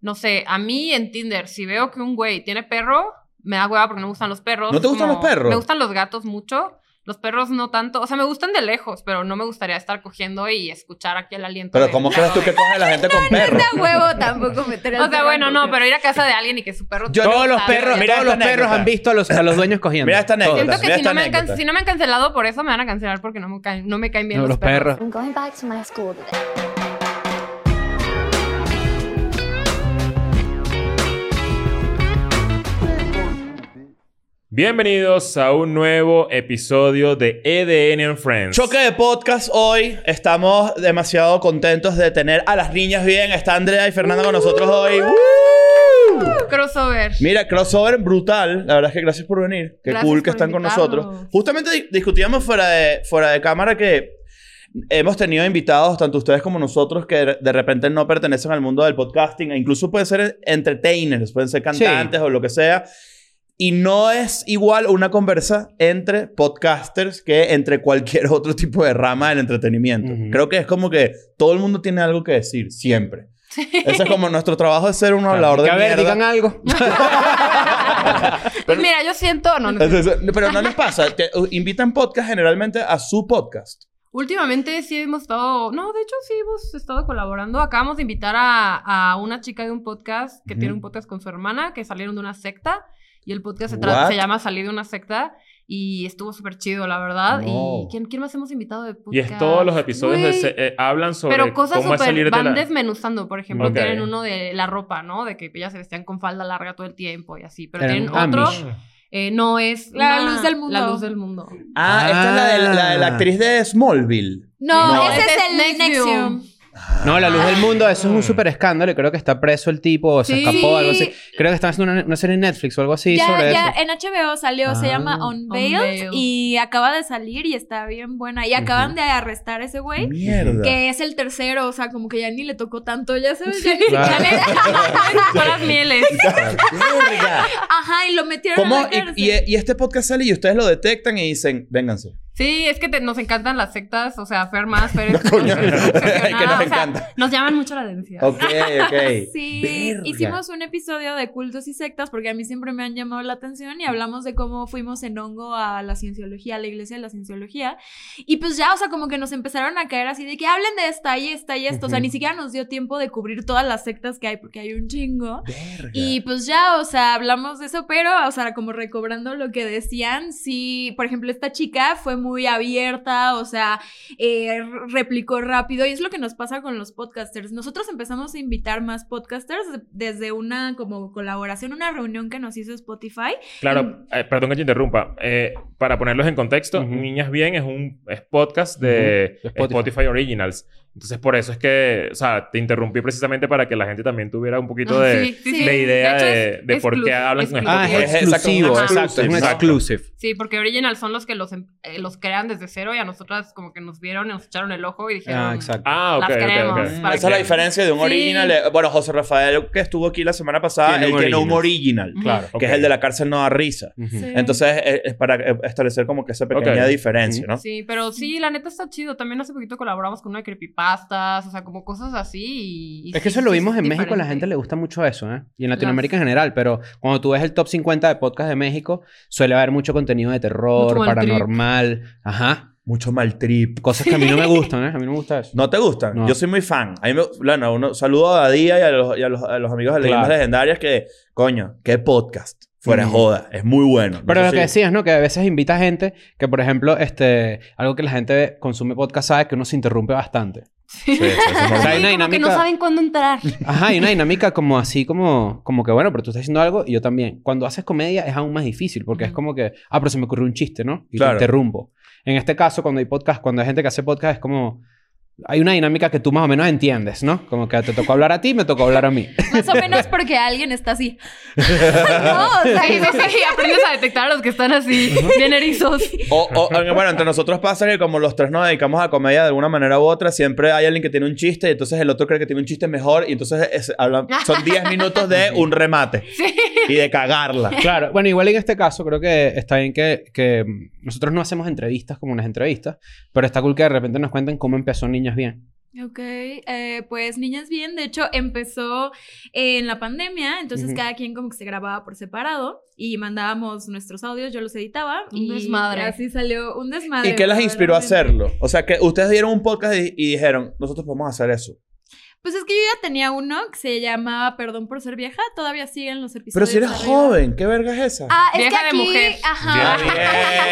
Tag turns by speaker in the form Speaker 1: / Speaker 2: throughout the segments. Speaker 1: no sé, a mí en Tinder, si veo que un güey tiene perro, me da hueva porque no me gustan los perros.
Speaker 2: ¿No te
Speaker 1: Es
Speaker 2: gustan
Speaker 1: como-
Speaker 2: los perros?
Speaker 1: Me gustan los gatos mucho. Los perros no tanto. O sea, me gustan de lejos, pero no me gustaría estar cogiendo y escuchar aquí el aliento.
Speaker 2: Pero
Speaker 1: de-
Speaker 2: ¿cómo crees tú que coge la gente con
Speaker 3: No
Speaker 2: perros?
Speaker 3: está huevo tampoco meter al
Speaker 1: O sea,
Speaker 3: perro
Speaker 1: bueno,
Speaker 3: en
Speaker 1: no,
Speaker 3: boca.
Speaker 1: pero ir a casa de alguien y que su perro...
Speaker 2: Yo
Speaker 1: no
Speaker 4: todos los
Speaker 1: sabe.
Speaker 4: perros,
Speaker 2: Mira
Speaker 4: ah, todos los
Speaker 2: esta
Speaker 4: perros
Speaker 2: anécdota.
Speaker 4: han visto a los, a los dueños cogiendo.
Speaker 2: Mira esta
Speaker 4: Todos.
Speaker 2: anécdota.
Speaker 1: Siento que
Speaker 2: Mira
Speaker 1: si
Speaker 2: esta
Speaker 1: no, me han, can-
Speaker 2: anécdota.
Speaker 1: si no me han cancelado por eso, me van a cancelar porque no me, caen- no me caen bien
Speaker 4: No,
Speaker 1: los,
Speaker 4: los perros.
Speaker 5: I'm going back to my school today.
Speaker 6: Bienvenidos a un nuevo episodio de EDN and Friends.
Speaker 2: Choque de podcast hoy. Estamos demasiado contentos de tener a las niñas bien. Está Andrea y Fernanda con nosotros hoy.
Speaker 1: Crossover.
Speaker 2: Mira, crossover brutal. La verdad es que gracias por venir. Qué
Speaker 1: Gracias
Speaker 2: cool que
Speaker 1: por
Speaker 2: están con
Speaker 1: invitarnos.
Speaker 2: nosotros. Justamente di- discutíamos fuera de, fuera de cámara que hemos tenido invitados, tanto ustedes como nosotros, que de- de repente no pertenecen al mundo del podcasting. E incluso pueden ser entertainers, pueden ser cantantes o lo que sea. Y no es igual una conversa entre podcasters que entre cualquier otro tipo de rama del entretenimiento.
Speaker 4: Ujú.
Speaker 2: Creo que es como que todo el mundo tiene algo que decir, siempre. Ese es como nuestro trabajo de ser un hablador de
Speaker 4: a ver,
Speaker 2: mierda.
Speaker 4: digan algo.
Speaker 1: Pues mira, yo siento... No, no sé.
Speaker 2: Entonces, pero no les pasa. Te uh, invitan podcast generalmente a su podcast.
Speaker 1: Últimamente sí hemos estado, no, de hecho sí hemos estado colaborando. Acabamos de invitar a, a una chica de un podcast que
Speaker 2: Ujú.
Speaker 1: tiene un podcast con su hermana, que salieron de una secta y el podcast se,
Speaker 2: What?
Speaker 1: trata, se llama Salir de una secta y estuvo súper chido, la verdad.
Speaker 2: No.
Speaker 1: ¿Y quién, quién más hemos invitado de podcast?
Speaker 6: Y es todos los episodios de
Speaker 1: Güey,
Speaker 6: se- eh, hablan sobre
Speaker 1: Pero cosas
Speaker 6: cómo es
Speaker 1: súper
Speaker 6: salir de
Speaker 1: van
Speaker 6: la...
Speaker 1: desmenuzando, por ejemplo,
Speaker 6: Ok.
Speaker 1: tienen uno de la ropa, ¿no? De que ellas se vestían con falda larga todo el tiempo y así, pero
Speaker 4: Eran
Speaker 1: tienen otro,
Speaker 4: Amish.
Speaker 1: eh, no es
Speaker 3: La
Speaker 1: una-
Speaker 3: luz del mundo.
Speaker 1: La luz del mundo.
Speaker 2: Ah, esta es la de la, la de la
Speaker 4: Ah.
Speaker 2: actriz de Smallville.
Speaker 3: No,
Speaker 2: No,
Speaker 3: ese, es el
Speaker 1: Nexium.
Speaker 3: Nexium.
Speaker 4: No, la luz del mundo, eso es un súper escándalo y creo que está preso el tipo o se
Speaker 1: Sí.
Speaker 4: escapó o algo así. Creo que están haciendo una, una serie en Netflix o algo así
Speaker 3: ya,
Speaker 4: sobre
Speaker 3: ya
Speaker 1: eh,
Speaker 4: eso.
Speaker 3: en HBO salió, se
Speaker 4: Ah.
Speaker 3: llama Unveiled,
Speaker 1: Unveiled.
Speaker 3: y acaba de salir y está bien buena. Y acaban de arrestar a ese güey.
Speaker 2: Mierda.
Speaker 3: Que es el tercero, o sea, como que ya ni le tocó tanto, ya sabes, ya ni
Speaker 4: Claro.
Speaker 3: siquiera le-
Speaker 1: Son las mieles.
Speaker 2: Verga.
Speaker 3: Ajá, y lo metieron a
Speaker 2: ¿Cómo?
Speaker 3: la cárcel.
Speaker 2: Y, y- y este podcast sale y ustedes lo detectan y dicen, vénganse.
Speaker 1: Sí, es que te- nos encantan las sectas, o sea, Fer más, Fer es
Speaker 2: coño.
Speaker 1: súper obsesionada,
Speaker 2: Que nos
Speaker 1: o sea,
Speaker 2: encanta.
Speaker 1: nos llaman mucho la atención.
Speaker 2: Ok, ok.
Speaker 3: Sí,
Speaker 2: Verga.
Speaker 3: hicimos un episodio de cultos y sectas porque a mí siempre me han llamado la atención y hablamos de cómo fuimos en hongo a la cienciología, a la iglesia de la cienciología. Y pues ya, o sea, como que nos empezaron a caer así de que hablen de esta y esta y esto. O sea,
Speaker 4: Ujú.
Speaker 3: ni siquiera nos dio tiempo de cubrir todas las sectas que hay porque hay un chingo.
Speaker 2: Verga.
Speaker 3: Y pues ya, o sea, hablamos de eso, pero, o sea, como recobrando lo que decían, sí, por ejemplo, esta chica fue muy abierta, o sea, eh, r- replicó rápido, y es lo que nos pasa con los podcasters. Nosotros empezamos a invitar más podcasters desde una como colaboración, una reunión que nos hizo Spotify.
Speaker 1: Em.
Speaker 6: Claro, eh, perdón que te interrumpa. Eh, para ponerlos en contexto,
Speaker 4: Ujú.
Speaker 6: Niñas Bien es un es podcast de
Speaker 4: Ujú, de
Speaker 6: Spotify.
Speaker 4: Spotify.
Speaker 6: Originals. Entonces, por eso es que, o sea, te interrumpí precisamente para que la gente también tuviera un poquito
Speaker 1: Ah,
Speaker 6: de,
Speaker 1: sí, sí,
Speaker 6: de
Speaker 1: sí.
Speaker 6: idea de,
Speaker 1: De hecho, es
Speaker 6: de por qué
Speaker 1: exclu-
Speaker 6: hablan con
Speaker 1: exclusivo.
Speaker 4: Ah,
Speaker 6: Spotify.
Speaker 4: es
Speaker 2: Exacto, un
Speaker 4: exclusivo,
Speaker 2: exclusive,
Speaker 4: exacto. Es un
Speaker 2: exacto.
Speaker 4: exclusive.
Speaker 1: Sí, porque Original son los que los, em- eh, los crean desde cero y a nosotras como que nos vieron y nos echaron el ojo y dijeron...
Speaker 4: Ah, exacto.
Speaker 6: Ah, ok,
Speaker 1: Las
Speaker 6: ok, ok.
Speaker 1: queremos.
Speaker 2: Mm,
Speaker 1: para
Speaker 2: Esa es
Speaker 1: que-
Speaker 2: la diferencia de un
Speaker 1: Sí.
Speaker 2: original. eh, Bueno, José Rafael, que estuvo aquí la semana pasada,
Speaker 4: Tiene
Speaker 2: él
Speaker 4: un
Speaker 2: tiene un
Speaker 4: original.
Speaker 1: "Mm".
Speaker 2: original,
Speaker 4: Claro.
Speaker 2: que es
Speaker 6: Ok.
Speaker 2: el de la cárcel no da risa.
Speaker 4: Ujú.
Speaker 2: Entonces, eh, es para eh, establecer como que esa pequeña
Speaker 6: Ok.
Speaker 2: diferencia, ¿no?
Speaker 1: Sí, pero sí, la neta está chido. También hace poquito colaboramos con una de creepypastas, o sea, como cosas así. y- y
Speaker 4: Es que
Speaker 1: sí,
Speaker 4: eso lo
Speaker 1: sí,
Speaker 4: vimos
Speaker 1: es
Speaker 4: en México, a la
Speaker 1: diferente.
Speaker 4: gente le gusta mucho eso, ¿eh? Y en Latinoamérica en general, pero cuando tú ves el top 50 de podcast de México, suele haber mucho contenido de terror,
Speaker 1: Mucho mal trip.
Speaker 4: paranormal, ajá,
Speaker 2: Mucho mal trip.
Speaker 4: cosas que a mí no me gustan, ¿eh? A mí no me gusta eso.
Speaker 2: ¿No te gustan?
Speaker 4: No.
Speaker 2: Yo soy muy fan. A mí me, bueno, uno, saludo a Día y a los, y a los, a los amigos de Leyendas
Speaker 4: Claro.
Speaker 2: Legendarias que, coño, qué podcast. Fuera de
Speaker 4: Ujú.
Speaker 2: joda. Es muy bueno.
Speaker 4: Pero
Speaker 2: Eso
Speaker 4: lo que
Speaker 2: sí.
Speaker 4: decías, ¿no? Que a veces invita gente que, por ejemplo, este, algo que la gente consume podcast sabe que uno se interrumpe bastante.
Speaker 2: Sí, sí, eso es
Speaker 1: Sí,
Speaker 4: O sea,
Speaker 2: normal.
Speaker 4: hay una
Speaker 1: como que no
Speaker 4: dinámica-
Speaker 1: saben cuándo entrar.
Speaker 4: Ajá, hay una dinámica como así, como, como que bueno, pero tú estás haciendo algo y yo también. Cuando haces comedia es aún más difícil porque es
Speaker 1: Ujú.
Speaker 4: como que, ah, pero se me ocurrió un chiste, ¿no? Y
Speaker 2: Claro.
Speaker 4: te interrumpo. En este caso, cuando hay podcast, cuando hay gente que hace podcast, es como. Hay una dinámica que tú más o menos entiendes, ¿no? Como que te tocó hablar a ti, me tocó hablar a mí.
Speaker 3: Más o menos porque alguien está así. No, o sea,
Speaker 1: Sí, sí, sí, aprendes a detectar a los que están así, bien erizos.
Speaker 2: O- o- bueno, entre nosotros pasa que como los tres nos dedicamos a comedia de alguna manera u otra, siempre hay alguien que tiene un chiste y entonces el otro cree que tiene un chiste mejor y entonces es- hablan- son 10 minutos de un remate y de cagarla.
Speaker 4: Claro, bueno, igual en este caso creo que está bien que, que nosotros no hacemos entrevistas como unas entrevistas, pero está cool que de repente nos cuenten cómo empezó Niñas Bien.
Speaker 3: Ok, eh, pues Niñas Bien, de hecho, empezó eh, en la pandemia, entonces
Speaker 4: Ujú.
Speaker 3: cada quien como que se grababa por separado y mandábamos nuestros audios, yo los editaba.
Speaker 1: Un
Speaker 3: y
Speaker 1: desmadre.
Speaker 3: Así salió un desmadre.
Speaker 2: ¿Y qué las inspiró a
Speaker 3: verdaderamente.
Speaker 2: hacerlo? O sea, que ustedes dieron un podcast y, y dijeron, nosotros podemos hacer eso.
Speaker 3: Pues es que yo ya tenía uno que se llamaba Perdón por ser vieja, todavía siguen los episodios.
Speaker 2: Pero si eres
Speaker 3: arriba.
Speaker 2: joven, ¿qué verga es esa?
Speaker 3: Ah, es
Speaker 1: Vieja
Speaker 3: que
Speaker 1: de
Speaker 3: aquí,
Speaker 1: mujer.
Speaker 3: Ajá.
Speaker 6: Vieja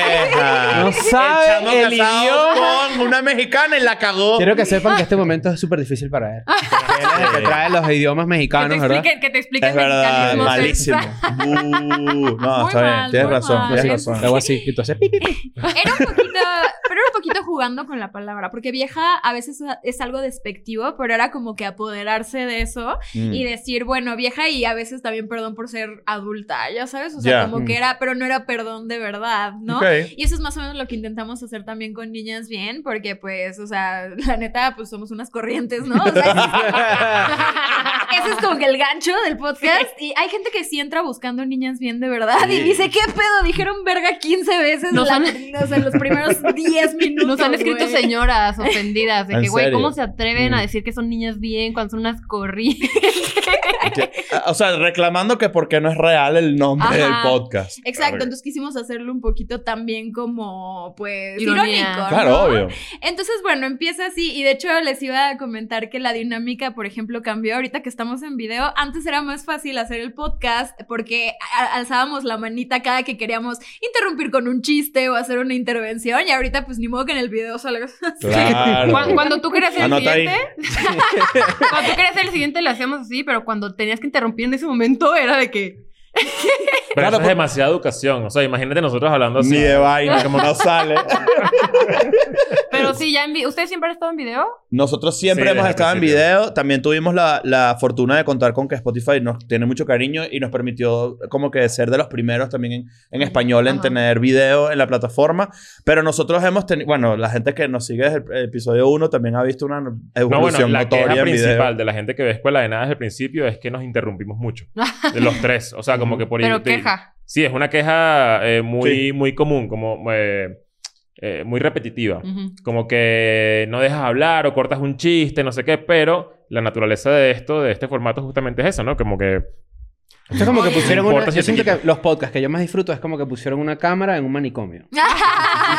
Speaker 2: vieja.
Speaker 4: No sabe
Speaker 2: Chamo
Speaker 4: el
Speaker 2: casado
Speaker 4: idioma.
Speaker 2: con una mexicana y la cagó.
Speaker 4: Quiero que sepan que este momento es súper difícil para
Speaker 2: Ah.
Speaker 4: él. Él es el que trae los idiomas mexicanos,
Speaker 1: que te
Speaker 4: ¿verdad?
Speaker 1: expliquen, que te expliquen
Speaker 2: Es verdad,
Speaker 1: mexicanismos, ¿eh?
Speaker 2: malísimo. Uh, no,
Speaker 3: Muy
Speaker 2: está bien,
Speaker 3: mal,
Speaker 2: tienes
Speaker 3: muy
Speaker 2: razón,
Speaker 3: mal.
Speaker 2: tienes
Speaker 3: Sí,
Speaker 2: razón.
Speaker 4: Te hago así y tú haces pi, pi, pi.
Speaker 3: Era un poquito, pero era un poquito jugando con la palabra, porque vieja a veces es algo despectivo, pero era como que apoderarse de eso
Speaker 2: Mm.
Speaker 3: y decir, bueno, vieja y a veces también perdón por ser adulta, ya sabes, o sea,
Speaker 2: Ya.
Speaker 3: como
Speaker 4: Mm.
Speaker 3: que era, pero no era perdón de verdad, ¿no?
Speaker 2: Ok.
Speaker 3: Y eso es más o menos lo que intentamos hacer también con niñas bien, porque pues, o sea, la neta, pues somos unas corrientes, ¿no? O sea, ese es como que el gancho del podcast. Y hay gente que sí entra buscando niñas bien de verdad y
Speaker 2: Sí.
Speaker 3: dice, ¿qué pedo? Dijeron verga 15 veces
Speaker 1: Nos
Speaker 3: la-
Speaker 1: han-
Speaker 3: o sea, en los primeros 10 minutos.
Speaker 1: Nos han escrito
Speaker 3: güey.
Speaker 1: señoras ofendidas de
Speaker 2: ¿En
Speaker 1: que, güey,
Speaker 2: serio?
Speaker 1: ¿cómo se atreven
Speaker 4: Mm.
Speaker 1: a decir que son niñas bien cuando son unas corridas?
Speaker 2: Que- O sea, reclamando que porque no es real el nombre
Speaker 1: Ajá.
Speaker 2: del podcast.
Speaker 3: Exacto,
Speaker 2: Claro,
Speaker 3: entonces quisimos hacerlo un poquito también como, pues,
Speaker 1: Ironía.
Speaker 3: irónico.
Speaker 2: Claro,
Speaker 3: ¿no?
Speaker 2: obvio.
Speaker 3: Entonces, bueno, empieza así. Y de hecho, les iba a comentar que la dinámica, por ejemplo, cambió ahorita que estamos en video. Antes era más fácil hacer el podcast porque a- alzábamos la manita cada que queríamos interrumpir con un chiste o hacer una intervención. Y ahorita, pues ni modo que en el video salga.
Speaker 2: Claro.
Speaker 1: Cuando, cuando tú querías ser el
Speaker 2: Ah, Anota ahí.
Speaker 1: siguiente, cuando tú querías ser el siguiente le hacíamos así, pero cuando tenías que interrumpir en ese momento era de que
Speaker 6: Pero
Speaker 2: Claro,
Speaker 6: eso es
Speaker 2: por-
Speaker 6: demasiada educación. O sea, imagínate nosotros hablando así.
Speaker 2: Ni de vaina, como no sale.
Speaker 1: Pero sí, ya en vi- ¿Ustedes siempre han estado en video?
Speaker 2: Nosotros siempre
Speaker 6: Sí,
Speaker 2: hemos
Speaker 6: desde
Speaker 2: estado
Speaker 6: el
Speaker 2: en
Speaker 6: principio.
Speaker 2: video. También tuvimos la, la fortuna de contar con que Spotify nos tiene mucho cariño y nos permitió como que ser de los primeros también en, en español en
Speaker 1: Ajá.
Speaker 2: tener video en la plataforma. Pero nosotros hemos tenido, bueno, la gente que nos sigue desde el, el episodio 1 también ha visto una
Speaker 6: No, bueno,
Speaker 2: evolución
Speaker 6: la
Speaker 2: notoria
Speaker 6: queja
Speaker 2: en video.
Speaker 6: principal de la gente que ve Escuela de Nada desde el principio es que nos interrumpimos mucho. De los tres. O sea, como que por...
Speaker 1: Ah, Pero
Speaker 6: de-
Speaker 1: queja.
Speaker 6: Sí, es una queja eh, muy,
Speaker 2: Sí.
Speaker 6: muy común, como... eh, eh, muy repetitiva.
Speaker 1: Ujú.
Speaker 6: como que no dejas hablar o cortas un chiste, no sé qué, pero la naturaleza de esto, de este formato, justamente es eso, ¿no? Como que.
Speaker 4: Esto es como que
Speaker 6: No
Speaker 4: pusieron
Speaker 6: importa
Speaker 4: una...
Speaker 6: si
Speaker 4: Yo
Speaker 6: te
Speaker 4: siento
Speaker 6: quitan.
Speaker 4: que los podcasts que yo más disfruto es como que pusieron una cámara en un manicomio. Y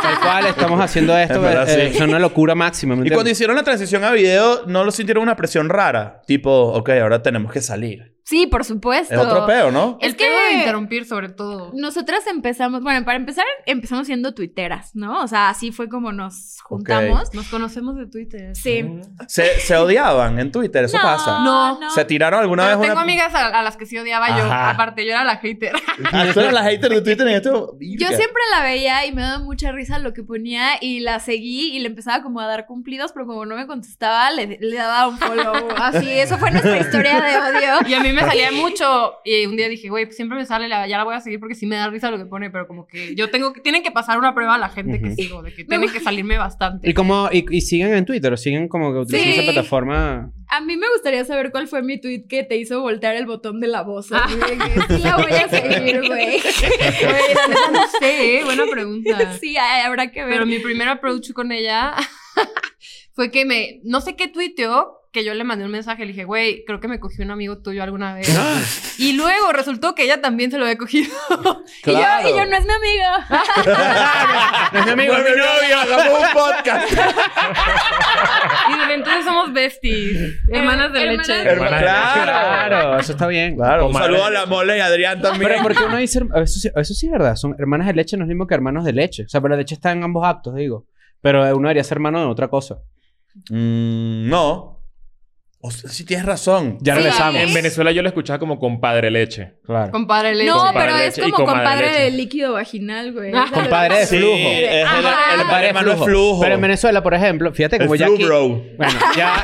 Speaker 4: tal cual estamos haciendo esto.
Speaker 2: Ah. Es verdad,
Speaker 4: eh,
Speaker 2: sí.
Speaker 4: Es una locura máxima. ¿me
Speaker 2: Y cuando
Speaker 4: entiendes?
Speaker 2: hicieron la transición a video, ¿no lo sintieron una presión rara? Tipo, ok, ahora tenemos que salir.
Speaker 3: Sí, por supuesto.
Speaker 2: Es otro peo, ¿no?
Speaker 1: El
Speaker 3: Es que-
Speaker 1: pedo de interrumpir sobre todo.
Speaker 3: Nosotras empezamos, bueno, para empezar, empezamos siendo tuiteras, ¿no? O sea, así fue como nos juntamos.
Speaker 1: Nos conocemos de Twitter.
Speaker 3: Sí.
Speaker 2: Se, se odiaban en Twitter, eso
Speaker 3: No,
Speaker 2: pasa.
Speaker 1: No.
Speaker 2: Se tiraron alguna
Speaker 1: Pero
Speaker 2: vez
Speaker 1: tengo
Speaker 2: una...
Speaker 1: amigas a, a las que sí odiaba yo.
Speaker 2: Ajá.
Speaker 1: Aparte, yo era la hater.
Speaker 2: Ah, tú eres la hater de Twitter en este
Speaker 3: Yo siempre la veía y me daba mucha risa lo que ponía y la seguí y le empezaba como a dar cumplidos, pero como no me contestaba, le, le daba un follow. Así, eso fue nuestra historia de odio.
Speaker 1: Y a mí me salía mucho. Y un día dije, güey, pues siempre me sale, la, ya la voy a seguir porque sí me da risa lo que pone, pero como que yo tengo que. Tienen que pasar una prueba a la gente que
Speaker 4: Ujú.
Speaker 1: sigo, de que tienen que salirme
Speaker 4: ¿Y,
Speaker 1: bastante.
Speaker 4: cómo, y, y siguen en Twitter, o siguen como que utilizando
Speaker 3: Sí.
Speaker 4: esa plataforma.
Speaker 3: A mí me gustaría saber cuál fue mi tweet que te hizo voltear el botón de la voz. así de que, Sí, la voy a seguir, güey.
Speaker 1: Güey, la neta no sé, ¿eh? Buena pregunta.
Speaker 3: Sí, ay, habrá que ver.
Speaker 1: Pero mi primer approach con ella fue que me. No sé qué tuiteó. Que yo le mandé un mensaje, le dije, güey, creo que me cogió un amigo tuyo alguna vez. Y luego resultó que ella también se lo había cogido.
Speaker 3: Y yo- y, yo, no es mi amigo.
Speaker 4: No es mi amigo, es mi
Speaker 2: novio, hagamos un podcast.
Speaker 1: Y desde entonces somos besties, hermanas de
Speaker 3: Hermanas
Speaker 1: leche.
Speaker 3: de
Speaker 2: Hermana- claro.
Speaker 4: Claro, eso está bien.
Speaker 2: Claro, un
Speaker 6: Comadre.
Speaker 2: saludo a la mole y a Adrián también.
Speaker 4: Pero porque uno dice, herma- eso sí, eso sí es verdad, son hermanas de leche no es lo mismo que hermanos de leche. O sea, pero la leche está en ambos actos, digo. Pero eh, uno debería ser hermano de otra cosa.
Speaker 2: Mm, no. O sea, sí tienes razón.
Speaker 4: Ya
Speaker 3: Sí,
Speaker 4: regresamos.
Speaker 6: En Venezuela yo lo escuchaba como compadre leche.
Speaker 4: Claro.
Speaker 1: Compadre leche.
Speaker 3: No,
Speaker 6: Compadre
Speaker 3: pero es
Speaker 6: leche y
Speaker 3: como
Speaker 6: comadre
Speaker 3: compadre
Speaker 6: leche.
Speaker 3: de líquido vaginal, güey.
Speaker 1: Ah.
Speaker 3: Es algo-
Speaker 4: Compadre de
Speaker 2: Sí,
Speaker 4: flujo.
Speaker 2: es el,
Speaker 1: Ajá.
Speaker 2: el
Speaker 4: Compadre de
Speaker 2: hermano es
Speaker 4: flujo.
Speaker 2: flujo.
Speaker 4: Pero en Venezuela, por ejemplo, fíjate
Speaker 2: El
Speaker 4: como ya
Speaker 2: flu
Speaker 4: aquí,
Speaker 2: bro.
Speaker 4: bueno, ya,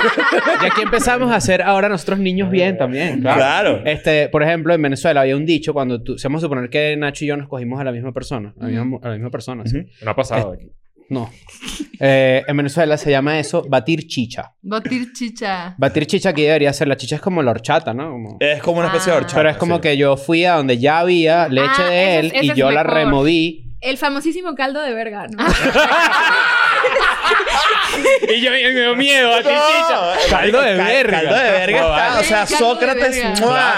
Speaker 4: ya aquí empezamos a hacer ahora nosotros niños bien también. Claro.
Speaker 2: Claro.
Speaker 4: Este, por ejemplo, en Venezuela había un dicho cuando tú, vamos a suponer que Nacho y yo nos cogimos a la misma persona, a la misma, a la misma persona. ¿sí?
Speaker 2: Ujú.
Speaker 6: No ha pasado aquí.
Speaker 4: No. Eh, en Venezuela se llama eso batir chicha.
Speaker 1: Batir chicha.
Speaker 4: Batir chicha aquí debería ser, la chicha es como la horchata, ¿no? Como-
Speaker 2: Es como una especie
Speaker 1: Ah.
Speaker 2: de horchata.
Speaker 4: Pero es como
Speaker 2: sí.
Speaker 4: que yo fui a donde ya había leche
Speaker 1: Ah,
Speaker 4: de
Speaker 1: ese
Speaker 4: él
Speaker 1: es- ese
Speaker 4: y
Speaker 1: es
Speaker 4: yo la
Speaker 1: mejor.
Speaker 4: removí.
Speaker 6: Ah.
Speaker 3: El famosísimo caldo de verga, ¿no?
Speaker 6: Y yo y me dio miedo a ti, chicha.
Speaker 2: No,
Speaker 4: ¡Ah! Caldo de
Speaker 2: cal-
Speaker 4: verga.
Speaker 2: Caldo de verga
Speaker 6: No,
Speaker 2: está.
Speaker 6: vale.
Speaker 2: O sea,
Speaker 1: Sí, caldo de verga.
Speaker 2: Sócrates. ¡mua!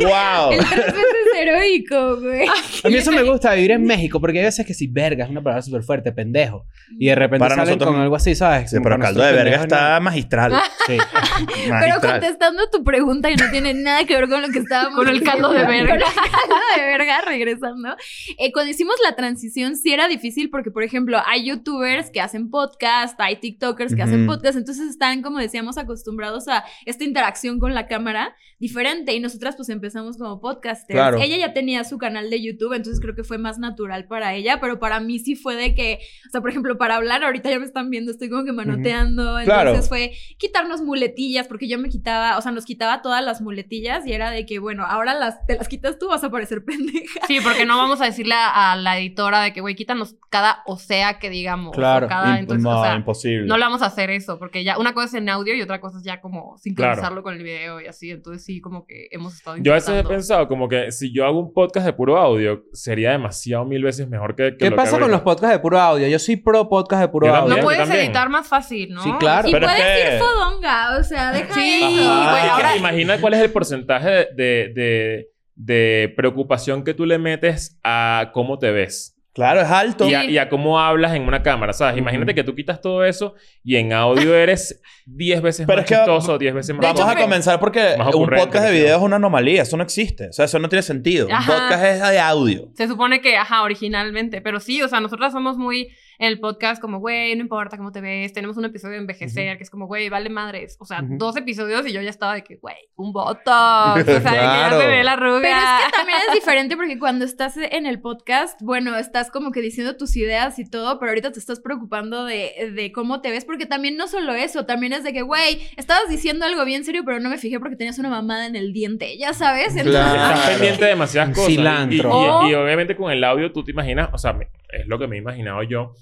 Speaker 2: ¡Wow!
Speaker 3: El tres veces heroico, güey.
Speaker 4: A mí eso me gusta vivir en México, porque hay veces que si verga es una palabra súper fuerte, pendejo. Y de repente
Speaker 2: Para
Speaker 4: salen
Speaker 2: nosotros
Speaker 4: con
Speaker 2: no.
Speaker 4: algo así, ¿sabes?
Speaker 2: Sí,
Speaker 4: Como
Speaker 2: pero
Speaker 4: para
Speaker 2: caldo de
Speaker 4: nosotros
Speaker 2: verga
Speaker 4: pendejos,
Speaker 2: está magistral.
Speaker 4: no. Sí.
Speaker 3: Pero
Speaker 2: magistral.
Speaker 3: contestando tu pregunta y no tiene nada que ver con lo que estábamos
Speaker 1: Con el caldo de verga.
Speaker 3: Con el caldo de verga, regresando. Eh, cuando hicimos la transición sí era difícil porque, por ejemplo, hay youtubers que hacen podcast, hay tiktokers que hacen
Speaker 2: Ujú.
Speaker 3: podcast, entonces están, como decíamos, acostumbrados a esta interacción con la cámara diferente y nosotras pues empezamos como podcasters.
Speaker 2: Claro.
Speaker 3: Ella ya tenía su canal de YouTube, entonces creo que fue más natural para ella, pero para mí sí fue de que, o sea, por ejemplo, para hablar, ahorita ya me están viendo, estoy como que manoteando,
Speaker 4: Claro.
Speaker 3: entonces fue quitarnos muletillas, porque yo me quitaba, o sea, nos quitaba todas las muletillas y era de que, bueno, ahora las, te las quitas tú, vas a parecer pendeja.
Speaker 1: Sí, porque no vamos a decirle a, a la editora de que, güey, quítanos cada o sea que digamos. o
Speaker 4: Claro.
Speaker 1: cada,
Speaker 2: Im-
Speaker 1: entonces,
Speaker 2: no,
Speaker 1: o sea,
Speaker 2: imposible.
Speaker 1: no le vamos a hacer eso, porque ya una cosa es en audio y otra cosa es ya como sincronizarlo con el video y así. Entonces sí, como que hemos estado
Speaker 6: Yo a veces he
Speaker 1: intentando.
Speaker 6: pensado como que si yo hago un podcast de puro audio, sería demasiado mil veces mejor que, que
Speaker 4: ¿Qué
Speaker 6: lo que
Speaker 4: pasa
Speaker 6: hago
Speaker 4: con los
Speaker 6: ahorita.
Speaker 4: podcasts de puro audio? Yo soy pro podcast de puro
Speaker 6: Yo
Speaker 4: audio.
Speaker 1: Lo
Speaker 6: Yo
Speaker 1: puedes
Speaker 6: también.
Speaker 1: editar más fácil, ¿no?
Speaker 4: Sí, claro.
Speaker 3: Y
Speaker 2: Pero es
Speaker 3: puedes
Speaker 2: que-
Speaker 4: Eh.
Speaker 3: ir fodonga, o sea, deja
Speaker 1: Sí,
Speaker 3: eso.
Speaker 2: Ah,
Speaker 1: güey,
Speaker 2: es que
Speaker 1: ahora...
Speaker 6: Imagina cuál es el porcentaje de, de- de- de preocupación que tú le metes a cómo te ves.
Speaker 2: Claro, es alto.
Speaker 6: Y a,
Speaker 1: Sí.
Speaker 6: y a cómo hablas en una cámara, ¿sabes? Imagínate
Speaker 4: Ujú.
Speaker 6: que tú quitas todo eso y en audio eres 10 veces
Speaker 2: Pero
Speaker 6: más
Speaker 2: es que-
Speaker 6: chistoso, 10 veces más...
Speaker 2: Vamos
Speaker 1: hecho,
Speaker 2: a
Speaker 1: fue-
Speaker 2: comenzar porque
Speaker 6: Más
Speaker 2: un
Speaker 6: ocurrente,
Speaker 2: podcast de
Speaker 6: creo.
Speaker 2: video es una anomalía. Eso no existe. O sea, eso no tiene sentido.
Speaker 1: Ajá.
Speaker 2: Un podcast es de audio.
Speaker 1: Se supone que, ajá, originalmente, pero sí, o sea, nosotras somos muy en el podcast como, güey, no importa cómo te ves, tenemos un episodio de envejecer, que es como, güey, vale madres, o sea,
Speaker 4: Ujú.
Speaker 1: dos episodios y yo ya estaba de que, güey, un botox, o sea, de
Speaker 2: Claro.
Speaker 1: que ya se ve la arruga.
Speaker 3: Pero es que también es diferente porque cuando estás en el podcast, bueno, estás como que diciendo tus ideas y todo, pero ahorita te estás preocupando de, de cómo te ves, porque también no solo eso, también es de que, güey, estabas diciendo algo bien serio, pero no me fijé porque tenías una mamada en el diente, ya sabes. Entonces,
Speaker 6: Estás
Speaker 2: Claro.
Speaker 6: pendiente de demasiadas cosas.
Speaker 4: Cilantro.
Speaker 6: Y- Y, y
Speaker 1: O-
Speaker 6: obviamente con el audio tú te imaginas, o sea, me- es lo que me he imaginado yo,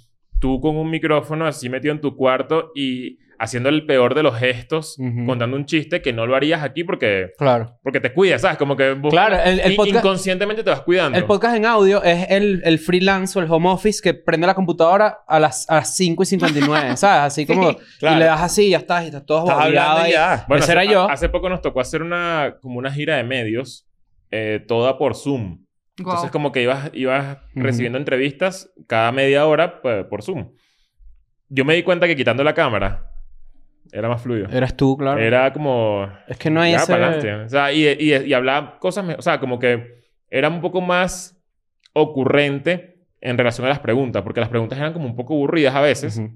Speaker 6: tú con un micrófono así metido en tu cuarto y haciendo el peor de los gestos,
Speaker 4: Ujú.
Speaker 6: contando un chiste que no lo harías aquí porque,
Speaker 4: Claro.
Speaker 6: porque te cuidas, ¿sabes? Como que vos-
Speaker 4: Claro, el- el
Speaker 6: in-
Speaker 4: podcast-
Speaker 6: inconscientemente te vas cuidando.
Speaker 4: El podcast en audio es el, el freelance o el home office que prende la computadora a las, a las 5 y 59, ¿sabes? Así como...
Speaker 2: claro.
Speaker 4: Y le das así y ya estás, y estás todo
Speaker 2: Estás
Speaker 4: babeado
Speaker 2: hablando y
Speaker 4: ahí.
Speaker 2: ya.
Speaker 6: Bueno,
Speaker 4: Ese
Speaker 6: hace,
Speaker 4: era yo.
Speaker 6: a- hace poco nos tocó hacer una, como una gira de medios, eh, toda por Zoom.
Speaker 1: Guau.
Speaker 6: Entonces, como que ibas, ibas
Speaker 4: Ujú.
Speaker 6: recibiendo entrevistas cada media hora pues, por Zoom. Yo me di cuenta que quitando la cámara era más fluido. Era,
Speaker 4: Eras tú, claro.
Speaker 6: como.
Speaker 4: Es que no hay
Speaker 6: ya,
Speaker 4: ese...
Speaker 6: pa'lante. O sea, y, y, y hablaba cosas. me- O sea, como que era un poco más ocurrente en relación a las preguntas, porque las preguntas eran como un poco aburridas a veces.
Speaker 4: Ujú.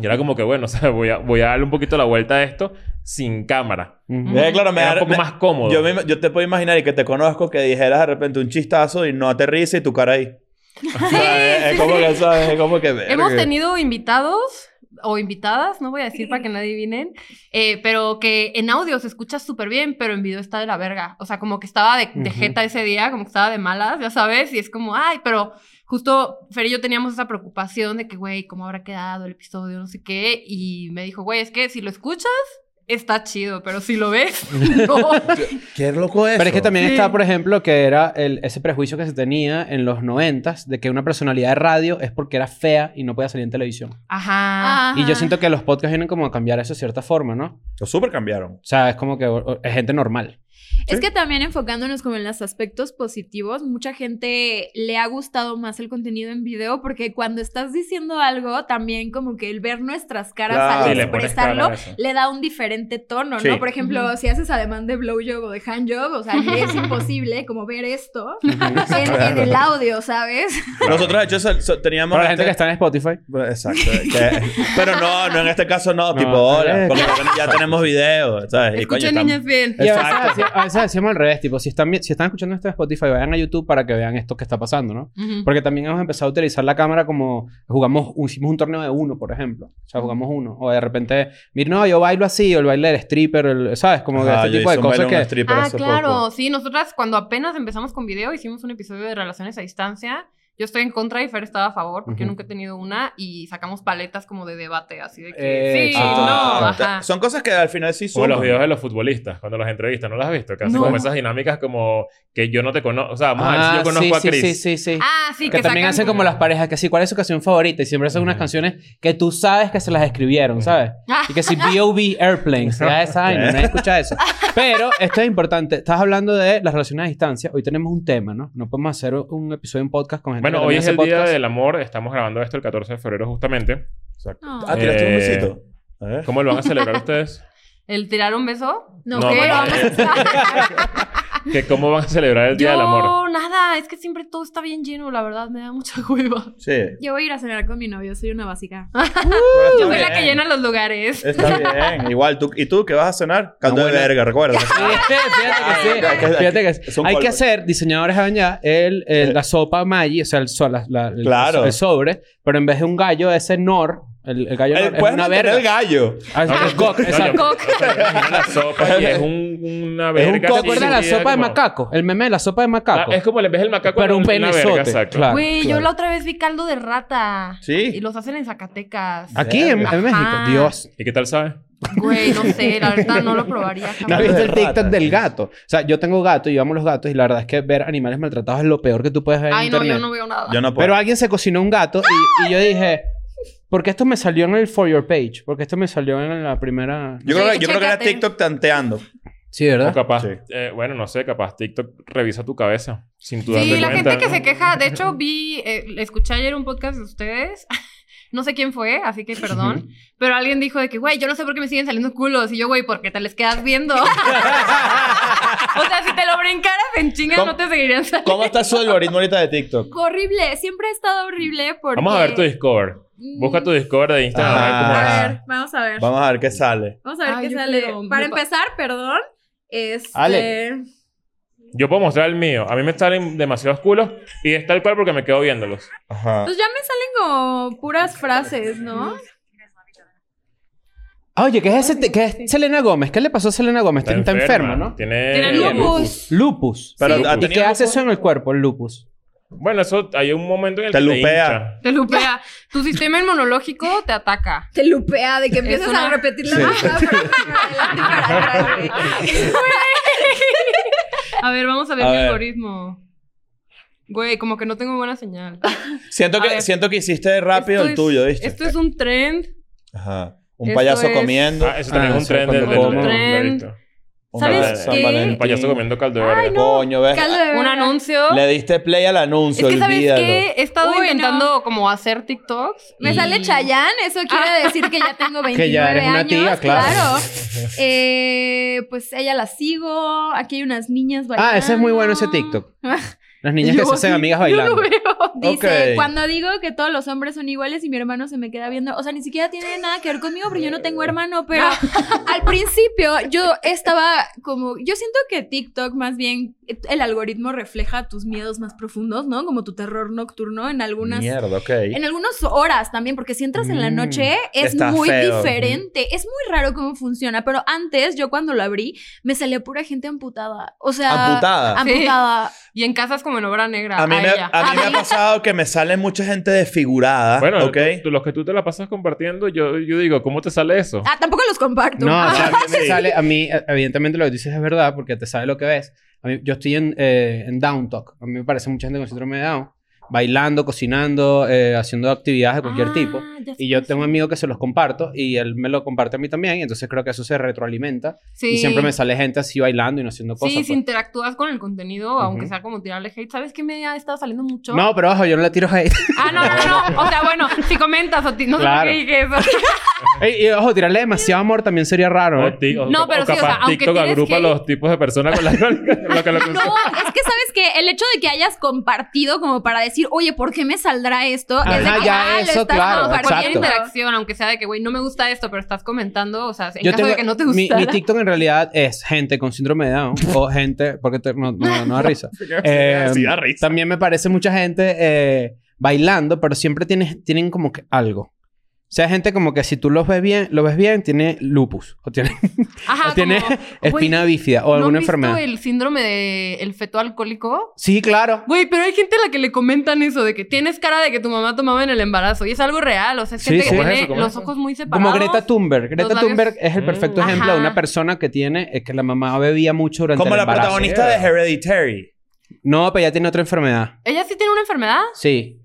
Speaker 6: Y era como que, bueno, o sea, voy a, voy a darle un poquito la vuelta a esto sin cámara.
Speaker 1: Mm.
Speaker 4: Ujú.
Speaker 2: Eh, claro, me
Speaker 6: Era un
Speaker 2: da-
Speaker 6: poco
Speaker 2: me-
Speaker 6: más cómodo.
Speaker 2: Yo, me- yo te puedo imaginar y que te conozco que dijeras de repente un chistazo y no aterriza y tu cara ahí. O sea, es, es como que, ¿sabes? Es como que...
Speaker 1: Hemos
Speaker 2: verga.
Speaker 1: tenido invitados o invitadas, no voy a decir para que no adivinen, eh, pero que en audio se escucha súper bien, pero en video está de la verga. O sea, como que estaba de, de
Speaker 4: Ujú.
Speaker 1: jeta ese día, como que estaba de malas, ya sabes, y es como, ay, pero justo Fer y yo teníamos esa preocupación de que, güey, ¿cómo habrá quedado el episodio? No sé qué. Y me dijo, güey, es que si lo escuchas, está chido, pero si lo ves, no.
Speaker 2: Qué loco es.
Speaker 4: Pero es que también
Speaker 1: Sí.
Speaker 4: está, por ejemplo, que era el, ese prejuicio que se tenía en los noventas de que una personalidad de radio es porque era fea y no podía salir en televisión.
Speaker 1: Ajá.
Speaker 4: Y yo siento que los podcasts vienen como a cambiar eso de cierta forma, ¿no?
Speaker 2: Lo super cambiaron.
Speaker 4: O sea, es como que o- o- es gente normal.
Speaker 3: Es que también enfocándonos como en los aspectos positivos, mucha gente le ha gustado más el contenido en video porque cuando estás diciendo algo, también como que el ver nuestras caras
Speaker 2: Claro.
Speaker 3: al
Speaker 2: Sí, le
Speaker 6: pones
Speaker 3: expresarlo
Speaker 6: cara a eso.
Speaker 3: le da un diferente tono,
Speaker 2: Sí.
Speaker 3: ¿no? Por ejemplo,
Speaker 1: Ujú.
Speaker 3: si haces ademán de blowjob o de handjob, o sea, es imposible como ver esto en, en el audio, ¿sabes?
Speaker 2: Nosotros, de hecho, so- so- teníamos...
Speaker 4: Para la gente que
Speaker 2: este-
Speaker 4: está en Spotify.
Speaker 2: Exacto. que- Pero no, no en este caso no.
Speaker 4: No,
Speaker 2: tipo,
Speaker 4: eh,
Speaker 2: hola. Porque ya tenemos video, ¿sabes? Y Eh, coño,
Speaker 1: Escuchen
Speaker 2: estamos-
Speaker 1: niñas bien.
Speaker 4: Y a veces,
Speaker 2: Exacto.
Speaker 4: hacía- a veces hacíamos al revés, tipo, si están, vi- si están escuchando esto de Spotify, vayan a YouTube para que vean esto que está pasando, ¿no?
Speaker 1: Ujú.
Speaker 4: Porque también hemos empezado a utilizar la cámara como jugamos, hicimos un torneo de uno, por ejemplo. O sea, jugamos uno. O de repente, mira, no, yo bailo así, o el baile del stripper, el- ¿sabes? Como que
Speaker 2: Ajá,
Speaker 4: este
Speaker 2: yo
Speaker 4: tipo
Speaker 2: hice
Speaker 4: de
Speaker 2: un
Speaker 4: cosas
Speaker 2: baile en un
Speaker 4: que.
Speaker 2: stripper
Speaker 1: Ah,
Speaker 2: hace
Speaker 1: claro,
Speaker 2: poco.
Speaker 1: sí, nosotras cuando apenas empezamos con video hicimos un episodio de relaciones a distancia Yo estoy en contra y Fer estaba a favor porque yo
Speaker 4: Ujú.
Speaker 1: nunca he tenido una y sacamos paletas como de debate, así de que
Speaker 4: Eh,
Speaker 1: sí,
Speaker 4: exacto.
Speaker 1: no,
Speaker 2: Ah,
Speaker 1: ajá.
Speaker 2: Son cosas que al final sí
Speaker 6: Como
Speaker 2: suman.
Speaker 6: los videos de los futbolistas, cuando los entrevistas, ¿no las has visto? Que hacen
Speaker 1: No.
Speaker 6: como esas dinámicas como que yo no te conozco. O sea, vamos a ver si
Speaker 4: Ah,
Speaker 6: yo conozco
Speaker 4: sí,
Speaker 6: a Chris.
Speaker 4: Sí, sí, sí, sí.
Speaker 1: Ah, sí,
Speaker 4: que,
Speaker 1: que,
Speaker 4: también
Speaker 1: sacan
Speaker 4: hacen como las parejas que sí, ¿cuál es su canción favorita? Y siempre hacen unas
Speaker 6: Ujú.
Speaker 4: canciones que tú sabes que se las escribieron, ¿sabes?
Speaker 1: Ah.
Speaker 4: Y que si B.O.B. Airplane, sea esa vaina, nadie escucha eso. Pero esto es importante. Estás hablando de las relaciones a distancia. Hoy tenemos un tema, ¿no? No podemos hacer un episodio en podcast con gente
Speaker 6: Bueno,
Speaker 4: que
Speaker 6: hoy
Speaker 4: también
Speaker 6: es
Speaker 4: hace
Speaker 6: el Día
Speaker 4: podcast.
Speaker 6: del Amor. Estamos grabando esto el 14 de febrero justamente.
Speaker 3: No.
Speaker 2: Ah, tiraste un
Speaker 6: Eh,
Speaker 2: besito. A ver.
Speaker 6: ¿Cómo lo van a celebrar ustedes?
Speaker 1: el tirar un beso.
Speaker 3: No,
Speaker 6: No,
Speaker 3: ¿qué?
Speaker 6: bueno,
Speaker 3: Vamos a-
Speaker 6: ¿Que ¿Cómo van a celebrar el Día
Speaker 1: Yo
Speaker 6: del Amor?
Speaker 1: nada, es que siempre todo está bien lleno, la verdad, me da mucha hueva.
Speaker 2: Sí.
Speaker 3: Yo voy a ir a cenar con mi novio, soy una básica.
Speaker 1: Yo soy la que llena los lugares.
Speaker 2: Está bien. Igual, tú, ¿y tú qué vas a cenar? Caldo de
Speaker 4: Una buena-
Speaker 2: verga, recuerda.
Speaker 4: Sí, Este,
Speaker 2: Ah,
Speaker 4: fíjate que sí. Fíjate que sí.
Speaker 2: Es un
Speaker 4: Hay que
Speaker 2: polvo.
Speaker 4: hacer, diseñadores hagan ya, el, el- la sopa Maggi, o sea, el, so- la- la- el-
Speaker 2: Claro.
Speaker 4: el sobre, pero en vez de un gallo, ese nor, el, el gallo
Speaker 2: Eh,
Speaker 4: nor, es
Speaker 2: puedes
Speaker 4: una
Speaker 2: mantener
Speaker 4: verga.
Speaker 2: el gallo.
Speaker 4: Ah, es el cock,
Speaker 6: No, yo-
Speaker 4: exacto.
Speaker 1: Cock.
Speaker 6: o sea, yo imagino la sopa y es un, una
Speaker 4: Es
Speaker 6: verga.
Speaker 4: un coco. ¿Te
Speaker 6: así,
Speaker 4: acuerdas la
Speaker 6: sí,
Speaker 4: sopa de
Speaker 6: como-
Speaker 4: macaco? El meme de la sopa de
Speaker 6: Ah,
Speaker 4: macaco.
Speaker 6: es como el vez el macaco
Speaker 4: Pero un
Speaker 6: una verga,
Speaker 4: penezote,
Speaker 6: exacto.
Speaker 4: claro.
Speaker 1: Güey, yo
Speaker 4: claro.
Speaker 1: la otra vez vi caldo de rata.
Speaker 2: Sí.
Speaker 1: Y los hacen en Zacatecas.
Speaker 4: Aquí en, en
Speaker 1: Ajá.
Speaker 4: México. Dios.
Speaker 6: ¿Y qué tal sabe?
Speaker 4: ¿Eh?
Speaker 1: Güey, no sé, la verdad no lo probaría
Speaker 4: ¿No
Speaker 1: jamás.
Speaker 4: has visto el
Speaker 2: Rata.
Speaker 4: TikTok del gato? O sea, yo tengo gato y yo amo los gatos y la verdad es que ver animales maltratados es lo peor que tú puedes ver en
Speaker 1: Ay, no,
Speaker 4: internet.
Speaker 1: yo no veo nada.
Speaker 2: Yo no puedo.
Speaker 4: Pero alguien se cocinó un gato y, y yo dije, ¿por qué esto me salió en el For Your Page? Porque esto me salió en la primera...
Speaker 2: yo, creo
Speaker 1: Sí,
Speaker 2: que, yo creo que era
Speaker 1: chécate.
Speaker 2: TikTok tanteando.
Speaker 4: Sí,
Speaker 6: O
Speaker 4: ¿verdad?
Speaker 6: capaz,
Speaker 2: Sí.
Speaker 6: eh, bueno, no sé, capaz TikTok revisa tu cabeza sin tu
Speaker 1: Sí,
Speaker 6: darte
Speaker 1: la
Speaker 6: cuenta.
Speaker 1: gente que se queja. De hecho, vi, eh, escuché ayer un podcast de ustedes. No sé quién fue, así que perdón. Pero alguien dijo de que, güey, yo no sé por qué me siguen saliendo culos. Y yo, güey, porque te les quedas viendo. o sea, si te lo brincaras en chinga,
Speaker 2: ¿Cómo?
Speaker 1: no te seguirían saliendo.
Speaker 2: ¿Cómo está su algoritmo ahorita de TikTok?
Speaker 3: Horrible, siempre ha estado horrible porque... Mm,
Speaker 6: Vamos a ver tu Discover. Busca tu Discover de Instagram. a ver cómo
Speaker 2: Ah.
Speaker 6: es.
Speaker 3: A ver, vamos a ver.
Speaker 2: Vamos a ver qué sale.
Speaker 3: Vamos a ver
Speaker 1: Ay,
Speaker 3: qué
Speaker 1: yo
Speaker 3: sale.
Speaker 1: quiero-
Speaker 3: Para
Speaker 1: me pa-
Speaker 3: empezar, perdón, este...
Speaker 4: Ale.
Speaker 6: Yo puedo mostrar el mío. A mí me salen demasiados culos y es tal cual porque me quedo viéndolos.
Speaker 2: Ajá.
Speaker 3: Pues ya me salen como puras frases, ¿no?
Speaker 4: Ah, Oye, ¿qué es, ese te- qué es Selena Gómez? ¿Qué le pasó a Selena Gómez? Este Está, enferma, ¿no?
Speaker 6: Tiene,
Speaker 1: Tiene
Speaker 3: lupus.
Speaker 4: Lupus.
Speaker 2: Pero,
Speaker 6: Sí.
Speaker 2: ¿ha
Speaker 4: ¿Y
Speaker 2: tenido
Speaker 4: qué hace
Speaker 2: lupus?
Speaker 4: eso en el cuerpo, el lupus?
Speaker 6: Bueno, eso hay un momento en el
Speaker 2: Te
Speaker 6: que
Speaker 2: lupea.
Speaker 6: hincha.
Speaker 1: Te lupea. Tu sistema inmunológico te ataca.
Speaker 3: Te lupea de que empiezas
Speaker 1: una-
Speaker 3: a repetir la
Speaker 2: Sí.
Speaker 3: misma frase para adelante y para atrás, güey.
Speaker 1: A ver, vamos a ver
Speaker 2: A
Speaker 1: mi
Speaker 2: ver.
Speaker 1: algoritmo. Güey, como que no tengo buena señal.
Speaker 2: Siento
Speaker 1: A
Speaker 2: que,
Speaker 1: ver.
Speaker 2: siento que hiciste rápido
Speaker 1: Esto
Speaker 2: el
Speaker 1: es-
Speaker 2: tuyo, ¿viste?
Speaker 1: Esto es un trend.
Speaker 2: Ajá. Un
Speaker 1: Esto
Speaker 2: payaso
Speaker 1: es-
Speaker 2: comiendo.
Speaker 6: Ah, eso también
Speaker 4: Ah,
Speaker 6: es un
Speaker 4: sí,
Speaker 6: tren
Speaker 4: cuando
Speaker 6: del del-
Speaker 4: como.
Speaker 6: del-
Speaker 1: Tren.
Speaker 6: del- delito.
Speaker 2: un
Speaker 1: ¿sabes
Speaker 2: payaso de San
Speaker 1: qué?
Speaker 6: Un
Speaker 2: Valentín.
Speaker 6: payaso comiendo caldo de verga.
Speaker 2: Coño, ¿ves?
Speaker 3: Caldo de
Speaker 1: Un
Speaker 3: verga.
Speaker 1: anuncio.
Speaker 2: Le diste play al anuncio,
Speaker 1: Es que, ¿sabes
Speaker 2: olvídalo.
Speaker 1: qué? He estado
Speaker 3: Uy, no.
Speaker 1: intentando como hacer TikToks.
Speaker 3: Me
Speaker 1: y-
Speaker 3: sale Chayanne, eso quiere
Speaker 1: Ah.
Speaker 3: decir que ya tengo 29
Speaker 4: Que ya eres una
Speaker 3: años,
Speaker 4: tía, claro.
Speaker 3: Eh, pues ella la sigo, aquí hay unas niñas bailando.
Speaker 4: Ah, ese es muy bueno ese TikTok. Las niñas que se hacen amigas bailando.
Speaker 3: Dice,
Speaker 2: Ok.
Speaker 3: cuando digo que todos los hombres son iguales y mi hermano se me queda viendo, o sea, ni siquiera tiene nada que ver conmigo porque yo no tengo hermano, pero al principio yo estaba como, yo siento que TikTok más bien, el algoritmo refleja tus miedos más profundos, ¿no? Como tu terror nocturno en algunas
Speaker 2: Mierda, ok.
Speaker 3: en algunas horas también, porque si entras en la
Speaker 4: Mm,
Speaker 3: noche es
Speaker 2: está
Speaker 3: muy
Speaker 2: feo.
Speaker 3: diferente. Es muy raro cómo funciona, pero antes, yo cuando lo abrí, me salía pura gente amputada. O sea,
Speaker 2: Amputada.
Speaker 3: amputada.
Speaker 1: Y en casas como en obra negra.
Speaker 2: A mí, me,
Speaker 1: ella.
Speaker 2: a mí me ha pasado que me sale mucha gente desfigurada.
Speaker 6: Bueno,
Speaker 2: Ah, ¿ok?
Speaker 6: tú- los que tú te la pasas compartiendo, yo, yo digo, ¿cómo te sale eso?
Speaker 3: Ah, tampoco los comparto.
Speaker 4: No, o
Speaker 3: Ah,
Speaker 4: sea, a mí me sale, a mí, eh, evidentemente lo que dices es verdad porque te sabe lo que ves. A mí, yo estoy en, eh, en Down Talk. A mí me parece mucha gente con síndrome de Down, bailando, cocinando, eh, haciendo actividades de cualquier
Speaker 1: Ah,
Speaker 4: tipo.
Speaker 1: ya
Speaker 4: Y yo
Speaker 1: sé.
Speaker 4: tengo un amigo que se los comparto y él me lo comparte a mí también. Y entonces creo que eso se retroalimenta.
Speaker 1: Sí.
Speaker 4: Y siempre me sale gente así bailando y no haciendo cosas.
Speaker 1: Sí, si
Speaker 4: pues.
Speaker 1: interactúas con el contenido, aunque sea como tirarle hate, ¿sabes qué me ha estado saliendo mucho?
Speaker 4: No, pero ojo, yo no le tiro hate.
Speaker 1: Ah, no, no, no. O sea, bueno, si comentas o ti- no
Speaker 4: Claro.
Speaker 1: sé por qué dije eso.
Speaker 4: Ey, y ojo, tirarle demasiado amor también sería raro.
Speaker 6: O
Speaker 4: ¿eh?
Speaker 6: ti- o-
Speaker 1: No,
Speaker 6: o
Speaker 1: pero sí, o
Speaker 6: capaz
Speaker 1: sea, aunque
Speaker 6: TikTok
Speaker 1: tienes
Speaker 6: agrupa
Speaker 1: hate-
Speaker 6: los tipos de personas con las con lo que lo
Speaker 3: No, es que sabes que el hecho de que hayas compartido como para decir, oye, ¿por qué me saldrá esto?
Speaker 4: Ajá,
Speaker 3: es de que,
Speaker 4: ya,
Speaker 3: ah, lo
Speaker 4: eso,
Speaker 3: estás
Speaker 4: claro,
Speaker 1: No, o sea, cualquier
Speaker 4: exacto.
Speaker 1: interacción, aunque sea de que, güey, no me gusta esto, pero estás comentando, o sea, en
Speaker 4: Yo
Speaker 1: caso
Speaker 4: tengo-
Speaker 1: de que no te
Speaker 4: mi,
Speaker 1: gustara.
Speaker 4: mi TikTok en realidad es gente con síndrome de Down o gente. Porque te- no, no, no da risa. Eh,
Speaker 2: Sí, da risa.
Speaker 4: También me parece mucha gente eh, bailando, pero siempre tienes, tienen como que algo. O sea, gente como que si tú los ves bien, lo ves bien, tiene lupus. O tiene,
Speaker 1: Ajá,
Speaker 4: o tiene
Speaker 1: como,
Speaker 4: espina
Speaker 1: güey,
Speaker 4: bífida o
Speaker 1: ¿no
Speaker 4: alguna
Speaker 1: has visto
Speaker 4: enfermedad.
Speaker 1: el síndrome del el feto alcohólico?
Speaker 4: Sí, claro.
Speaker 1: Güey, pero hay gente a la que le comentan eso de que tienes cara de que tu mamá tomaba en el embarazo. Y es algo real. O sea, es
Speaker 4: Sí,
Speaker 1: gente
Speaker 4: sí.
Speaker 1: que
Speaker 6: ¿Cómo es
Speaker 1: tiene
Speaker 6: eso? ¿Cómo es
Speaker 1: los
Speaker 6: eso?
Speaker 1: ojos muy separados.
Speaker 4: Como Greta Thunberg. Greta
Speaker 1: los labios-
Speaker 4: Thunberg es el perfecto
Speaker 6: Mm.
Speaker 4: ejemplo de una
Speaker 1: Ajá.
Speaker 4: persona que tiene, es que la mamá bebía mucho durante
Speaker 2: Como
Speaker 4: el
Speaker 2: la
Speaker 4: embarazo.
Speaker 2: protagonista de Hereditary.
Speaker 4: No, pero ya tiene otra enfermedad.
Speaker 1: ¿Ella sí tiene una enfermedad?
Speaker 4: Sí.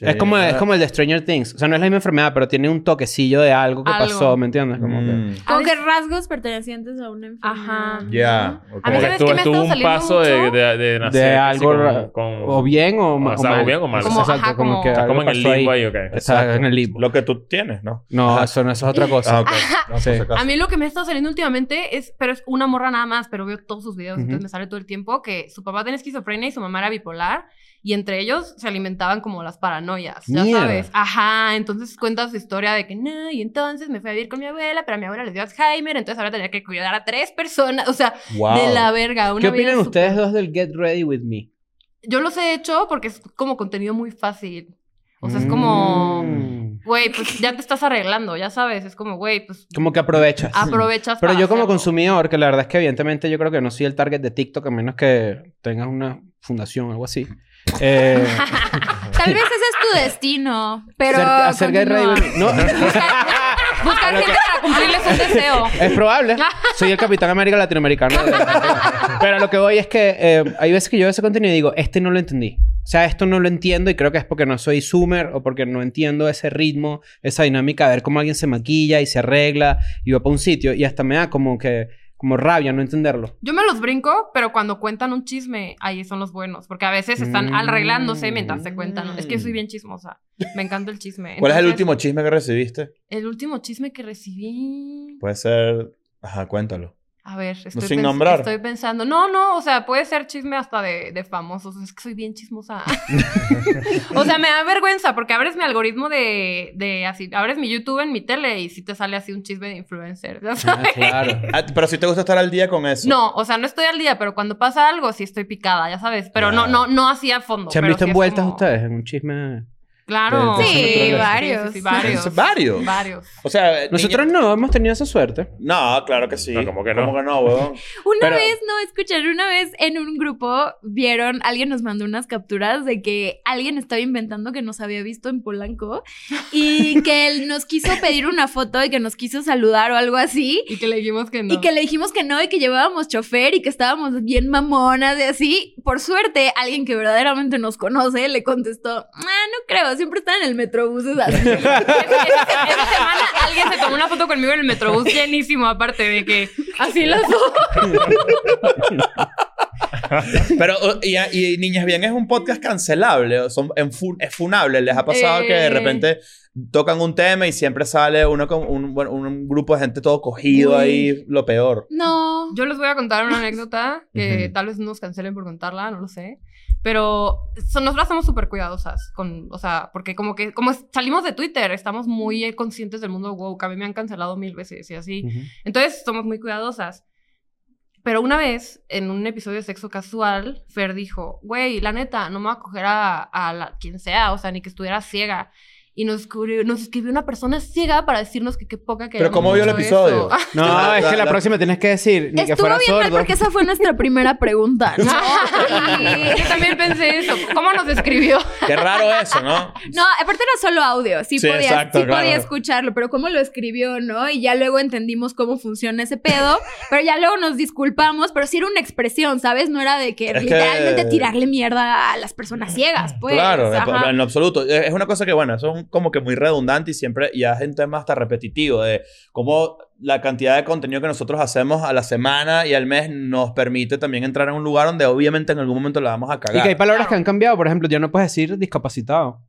Speaker 4: Es, como, es como el de Stranger Things. O sea, no es la misma enfermedad, pero tiene un toquecillo de algo que
Speaker 1: Algo.
Speaker 4: pasó, ¿me entiendes?
Speaker 2: Ah,
Speaker 4: Como
Speaker 2: Mm.
Speaker 4: que-
Speaker 3: Como
Speaker 1: A
Speaker 3: que
Speaker 1: ver-
Speaker 3: rasgos pertenecientes a una enfermedad.
Speaker 1: Ajá.
Speaker 2: Ya. ok.
Speaker 1: A mí
Speaker 6: Como que
Speaker 1: sabes
Speaker 6: tuvo-
Speaker 1: que me ha
Speaker 6: tuvo
Speaker 1: estado
Speaker 6: un
Speaker 1: saliendo
Speaker 6: paso de,
Speaker 1: mucho.
Speaker 6: de, de nacer.
Speaker 4: de
Speaker 6: así
Speaker 4: algo
Speaker 6: como-
Speaker 4: ra-
Speaker 6: con-
Speaker 4: o bien o, ma-
Speaker 6: o sea, o bien o mal.
Speaker 4: Como,
Speaker 1: Como,
Speaker 4: exacto,
Speaker 1: ajá,
Speaker 4: como,
Speaker 1: como-
Speaker 4: que
Speaker 1: Está
Speaker 6: como en
Speaker 4: algo
Speaker 6: el
Speaker 4: pasó
Speaker 6: limbo
Speaker 4: ahí.
Speaker 6: ahí, ok.
Speaker 4: Exacto, en el limbo.
Speaker 2: Lo que tú tienes, ¿no?
Speaker 4: No, eso, no, eso es otra cosa.
Speaker 2: Ah, ok. No,
Speaker 4: Sí.
Speaker 2: por si acaso.
Speaker 1: A mí lo que me ha estado saliendo últimamente es, pero es una morra nada más, pero veo todos sus videos,
Speaker 4: Ujú.
Speaker 1: entonces me sale todo el tiempo que su papá tenía esquizofrenia y su mamá era bipolar y entre ellos se alimentaban como las paranoias, ya
Speaker 4: Mierda.
Speaker 1: sabes. Ajá, entonces cuenta su historia de que no, y entonces me fui a vivir con mi abuela, pero a mi abuela le dio Alzheimer, entonces ahora tenía que cuidar a tres personas, o sea,
Speaker 2: Wow.
Speaker 1: de la verga. Una
Speaker 4: ¿Qué
Speaker 1: vida
Speaker 4: opinan
Speaker 1: súper-
Speaker 4: ustedes dos del Get Ready With Me?
Speaker 1: Yo los he hecho porque es como contenido muy fácil. O sea, es como,
Speaker 4: Mm.
Speaker 1: güey, pues ya te estás arreglando, ya sabes, es como, güey, pues
Speaker 4: Como que aprovechas.
Speaker 1: aprovechas.
Speaker 4: Pero
Speaker 1: para
Speaker 4: yo como
Speaker 1: hacerlo.
Speaker 4: consumidor, que la verdad es que evidentemente yo creo que no soy el target de TikTok, a menos que tengas una fundación o algo así. Eh,
Speaker 3: Tal vez ese es tu destino, pero
Speaker 4: acer- acerca de
Speaker 3: continúa.
Speaker 4: Ready With Me. No,
Speaker 1: Buscar gente para cumplirles un deseo.
Speaker 4: Es probable. Soy el Capitán América latinoamericano. Pero a lo que voy es que eh, hay veces que yo veo ese contenido y digo, este no lo entendí. O sea, esto no lo entiendo y creo que es porque no soy zoomer o porque no entiendo ese ritmo, esa dinámica, de ver cómo alguien se maquilla y se arregla y va para un sitio y hasta me da como que, como rabia no entenderlo.
Speaker 1: Yo me los brinco, pero cuando cuentan un chisme, ahí son los buenos. Porque a veces están
Speaker 4: Mm.
Speaker 1: arreglándose mientras se cuentan. Es que soy bien chismosa. Me encanta el chisme.
Speaker 2: Mm. ¿Cuál es el
Speaker 1: Entonces,
Speaker 2: último chisme que recibiste?
Speaker 1: El último chisme que recibí.
Speaker 2: Puede ser... Ajá, cuéntalo.
Speaker 1: A ver, estoy,
Speaker 2: sin
Speaker 1: pens-
Speaker 2: nombrar.
Speaker 1: estoy pensando. No, no, o sea, puede ser chisme hasta de, de famosos. Es que soy bien chismosa. o sea, me da vergüenza porque abres mi algoritmo de, de así. Abres mi YouTube en mi tele y si te sale así un chisme de influencer. ¿ya sabes?
Speaker 4: claro.
Speaker 2: Ah, pero si te gusta estar al día con eso.
Speaker 1: No, o sea, no estoy al día, pero cuando pasa algo sí estoy picada, ya sabes. Pero no, no, no así a fondo.
Speaker 4: ¿Se han
Speaker 1: pero
Speaker 4: visto
Speaker 1: sí es
Speaker 4: envueltas
Speaker 1: como-
Speaker 4: ustedes en un chisme?
Speaker 1: Claro.
Speaker 4: de- de- Sí,
Speaker 3: de- varios.
Speaker 1: varios.
Speaker 2: ¿Varios?
Speaker 1: Varios.
Speaker 2: O sea...
Speaker 4: Nosotros
Speaker 2: niña-
Speaker 4: no, hemos tenido esa suerte.
Speaker 2: No, claro que sí.
Speaker 6: No, ¿cómo que no?
Speaker 2: ¿Cómo que no, huevón?
Speaker 3: Una
Speaker 4: Pero-
Speaker 3: vez, no, escucharon, una vez en un grupo vieron, alguien nos mandó unas capturas de que alguien estaba inventando que nos había visto en Polanco y que él nos quiso pedir una foto y que nos quiso saludar o algo así.
Speaker 1: Y que le dijimos que no.
Speaker 3: Y que le dijimos que no y que llevábamos chofer y que estábamos bien mamonas y así. Por suerte, alguien que verdaderamente nos conoce le contestó, ah, no creo, siempre están en el metrobús es así".
Speaker 1: Esa, esa semana alguien se tomó una foto conmigo en el metrobús llenísimo, aparte de que así las dos.
Speaker 2: Pero, uh, y, y Niñas Bien es un podcast cancelable, o son, en fu- es funable. Les ha pasado que de
Speaker 1: Eh.
Speaker 2: repente tocan un tema y siempre sale uno con un, bueno, un grupo de gente todo cogido
Speaker 1: Uy.
Speaker 2: ahí, lo peor.
Speaker 3: No.
Speaker 1: Yo les voy a contar una anécdota que
Speaker 2: Ujú.
Speaker 1: tal vez nos cancelen por contarla, no lo sé. Pero so- nosotras somos súper cuidadosas con, o sea, porque como que, como es- salimos de Twitter, estamos muy eh, conscientes del mundo woke. A mí me han cancelado mil veces y así. Entonces, somos muy cuidadosas. Pero una vez, en un episodio de Sexo Casual, Fer dijo, güey, la neta, no me voy a coger a, a la- quien sea, o sea, ni que estuviera ciega. Y nos, escribió- nos escribió una persona ciega para decirnos que qué poca que...
Speaker 2: Pero
Speaker 1: hayamos
Speaker 2: ¿cómo vio el
Speaker 1: hecho
Speaker 2: episodio?
Speaker 1: eso.
Speaker 4: No,
Speaker 2: La-
Speaker 4: es que
Speaker 2: la-
Speaker 4: la,
Speaker 2: la-
Speaker 4: próxima tienes que decir, ni que
Speaker 3: Estuvo
Speaker 4: fuera
Speaker 3: bien mal
Speaker 4: sordo.
Speaker 3: porque esa fue nuestra primera pregunta. ¿no? Y-
Speaker 1: Yo también pensé eso. ¿Cómo nos escribió?
Speaker 2: Qué raro eso, ¿no?
Speaker 3: No, aparte era solo audio, sí,
Speaker 2: Sí,
Speaker 3: podía,
Speaker 2: exacto,
Speaker 3: sí podía
Speaker 2: claro.
Speaker 3: escucharlo, pero cómo lo escribió, ¿no? Y ya luego entendimos cómo funciona ese pedo, pero ya luego nos disculpamos, pero sí era una expresión, ¿sabes? No era de que
Speaker 2: Es que-
Speaker 3: literalmente tirarle mierda a las personas ciegas, pues.
Speaker 2: claro, en-
Speaker 3: ajá.
Speaker 2: en absoluto. Es es una cosa que, bueno, eso es un- como que muy redundante y siempre ya es un tema hasta repetitivo de cómo la cantidad de contenido que nosotros hacemos a la semana y al mes nos permite también entrar en un lugar donde obviamente en algún momento la vamos a
Speaker 4: Y
Speaker 2: cagar.
Speaker 4: que hay palabras que han cambiado. Por ejemplo, ya no puedes decir discapacitado.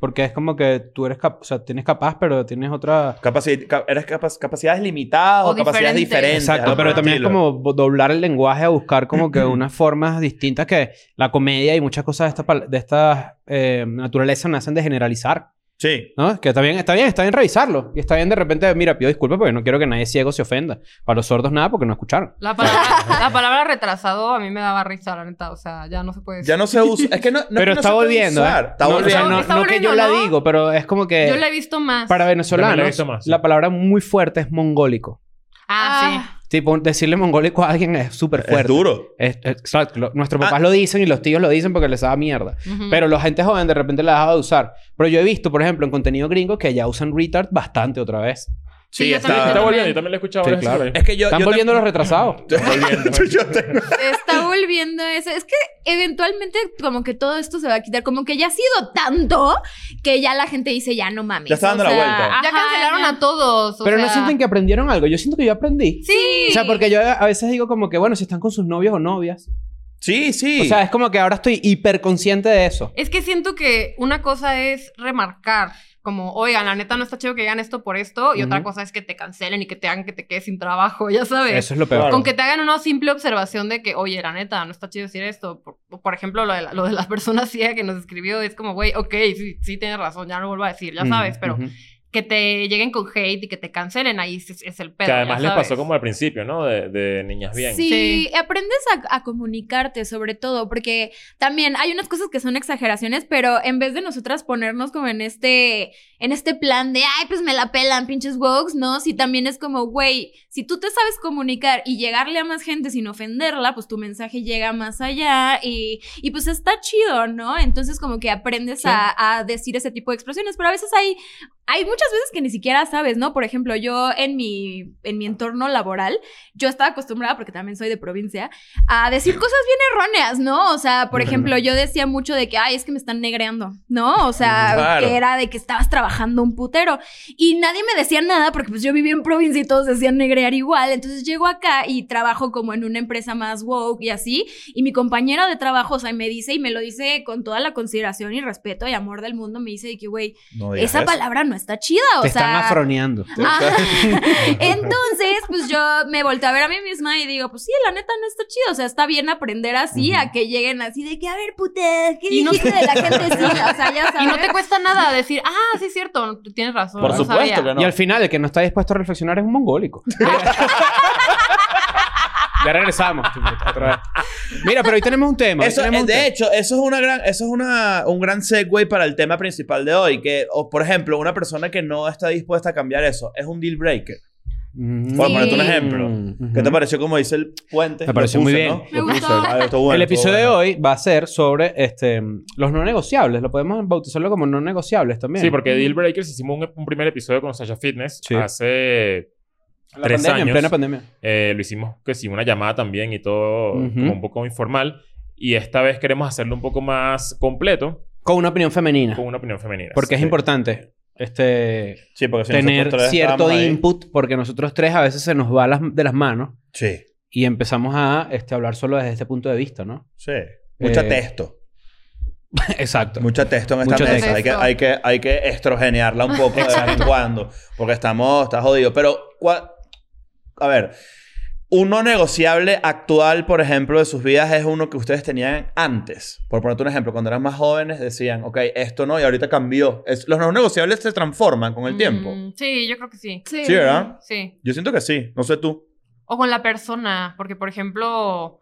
Speaker 4: Porque es como que tú eres capaz, o sea, tienes capaz, pero tienes otra...
Speaker 2: Capaci- ca- eres capaz- capacidades limitadas o,
Speaker 1: O
Speaker 2: capacidades
Speaker 1: diferentes.
Speaker 2: diferentes.
Speaker 4: Exacto,
Speaker 2: algo
Speaker 4: pero
Speaker 2: por
Speaker 4: también es
Speaker 2: el
Speaker 4: como bo- doblar el lenguaje a buscar como que unas formas distintas que la comedia y muchas cosas de esta, pal- de esta eh, naturaleza nacen de generalizar.
Speaker 2: Sí.
Speaker 4: ¿No? Que está bien, está bien, está bien revisarlo. Y está bien de repente, mira, pido disculpas porque no quiero que nadie ciego se ofenda. Para los sordos nada porque no escucharon.
Speaker 1: La palabra, la palabra retrasado a mí me daba risa, la neta. O sea, ya no se puede decir.
Speaker 2: Ya no se usa. Es que no, no es que
Speaker 4: pero
Speaker 2: no
Speaker 4: está
Speaker 2: se puede
Speaker 4: volviendo,
Speaker 2: usar.
Speaker 4: ¿eh?
Speaker 2: Está
Speaker 4: No, o sea,
Speaker 2: volviendo.
Speaker 4: no,
Speaker 1: Está
Speaker 4: no que yo
Speaker 1: volviendo,
Speaker 4: la
Speaker 1: ¿no?
Speaker 4: digo, pero es como que...
Speaker 1: Yo la he visto más.
Speaker 4: eh, Para
Speaker 6: Yo me la he
Speaker 4: venezolanos,
Speaker 6: visto más, sí.
Speaker 4: la palabra muy fuerte es mongólico.
Speaker 1: Ah,
Speaker 4: Tipo, decirle mongólico a alguien es súper fuerte.
Speaker 2: Es duro.
Speaker 4: Es- es- exacto. Lo- Nuestros
Speaker 2: Ah.
Speaker 4: papás lo dicen y los tíos lo dicen porque les da mierda.
Speaker 1: sí. Ujú.
Speaker 4: Ah. Pero la gente joven de repente la dejaba de usar. Pero yo he visto, por ejemplo, en contenido gringo que ya usan retard bastante otra vez.
Speaker 1: Sí,
Speaker 2: Sí,
Speaker 1: yo
Speaker 6: Está,
Speaker 2: está.
Speaker 1: también-
Speaker 6: volviendo, yo también lo he escuchado
Speaker 4: Sí,
Speaker 6: varias veces
Speaker 4: claro.
Speaker 6: por ahí.
Speaker 2: Es que yo.
Speaker 4: Están
Speaker 2: yo
Speaker 4: volviendo
Speaker 2: te-
Speaker 4: los retrasados.
Speaker 2: yo tengo-
Speaker 3: Se está volviendo eso. Es que eventualmente como que todo esto se va a quitar. Como que ya ha sido tanto que ya la gente dice, ya no mames.
Speaker 2: Ya está dando
Speaker 3: O
Speaker 2: la
Speaker 3: sea,
Speaker 2: vuelta.
Speaker 1: Ya
Speaker 3: ajá,
Speaker 1: cancelaron
Speaker 3: ya.
Speaker 1: a todos. o
Speaker 4: Pero no
Speaker 1: sea.
Speaker 4: sienten que aprendieron algo. Yo siento que yo aprendí.
Speaker 1: Sí.
Speaker 4: O sea, porque yo a veces digo como que, bueno, si están con sus novios o novias.
Speaker 2: Sí, sí.
Speaker 4: O sea, es como que ahora estoy hiperconsciente de eso.
Speaker 1: Es que siento que una cosa es remarcar, como, oigan, la neta no está chido que hagan esto por esto, y otra
Speaker 4: Ujú.
Speaker 1: cosa es que te cancelen y que te hagan que te quedes sin trabajo, ya sabes.
Speaker 4: Eso es lo peor.
Speaker 2: Claro.
Speaker 1: Con que te hagan una simple observación de que, oye, la neta, no está chido decir esto. Por, por ejemplo, lo de, la, lo de la persona ciega que nos escribió es como, güey, ok, sí, sí tienes razón, ya no vuelvo a decir, ya sabes,
Speaker 4: Mm,
Speaker 1: pero
Speaker 4: ujú.
Speaker 1: que te lleguen con hate y que te cancelen, ahí es, es el pedo.
Speaker 6: Que además
Speaker 1: ya
Speaker 6: les
Speaker 1: sabes.
Speaker 6: pasó como al principio, ¿no? De, de niñas bien.
Speaker 3: Sí,
Speaker 1: Sí.
Speaker 3: aprendes a, a comunicarte sobre todo, porque también hay unas cosas que son exageraciones, pero en vez de nosotras ponernos como en este, en este plan de, ay, pues me la pelan, pinches wokes, ¿no? Si también es como, güey, si tú te sabes comunicar y llegarle a más gente sin ofenderla, pues tu mensaje llega más allá y, y pues está chido, ¿no? Entonces como que aprendes a, a decir ese tipo de expresiones, pero a veces hay hay muchas veces que ni siquiera sabes, ¿no? Por ejemplo, yo en mi, en mi entorno laboral, yo estaba acostumbrada, porque también soy de provincia, a decir cosas bien erróneas, ¿no? O sea, por ejemplo, yo decía mucho de que, ay, es que me están negreando, ¿no? O sea,
Speaker 2: Claro.
Speaker 3: que era de que estabas trabajando un putero. Y nadie me decía nada, porque pues yo vivía en provincia y todos decían negrear igual. Entonces llego acá y trabajo como en una empresa más woke y así. Y mi compañera de trabajo, o sea, me dice, y me lo dice con toda la consideración y respeto y amor del mundo, me dice de que, güey,
Speaker 2: No digas
Speaker 3: esa
Speaker 2: eso.
Speaker 3: palabra no está chida, o
Speaker 4: Te
Speaker 3: sea. Ah.
Speaker 4: están afroneando.
Speaker 3: Ajá. Entonces, pues yo me volteo a ver a mí misma y digo, pues sí, la neta no está chido, o sea, está bien aprender así, a que lleguen así de que, a ver, puta, ¿qué
Speaker 1: Y no-
Speaker 3: dijiste de la gente sí? O sea, ya sabes.
Speaker 1: Y no te cuesta nada decir, ah, sí es cierto, tienes razón.
Speaker 2: Por
Speaker 1: no
Speaker 2: supuesto
Speaker 1: sabía".
Speaker 2: que no.
Speaker 4: Y al final, el que no está dispuesto a reflexionar es un mongólico. ya regresamos. otra vez. Mira, pero hoy tenemos un tema. hoy
Speaker 2: Eso, eh,
Speaker 4: tenemos un
Speaker 2: de
Speaker 4: tema.
Speaker 2: hecho, eso es, una gran, eso es una, un gran segue para el tema principal de hoy. Que, o, por ejemplo, una persona que no está dispuesta a cambiar eso es un deal breaker.
Speaker 4: Mm.
Speaker 2: Por ponerte un ejemplo.
Speaker 4: Ujú.
Speaker 2: ¿Qué te pareció como dice el puente?
Speaker 4: Me pareció
Speaker 2: Lo
Speaker 4: muy
Speaker 2: puse,
Speaker 4: bien.
Speaker 2: ¿no?
Speaker 3: Me
Speaker 2: Lo puse.
Speaker 3: gustó.
Speaker 2: Ah, estuvo bueno,
Speaker 4: el
Speaker 2: estuvo
Speaker 4: episodio de
Speaker 2: bueno.
Speaker 4: hoy va a ser sobre este, los no negociables. Lo podemos bautizarlo como no negociables también.
Speaker 6: Sí, porque Deal Breakers hicimos un, un primer episodio con Sasha Fitness
Speaker 4: Sí.
Speaker 6: hace
Speaker 4: En la
Speaker 6: tres
Speaker 4: pandemia,
Speaker 6: años.
Speaker 4: En plena pandemia.
Speaker 6: Eh, lo hicimos que sí, una llamada también y todo
Speaker 4: Ujú.
Speaker 6: como un poco informal. Y esta vez queremos hacerlo un poco más completo
Speaker 4: Con una opinión femenina.
Speaker 6: con una opinión femenina.
Speaker 4: Porque es
Speaker 6: Sí.
Speaker 4: importante este,
Speaker 2: Sí, porque si
Speaker 4: tener
Speaker 2: nosotros tres
Speaker 4: cierto
Speaker 2: estábamos ahí-
Speaker 4: input, porque nosotros tres a veces se nos va las- de las manos
Speaker 2: Sí,
Speaker 4: y empezamos a este, hablar solo desde este punto de vista, ¿no?
Speaker 2: sí. Mucho
Speaker 4: Eh,
Speaker 2: texto.
Speaker 4: Exacto.
Speaker 2: Mucho texto en esta
Speaker 4: Mucho
Speaker 2: mesa.
Speaker 1: texto.
Speaker 2: Hay, que, hay, que, hay que estrogenearla un poco de vez en cuando. Porque estamos, está jodido. Pero, ¿cuál- a ver, un no negociable actual, por ejemplo, de sus vidas es uno que ustedes tenían antes. Por ponerte un ejemplo, cuando eran más jóvenes decían, ok, esto no, y ahorita cambió. Es- los no negociables se transforman con el tiempo.
Speaker 1: Mm, sí, yo creo que sí.
Speaker 2: Sí, ¿verdad?
Speaker 1: Sí.
Speaker 2: Yo siento que sí. No sé tú.
Speaker 1: O con la persona, porque por ejemplo,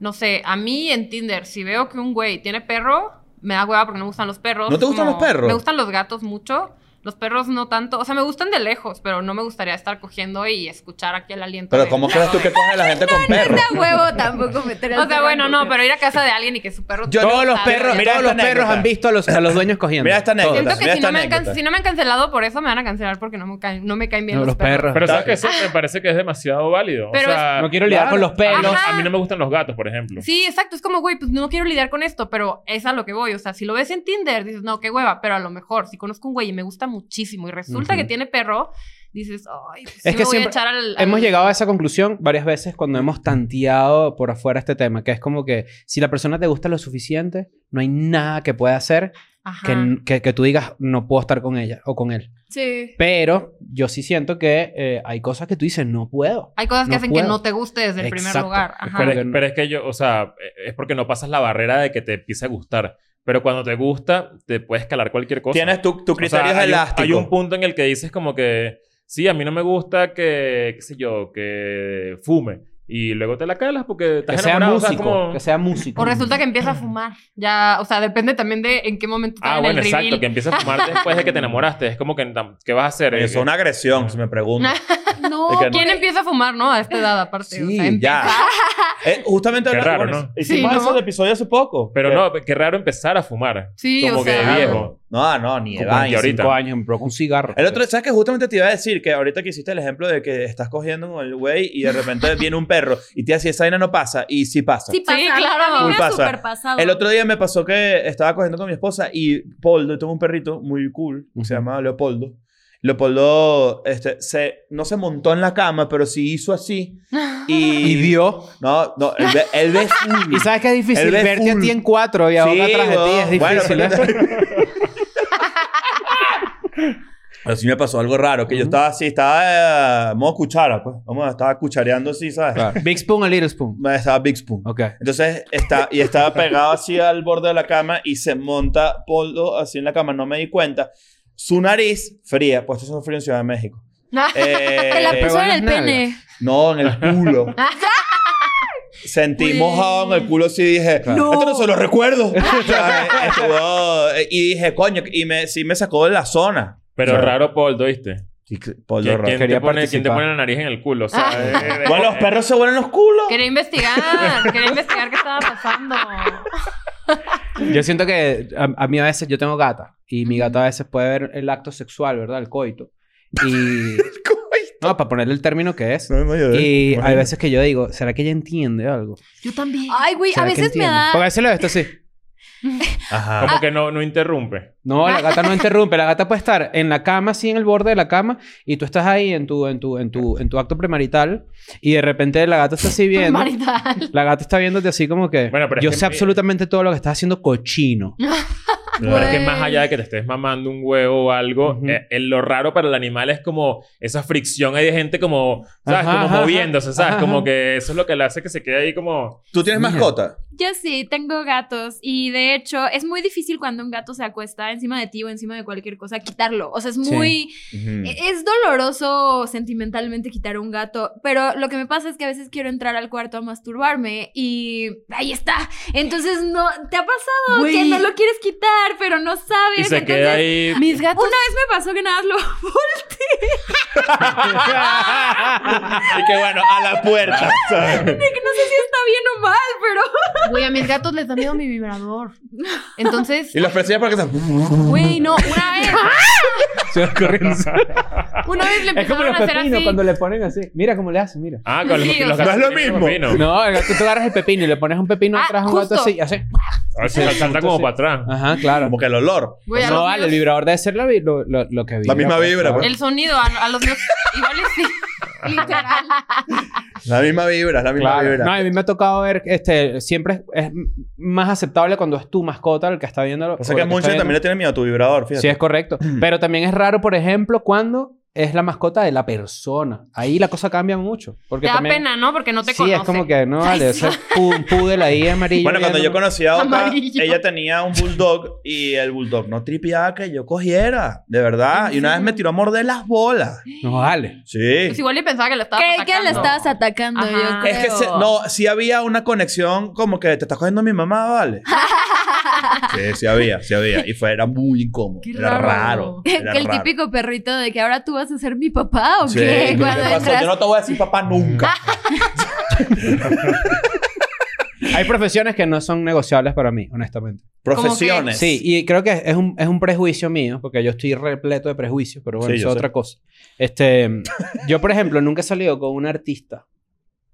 Speaker 1: no sé, a mí en Tinder, si veo que un güey tiene perro, me da hueva porque no me gustan los perros.
Speaker 2: ¿No te gustan los perros?
Speaker 1: Me gustan los gatos mucho, los perros no tanto. O sea, me gustan de lejos, pero no me gustaría estar cogiendo y escuchar aquí el aliento.
Speaker 2: Pero
Speaker 1: de-
Speaker 2: ¿cómo crees tú que coge la gente con perros?
Speaker 3: Da huevo tampoco meter al
Speaker 1: O sea, bueno,
Speaker 3: perro.
Speaker 1: no, pero ir a casa de alguien y que su perro...
Speaker 2: Yo-
Speaker 4: todos los
Speaker 1: Ah,
Speaker 4: perros,
Speaker 1: mira
Speaker 4: todos
Speaker 2: esta
Speaker 4: los perros
Speaker 2: anécdota.
Speaker 4: han visto a los, a los dueños cogiendo.
Speaker 2: Mira esta
Speaker 4: Todos.
Speaker 2: anécdota.
Speaker 1: Siento que
Speaker 2: Mira
Speaker 1: si no,
Speaker 2: esta
Speaker 1: me han, can-
Speaker 2: anécdota.
Speaker 1: si no me han cancelado por eso, me van a cancelar porque no me, caen- no me caen bien
Speaker 4: No,
Speaker 1: los, perros.
Speaker 6: Pero sabes
Speaker 2: Está-
Speaker 6: que eso me parece que es demasiado válido.
Speaker 1: Pero
Speaker 6: o sea,
Speaker 4: Ah. No quiero lidiar
Speaker 2: Claro.
Speaker 4: con los
Speaker 6: a, mí no,
Speaker 4: pelos.
Speaker 1: Ajá.
Speaker 6: a mí no me gustan los gatos, por ejemplo.
Speaker 1: Sí, exacto. Es como, güey, pues no quiero lidiar con esto, pero es a lo que voy. O sea, si lo ves en Tinder, dices, no, qué hueva. Pero a lo mejor, si conozco un güey y me gusta muchísimo y resulta
Speaker 4: Ujú.
Speaker 1: que tiene perro, dices, ay, pues,
Speaker 4: que
Speaker 1: sí me voy a
Speaker 4: siempre
Speaker 1: echar al, al-
Speaker 4: Hemos llegado a esa conclusión varias veces cuando hemos tanteado por afuera este tema, que es como que si la persona te gusta lo suficiente, no hay nada que pueda hacer
Speaker 1: Ajá.
Speaker 4: que, que, que tú digas no puedo estar con ella o con él.
Speaker 3: Sí.
Speaker 4: Pero yo sí siento que eh, hay cosas que tú dices no puedo.
Speaker 1: Hay cosas que
Speaker 4: No
Speaker 1: hacen
Speaker 4: puedo.
Speaker 1: que no te guste desde el primer
Speaker 4: Exacto.
Speaker 1: lugar.
Speaker 6: Pero
Speaker 1: Ajá.
Speaker 6: e, es, pero es que yo, o sea, es porque no pasas la barrera de que te empiece a gustar. Pero cuando te gusta, te puedes calar cualquier cosa.
Speaker 2: Tienes tu, tu
Speaker 6: O sea,
Speaker 2: criterio es
Speaker 6: hay un-
Speaker 2: elástico.
Speaker 6: Hay un punto en el que dices como que, sí, a mí no me gusta que, qué sé yo, que fume. Y luego te la calas porque estás
Speaker 4: Que sea
Speaker 6: enamorado. o sea,
Speaker 4: músico.
Speaker 6: como-
Speaker 4: Que sea músico.
Speaker 1: O
Speaker 3: Pues
Speaker 1: resulta que empieza a fumar. Ya, o sea, depende también de en qué momento te
Speaker 6: Ah,
Speaker 1: hagan
Speaker 6: bueno,
Speaker 1: el
Speaker 6: exacto.
Speaker 1: reveal.
Speaker 6: Que empiezas a fumar después de que te enamoraste. Es como que, tam- ¿qué vas a hacer? Eh,
Speaker 2: Eso es una agresión, si me pregunto.
Speaker 3: No,
Speaker 2: Es que no-
Speaker 1: ¿Quién empieza a fumar, no? A esta edad, aparte. o sea, em
Speaker 2: Sí,
Speaker 1: empieza-
Speaker 2: ya. Eh, justamente
Speaker 6: Qué
Speaker 2: hablando-
Speaker 6: raro,
Speaker 2: bueno,
Speaker 6: ¿no?
Speaker 2: Hicimos
Speaker 1: Sí, ¿no?
Speaker 2: eso del episodio hace poco.
Speaker 6: Pero
Speaker 2: Que-
Speaker 6: no, qué raro empezar a fumar.
Speaker 1: Sí,
Speaker 6: como
Speaker 1: o
Speaker 6: que
Speaker 1: sea. ah.
Speaker 6: de viejo.
Speaker 2: No, no, ni de
Speaker 4: Con
Speaker 2: vaina.
Speaker 4: 25
Speaker 6: ahorita.
Speaker 4: años, me probó un cigarro.
Speaker 2: El otro, ¿sabes que Justamente te iba a decir que ahorita que hiciste el ejemplo de que estás cogiendo con el güey y de repente viene un perro y te hace esa vaina no pasa y sí pasa.
Speaker 3: Sí, pasa.
Speaker 1: claro.
Speaker 3: A mí me
Speaker 2: Uy,
Speaker 3: ha
Speaker 2: pasa.
Speaker 3: super pasado.
Speaker 2: El otro día me pasó que estaba cogiendo con mi esposa y Poldo, yo tengo un perrito muy cool, que se
Speaker 4: Ujú.
Speaker 2: llama Leopoldo. Leopoldo este, se, no se montó en la cama, pero sí hizo así. Y,
Speaker 4: Y vio.
Speaker 2: No, no, él ve, él ve full.
Speaker 4: Y sabes que es difícil
Speaker 2: Él ve
Speaker 4: verte
Speaker 2: full.
Speaker 4: a ti en cuatro y a
Speaker 2: Sí,
Speaker 4: Boca atrás de ti. Es
Speaker 2: weón. Bueno,
Speaker 4: difícil. ¿eh?
Speaker 2: pero- Pero sí me pasó algo raro, que yo
Speaker 4: Ujú.
Speaker 2: estaba así, estaba eh, modo cuchara, pues. Vamos, estaba cuchareando así, ¿sabes?
Speaker 4: Claro. Big Spoon o Little Spoon.
Speaker 2: Estaba Big Spoon.
Speaker 4: Ok.
Speaker 2: Entonces, está, y estaba pegado así al borde de la cama y se monta Poldo así en la cama, no me di cuenta. Su nariz fría, pues esto es un frío en Ciudad de México. Eh,
Speaker 3: Te la puso
Speaker 4: Pegó
Speaker 3: en
Speaker 4: en
Speaker 3: el
Speaker 4: las
Speaker 3: pene.
Speaker 2: no, en el culo.
Speaker 4: Ah.
Speaker 2: Sentí
Speaker 3: Uy.
Speaker 2: mojado en el culo así dije,
Speaker 4: Claro.
Speaker 2: esto no se lo recuerdo. O sea, eh, estuvo- eh, y dije, coño, y me, sí me sacó de la zona.
Speaker 6: Pero
Speaker 2: Claro.
Speaker 6: raro, Poldo, ¿viste?
Speaker 2: Y que- Poldo
Speaker 6: ¿Quién,
Speaker 2: raro.
Speaker 6: quién te
Speaker 4: Quería
Speaker 6: pone, quién te
Speaker 4: participar.
Speaker 6: pone la nariz en el culo? O sea,
Speaker 1: Ah.
Speaker 6: eh,
Speaker 2: Bueno, los perros se vuelan los culos.
Speaker 1: Quería investigar, quería investigar qué estaba pasando.
Speaker 4: Yo siento que a, a mí a veces yo tengo gata y mi gata a veces puede ver el acto sexual, ¿verdad? El coito. Y. No, para ponerle el término que es.
Speaker 2: No, no,
Speaker 6: Eh,
Speaker 2: yo-
Speaker 4: Y hay
Speaker 2: imagínate.
Speaker 4: veces que yo digo, ¿será que ella entiende algo?
Speaker 1: Yo también.
Speaker 3: Ay, güey, a
Speaker 4: ¿Será que
Speaker 3: veces me
Speaker 4: entiende?
Speaker 3: da.
Speaker 4: Porque a veces lo de esto sí.
Speaker 2: Ajá.
Speaker 4: Ah.
Speaker 6: como que no, no interrumpe.
Speaker 4: No,
Speaker 1: Ah.
Speaker 4: la gata no interrumpe. La gata puede estar en la cama, así en el borde de la cama, y tú estás ahí en tu, en tu, en tu, en tu acto premarital, y de repente la gata está así viendo.
Speaker 1: Marital.
Speaker 4: La gata está viéndote así como que
Speaker 6: Bueno, pero es
Speaker 4: yo
Speaker 6: que-
Speaker 4: sé absolutamente todo lo que estás haciendo cochino.
Speaker 2: Ah,
Speaker 6: Pero es que
Speaker 3: Güey.
Speaker 2: pues.
Speaker 6: más allá de que te estés mamando un huevo o algo,
Speaker 4: Ujú.
Speaker 6: eh, eh, lo raro para el animal es como esa fricción ahí de gente como, ¿sabes?
Speaker 4: Ajá,
Speaker 6: como
Speaker 4: ajá,
Speaker 6: moviéndose, ¿sabes?
Speaker 4: ajá,
Speaker 6: como
Speaker 4: ajá.
Speaker 6: que eso es lo que le hace que se quede ahí como...
Speaker 2: ¿Tú tienes
Speaker 4: Mira.
Speaker 2: mascota?
Speaker 3: Yo sí, tengo gatos y de hecho es muy difícil cuando un gato se acuesta encima de ti o encima de cualquier cosa quitarlo. O sea, es
Speaker 4: Sí.
Speaker 3: muy...
Speaker 2: Ujú.
Speaker 3: e- Es doloroso sentimentalmente quitar un gato, pero lo que me pasa es que a veces quiero entrar al cuarto a masturbarme y ahí está. Entonces no, ¿te ha pasado que
Speaker 1: Güey.
Speaker 3: no lo quieres quitar, pero no sabes?
Speaker 6: Y se
Speaker 3: Entonces,
Speaker 6: queda ahí...
Speaker 1: Mis gatos.
Speaker 3: Una vez me pasó que nada más lo volteé.
Speaker 2: y que bueno, a la puerta. ¿sabes?
Speaker 3: que no sé si está bien o mal, pero
Speaker 1: Güey, a mis gatos les da miedo mi vibrador. Entonces,
Speaker 2: y los persigue para que se...
Speaker 1: güey, no, una vez,
Speaker 4: Se va corriendo. es
Speaker 1: una vez le
Speaker 4: como
Speaker 1: empezaron
Speaker 4: los
Speaker 1: a hacer
Speaker 4: pepinos
Speaker 1: así.
Speaker 4: cuando le ponen así. Mira cómo le hacen, mira.
Speaker 6: Ah, con los,
Speaker 1: Sí, o
Speaker 6: los
Speaker 1: sea-
Speaker 6: gatos
Speaker 2: No es lo
Speaker 6: tienen
Speaker 2: mismo.
Speaker 6: pepino.
Speaker 4: No, el gato, tú agarras el pepino y le pones un pepino
Speaker 1: Ah,
Speaker 4: atrás a un gato
Speaker 1: justo.
Speaker 4: así, y hace.
Speaker 6: A ver, se salta como
Speaker 4: Sí. ah,
Speaker 6: para atrás.
Speaker 4: Ajá, claro.
Speaker 2: Como que el olor.
Speaker 1: Güey, a
Speaker 4: no
Speaker 1: los
Speaker 4: vale, el
Speaker 1: míos-
Speaker 4: vibrador debe ser la vi- lo, lo- lo que vibra.
Speaker 2: misma
Speaker 4: pues,
Speaker 2: vibra,
Speaker 4: claro.
Speaker 2: pues.
Speaker 1: El sonido, a, a los míos. Igual y sí.
Speaker 3: literal.
Speaker 2: La misma vibra, la misma
Speaker 4: Claro.
Speaker 2: vibra.
Speaker 4: No, a mí me ha tocado ver, este, siempre es, es más aceptable cuando es tu mascota el que está viendo.
Speaker 2: o sea que Munchen también Mm. le tiene miedo a tu vibrador, fíjate.
Speaker 4: Sí, es correcto. Pero también es raro, por ejemplo, cuando es la mascota de la persona. Ahí la cosa cambia mucho. Porque
Speaker 1: Te da
Speaker 4: también,
Speaker 1: pena, ¿no? Porque no te
Speaker 4: sí,
Speaker 1: conoce.
Speaker 4: es como que no vale. Ese pum, pudel ahí amarillo.
Speaker 2: Bueno, cuando yo
Speaker 4: viendo-
Speaker 2: conocí a Oka,
Speaker 1: Amarillo.
Speaker 2: ella tenía un bulldog y el bulldog no tripeaba que yo cogiera, de verdad. Y una vez me tiró a morder las bolas.
Speaker 4: No vale.
Speaker 2: Sí.
Speaker 1: Pues igual y pensaba que le estabas
Speaker 3: Creí que le
Speaker 1: atacando.
Speaker 3: estabas atacando,
Speaker 1: Ajá.
Speaker 3: yo creo.
Speaker 2: Es que se- no, sí había una conexión como que te estás cogiendo a mi mamá, ¿vale? Sí, sí había, sí había. Y fue, era muy incómodo.
Speaker 1: Qué
Speaker 2: era raro.
Speaker 1: raro.
Speaker 2: Era
Speaker 3: que el
Speaker 2: raro.
Speaker 3: típico perrito de que ahora tú vas a ser mi papá o
Speaker 2: Sí,
Speaker 3: qué
Speaker 2: ¿qué te
Speaker 3: cuando
Speaker 2: pasó?
Speaker 3: entras. Ah,
Speaker 2: Yo no te voy a decir papá nunca.
Speaker 4: Hay profesiones que no son negociables para mí, honestamente.
Speaker 2: Profesiones.
Speaker 4: Sí, y creo que es un, es un prejuicio mío, porque yo estoy repleto de prejuicios, pero bueno,
Speaker 2: Sí,
Speaker 4: eso
Speaker 2: yo
Speaker 4: es
Speaker 2: sé.
Speaker 4: otra cosa. Este, yo, por ejemplo, nunca he salido con un artista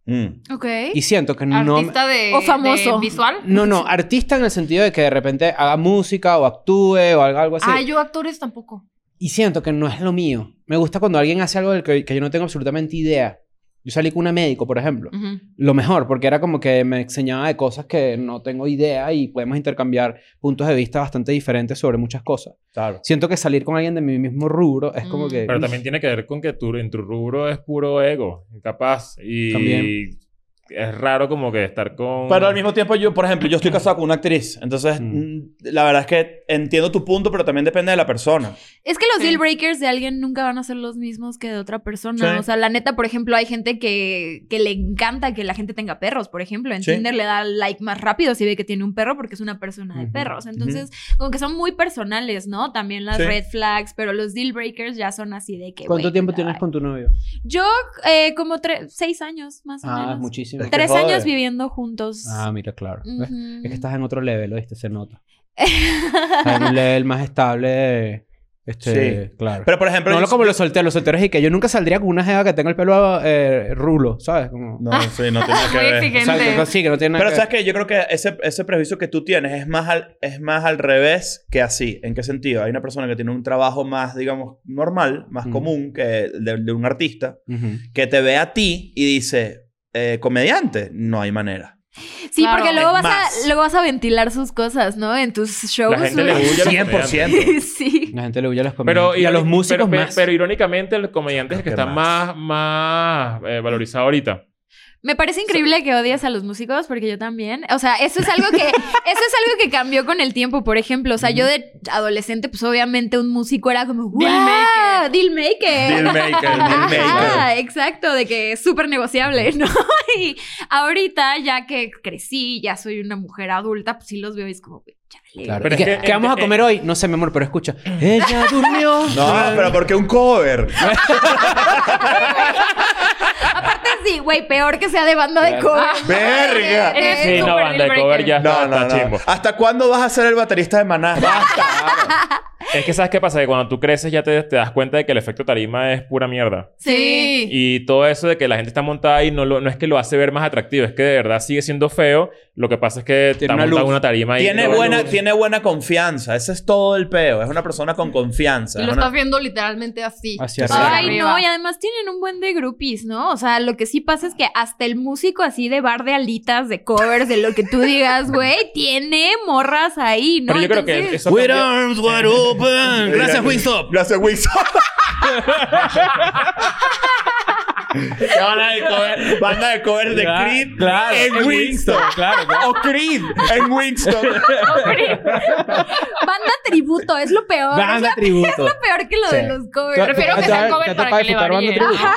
Speaker 2: Mm.
Speaker 3: Ok.
Speaker 4: y siento que no... me-
Speaker 1: Artista de.
Speaker 3: O famoso.
Speaker 1: de visual.
Speaker 4: No, no, artista en el sentido de que de repente haga música o actúe o algo, algo así.
Speaker 1: Ah, yo actores tampoco.
Speaker 4: Y siento que no es lo mío. Me gusta cuando alguien hace algo del que, que yo no tengo absolutamente idea. Yo salí con una médico, por ejemplo.
Speaker 1: Ujú.
Speaker 4: Lo mejor, porque era como que me enseñaba de cosas que no tengo idea y podemos intercambiar puntos de vista bastante diferentes sobre muchas cosas.
Speaker 2: Claro.
Speaker 4: Siento que salir con alguien de mi mismo rubro es como
Speaker 1: Mm.
Speaker 4: que...
Speaker 6: Pero también tiene que ver con que tú, en tu rubro es puro ego, capaz. Y
Speaker 4: También.
Speaker 6: es raro como que estar con...
Speaker 2: Pero al mismo tiempo, yo, por ejemplo, yo estoy casado con una actriz. Entonces,
Speaker 4: Mm.
Speaker 2: mm, la verdad es que entiendo tu punto, pero también depende de la persona.
Speaker 3: Es que los
Speaker 1: Sí.
Speaker 3: deal breakers de alguien nunca van a ser los mismos que de otra persona.
Speaker 2: Sí.
Speaker 3: O sea, la neta, por ejemplo, hay gente que, que le encanta que la gente tenga perros, por ejemplo. En
Speaker 2: Sí.
Speaker 3: Tinder le da like más rápido si ve que tiene un perro porque es una persona de
Speaker 4: Ujú,
Speaker 3: perros. Entonces, como que son muy personales, ¿no? También las
Speaker 2: Sí.
Speaker 3: red flags, pero los deal breakers ya son así de que...
Speaker 4: ¿Cuánto
Speaker 3: güey,
Speaker 4: tiempo
Speaker 3: bye.
Speaker 4: tienes con tu novio?
Speaker 3: Yo eh, como tres, seis años, más o
Speaker 4: Ah,
Speaker 3: menos.
Speaker 4: muchísimo.
Speaker 2: Es que
Speaker 3: Tres
Speaker 2: joder.
Speaker 3: años viviendo juntos.
Speaker 4: Ah, mira, claro. ¿Ves?
Speaker 3: Ujú.
Speaker 4: Es que estás en otro level, ¿oíste? Se nota. Estás en un level más estable. de- Este, claro.
Speaker 2: Pero, por ejemplo...
Speaker 4: no
Speaker 2: yo-
Speaker 4: lo como los solteros. Los solteros y que yo nunca saldría con una jeva que tenga el pelo eh, rulo, ¿sabes? Como...
Speaker 2: No, sí, no tiene que
Speaker 1: Ah, Muy
Speaker 2: ver.
Speaker 1: exigente.
Speaker 4: O sea, que- sí, que no tiene nada
Speaker 2: Pero
Speaker 4: que-
Speaker 2: sabes que yo creo que ese, ese prejuicio que tú tienes es más, al, es más al revés que así. ¿En qué sentido? Hay una persona que tiene un trabajo más, digamos, normal, más
Speaker 4: Mm.
Speaker 2: común que de, de un artista,
Speaker 4: Ujú.
Speaker 2: que te ve a ti y dice, eh, comediante, no hay manera.
Speaker 3: Sí,
Speaker 1: Claro.
Speaker 3: porque luego
Speaker 2: Es
Speaker 3: vas,
Speaker 2: más.
Speaker 3: a, luego vas a ventilar sus cosas, ¿no? En tus shows.
Speaker 6: La gente le gusta los
Speaker 2: 100%.
Speaker 3: sí.
Speaker 4: La gente le huye a las
Speaker 6: Pero,
Speaker 4: comediantes. y a los
Speaker 6: ironi-
Speaker 4: músicos
Speaker 6: pero- pero-
Speaker 4: más.
Speaker 6: Pero irónicamente, el comediante es el que
Speaker 2: Creo que
Speaker 6: está más, más eh, valorizado ahorita.
Speaker 3: Me parece increíble que odies a los músicos porque yo también. O sea, eso es algo que eso es algo que cambió con el tiempo, por ejemplo. O sea, yo de adolescente, pues obviamente un músico era como
Speaker 1: Deal maker.
Speaker 3: "Wow, Deal maker.
Speaker 2: maker,
Speaker 3: Ajá, exacto, de que es súper negociable, ¿no? Y ahorita, ya que crecí, ya soy una mujer adulta, pues sí los veo y es como, "Güey, chale.
Speaker 4: Claro. ¿Y
Speaker 6: Pero es
Speaker 4: qué,
Speaker 6: que- eh,
Speaker 4: qué vamos a comer hoy? No sé, mi amor, pero escucha. Ella durmió.
Speaker 2: No, pero porque un cover.
Speaker 3: Aparte, sí, güey, peor que sea de banda de
Speaker 4: Claro.
Speaker 3: cover.
Speaker 2: Ah, Verga.
Speaker 1: Eres
Speaker 6: Sí, no,
Speaker 1: súper
Speaker 6: banda de
Speaker 1: deal
Speaker 6: cover ya
Speaker 1: breaker.
Speaker 6: está,
Speaker 2: No, no,
Speaker 6: está
Speaker 2: no.
Speaker 6: chimbo.
Speaker 2: ¿Hasta cuándo vas a ser el baterista de Maná?
Speaker 6: Es que ¿sabes qué pasa? Que cuando tú creces ya te, te das cuenta de que el efecto tarima es pura mierda.
Speaker 3: Sí.
Speaker 1: Sí.
Speaker 6: Y todo eso de que la gente está montada ahí no, lo- no es que lo hace ver más atractivo. Es que de verdad sigue siendo feo. Lo que pasa es que
Speaker 4: Tiene
Speaker 6: está
Speaker 4: una
Speaker 6: montada
Speaker 4: luz.
Speaker 6: una tarima ahí.
Speaker 2: Tiene
Speaker 6: Una
Speaker 2: buena,
Speaker 6: luz.
Speaker 2: tiene buena confianza. Ese es todo el peo. Es una persona con confianza.
Speaker 1: Y lo
Speaker 2: Es una-
Speaker 1: estás viendo literalmente así.
Speaker 4: Hacia
Speaker 1: Hacia
Speaker 3: Ay,
Speaker 1: arriba.
Speaker 3: no, y además tienen un buen de groupies, ¿no? O sea, lo que sí pasa es que hasta el músico así de bar de alitas, de covers, de lo que tú digas, güey, tiene morras ahí, ¿no?
Speaker 6: Pero yo creo que
Speaker 3: Entonces,
Speaker 6: eso cambió-
Speaker 4: arms wide open.
Speaker 2: Gracias, Wingstop. Banda de cover, banda de cover de
Speaker 4: Claro,
Speaker 2: Creed
Speaker 4: claro,
Speaker 2: en
Speaker 4: en
Speaker 2: Wingstop.
Speaker 4: Wingstop, claro,
Speaker 2: O Creed en Wingstop.
Speaker 3: Banda tributo, es lo peor.
Speaker 4: Banda
Speaker 3: es
Speaker 4: tributo.
Speaker 3: lo peor que lo
Speaker 4: Sí.
Speaker 3: de los covers.
Speaker 4: Tú-
Speaker 1: Prefiero
Speaker 4: tú-
Speaker 1: que
Speaker 4: tú-
Speaker 1: sea
Speaker 4: tú-
Speaker 1: cover
Speaker 4: tú-
Speaker 1: para
Speaker 4: tú-
Speaker 1: que le
Speaker 4: tú- tú-
Speaker 1: varíe.
Speaker 4: tú- tú-
Speaker 1: Ajá.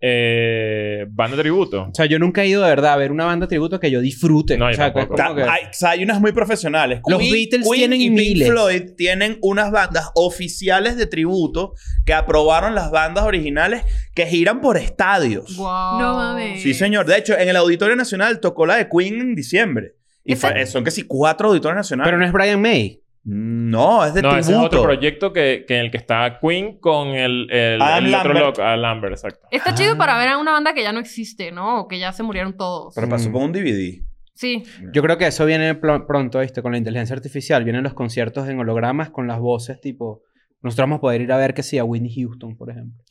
Speaker 6: Eh, banda de tributo.
Speaker 4: O sea, yo nunca he ido de verdad a ver una banda tributo que yo disfrute.
Speaker 6: Pues No, yo
Speaker 4: o sea,
Speaker 6: tampoco.
Speaker 4: como que-
Speaker 2: Hay, o sea, hay unas muy profesionales.
Speaker 4: Los Beatles tienen
Speaker 2: y
Speaker 4: miles.
Speaker 2: Pink Floyd tienen unas bandas oficiales de tributo que aprobaron las bandas originales que giran por estadios.
Speaker 1: Wow.
Speaker 3: No mames.
Speaker 2: Sí, señor. De hecho, en el Auditorio Nacional tocó la de Queen en diciembre. Y
Speaker 1: Ese-
Speaker 2: fue- son casi cuatro auditorios nacionales.
Speaker 4: Pero no es Brian May.
Speaker 2: No, es de
Speaker 6: No, ese es
Speaker 2: tributo.
Speaker 6: otro proyecto que, que en el que está Queen con el, el,
Speaker 2: Adam
Speaker 6: el otro
Speaker 2: Lambert.
Speaker 6: loco, Adam Lambert, exacto.
Speaker 1: Está chido para ver a una banda que ya no existe, ¿no? O que ya se murieron todos.
Speaker 2: Pero
Speaker 4: Mm.
Speaker 2: pasó con un DVD.
Speaker 1: Sí.
Speaker 4: Yo creo que eso viene pl- pronto, ¿viste? Con la inteligencia artificial. Vienen los conciertos en hologramas con las voces, tipo... Nosotros vamos a poder ir a ver que sí a Whitney Houston, por ejemplo.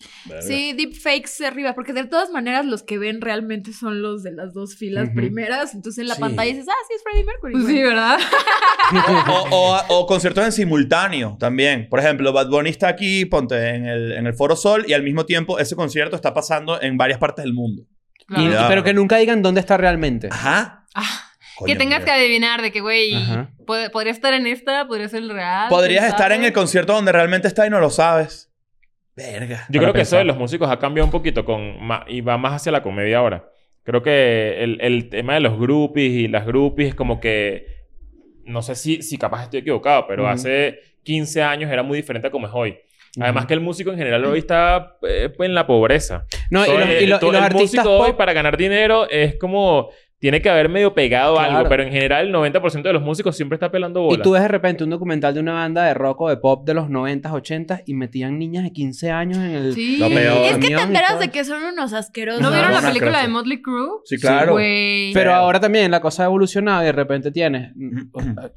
Speaker 3: Sí, deepfakes arriba, porque de todas maneras los que ven realmente son los de las dos filas
Speaker 4: Ujú.
Speaker 3: primeras. Entonces en la
Speaker 4: Sí.
Speaker 3: pantalla dices, ah, sí, es Freddie Mercury.
Speaker 1: Pues sí,
Speaker 3: güey.
Speaker 1: ¿verdad?
Speaker 2: O, o- o conciertos en simultáneo también. Por ejemplo, Bad Bunny está aquí, ponte en el, en el Foro Sol y al mismo tiempo ese concierto está pasando en varias partes del mundo.
Speaker 4: Y-
Speaker 1: Claro.
Speaker 2: Ya.
Speaker 4: pero que nunca digan dónde está realmente.
Speaker 2: Ajá.
Speaker 1: Ah,
Speaker 2: Coño,
Speaker 1: Que tengas
Speaker 2: mira.
Speaker 1: que adivinar de que, güey,
Speaker 4: Ajá.
Speaker 1: pod- podría estar en esta, podría ser el real.
Speaker 2: Podrías
Speaker 1: ¿quién
Speaker 2: estar en
Speaker 1: sabe?
Speaker 2: el concierto donde realmente está y no lo sabes. Verga.
Speaker 4: Para
Speaker 6: Yo creo que eso
Speaker 4: pensar.
Speaker 6: de los músicos ha cambiado un poquito con ma- y va más hacia la comedia ahora. Creo que el, el tema de los groupies y las groupies como que... No sé si, si capaz estoy equivocado, pero
Speaker 4: Ujú.
Speaker 6: hace 15 años era muy diferente a como es hoy. Además que el músico en general hoy está eh, en la pobreza.
Speaker 4: No, y
Speaker 6: Todo
Speaker 4: los,
Speaker 6: el-
Speaker 4: y lo- y
Speaker 6: todo
Speaker 4: los
Speaker 6: el
Speaker 4: artistas
Speaker 6: músico hoy
Speaker 4: pop...
Speaker 6: para ganar dinero es como... Tiene que haber medio pegado algo,
Speaker 4: Claro.
Speaker 6: pero en general el 90% de los músicos siempre está pelando
Speaker 4: Y
Speaker 6: bola.
Speaker 4: tú ves de repente un documental de una banda de rock o de pop de los 90s, 80s y metían niñas de 15 años en el...
Speaker 1: Sí.
Speaker 2: Lo peor.
Speaker 3: Es que
Speaker 4: Camión
Speaker 3: te
Speaker 4: y
Speaker 3: enteras
Speaker 4: todo.
Speaker 3: de que son unos asquerosos.
Speaker 1: ¿No
Speaker 2: Ajá.
Speaker 1: vieron la
Speaker 2: Una
Speaker 1: película
Speaker 2: cosa.
Speaker 1: de Motley Crue?
Speaker 2: Sí, claro.
Speaker 1: Güey.
Speaker 4: Pero
Speaker 2: Feo.
Speaker 4: ahora también la cosa ha evolucionado y de repente tienes,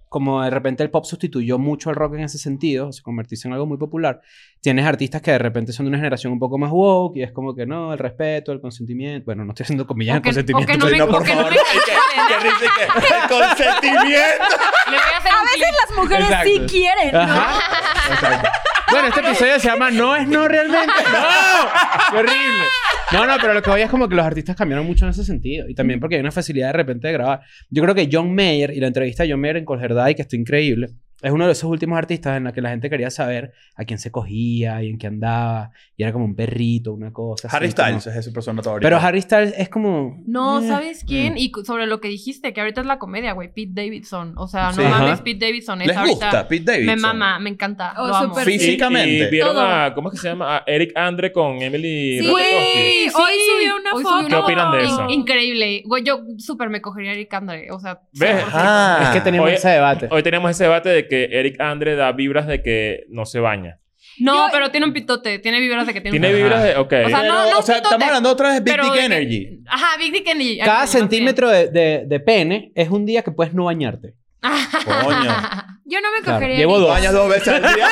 Speaker 4: como de repente el pop sustituyó mucho al rock en ese sentido, se convirtió en algo muy popular, tienes artistas que de repente son de una generación un poco más woke y es como que no, el respeto, el consentimiento, bueno, no estoy haciendo comillas,
Speaker 1: O
Speaker 4: el
Speaker 1: que, o
Speaker 4: consentimiento.
Speaker 1: que no
Speaker 2: Sí,
Speaker 1: me,
Speaker 2: no,
Speaker 1: o
Speaker 2: por
Speaker 1: que no me
Speaker 2: favor.
Speaker 1: cancelen.
Speaker 2: Que dice que el consentimiento.
Speaker 1: Le voy a hacer un clip.
Speaker 3: Las mujeres sí
Speaker 4: Exacto.
Speaker 3: quieren, ¿no?
Speaker 4: Ajá. Bueno, este episodio se llama No es no realmente. ¡No! ¡Qué horrible! No, no, pero lo que voy es como que los artistas cambiaron mucho en ese sentido. Y también porque hay una facilidad de repente de grabar. Yo creo que John Mayer y la entrevista de John Mayer en Colherdai, que está increíble, es uno de esos últimos artistas en la que la gente quería saber a quién se cogía y en qué andaba. Y era como un perrito, una cosa. así,
Speaker 2: Harry Styles
Speaker 4: como-
Speaker 2: es su persona favorita.
Speaker 4: Pero Harry Styles es como.
Speaker 1: No,
Speaker 4: eh.
Speaker 2: Mm.
Speaker 1: ¿sabes quién? Y cu- sobre lo que dijiste, que ahorita es la comedia, güey. Pete Davidson. O sea, no
Speaker 2: Sí.
Speaker 1: mames,
Speaker 4: Ajá.
Speaker 1: Pete Davidson es
Speaker 2: ¿Les
Speaker 1: ahorita.
Speaker 2: gusta Pete
Speaker 1: Me
Speaker 2: Davidson?
Speaker 1: mama, me encanta.
Speaker 3: Oh,
Speaker 1: lo amo.
Speaker 3: súper.
Speaker 6: Y-
Speaker 2: Físicamente.
Speaker 6: Y, vieron
Speaker 1: Todo.
Speaker 6: a... ¿Cómo es que se llama? A Eric Andre con Emily
Speaker 3: Sí,
Speaker 6: Ratajkowski.
Speaker 3: Hoy subió una
Speaker 1: hoy
Speaker 3: foto.
Speaker 1: una
Speaker 6: ¿Qué opinan de
Speaker 1: in-
Speaker 6: eso?
Speaker 1: Increíble. Güey, yo súper me cogería a Eric Andre. O sea,
Speaker 6: ¿Ves?
Speaker 2: Ah,
Speaker 4: Es que teníamos
Speaker 6: Oye,
Speaker 4: ese debate.
Speaker 6: Hoy tenemos ese debate de que Eric Andre da vibras de que no se baña.
Speaker 1: No,
Speaker 3: Yo-
Speaker 1: pero tiene un pitote, tiene vibras de que tiene,
Speaker 6: Tiene
Speaker 1: un
Speaker 4: Ajá.
Speaker 6: vibras de... Ok.
Speaker 1: O sea,
Speaker 2: Pero,
Speaker 1: no- no
Speaker 2: o sea,
Speaker 1: tanto
Speaker 2: estamos
Speaker 1: de-
Speaker 2: hablando otra vez de Big
Speaker 1: pero
Speaker 2: Dick
Speaker 1: de que-
Speaker 2: Energy.
Speaker 1: Ajá, Big Dick Energy. Ay,
Speaker 4: Cada
Speaker 1: más bien.
Speaker 4: centímetro de, de- de pene es un día que puedes no bañarte.
Speaker 2: Coño.
Speaker 3: Yo no me
Speaker 4: Claro,
Speaker 3: cogería.
Speaker 4: llevo
Speaker 3: ni-
Speaker 4: dos.
Speaker 2: Bañas dos veces al día.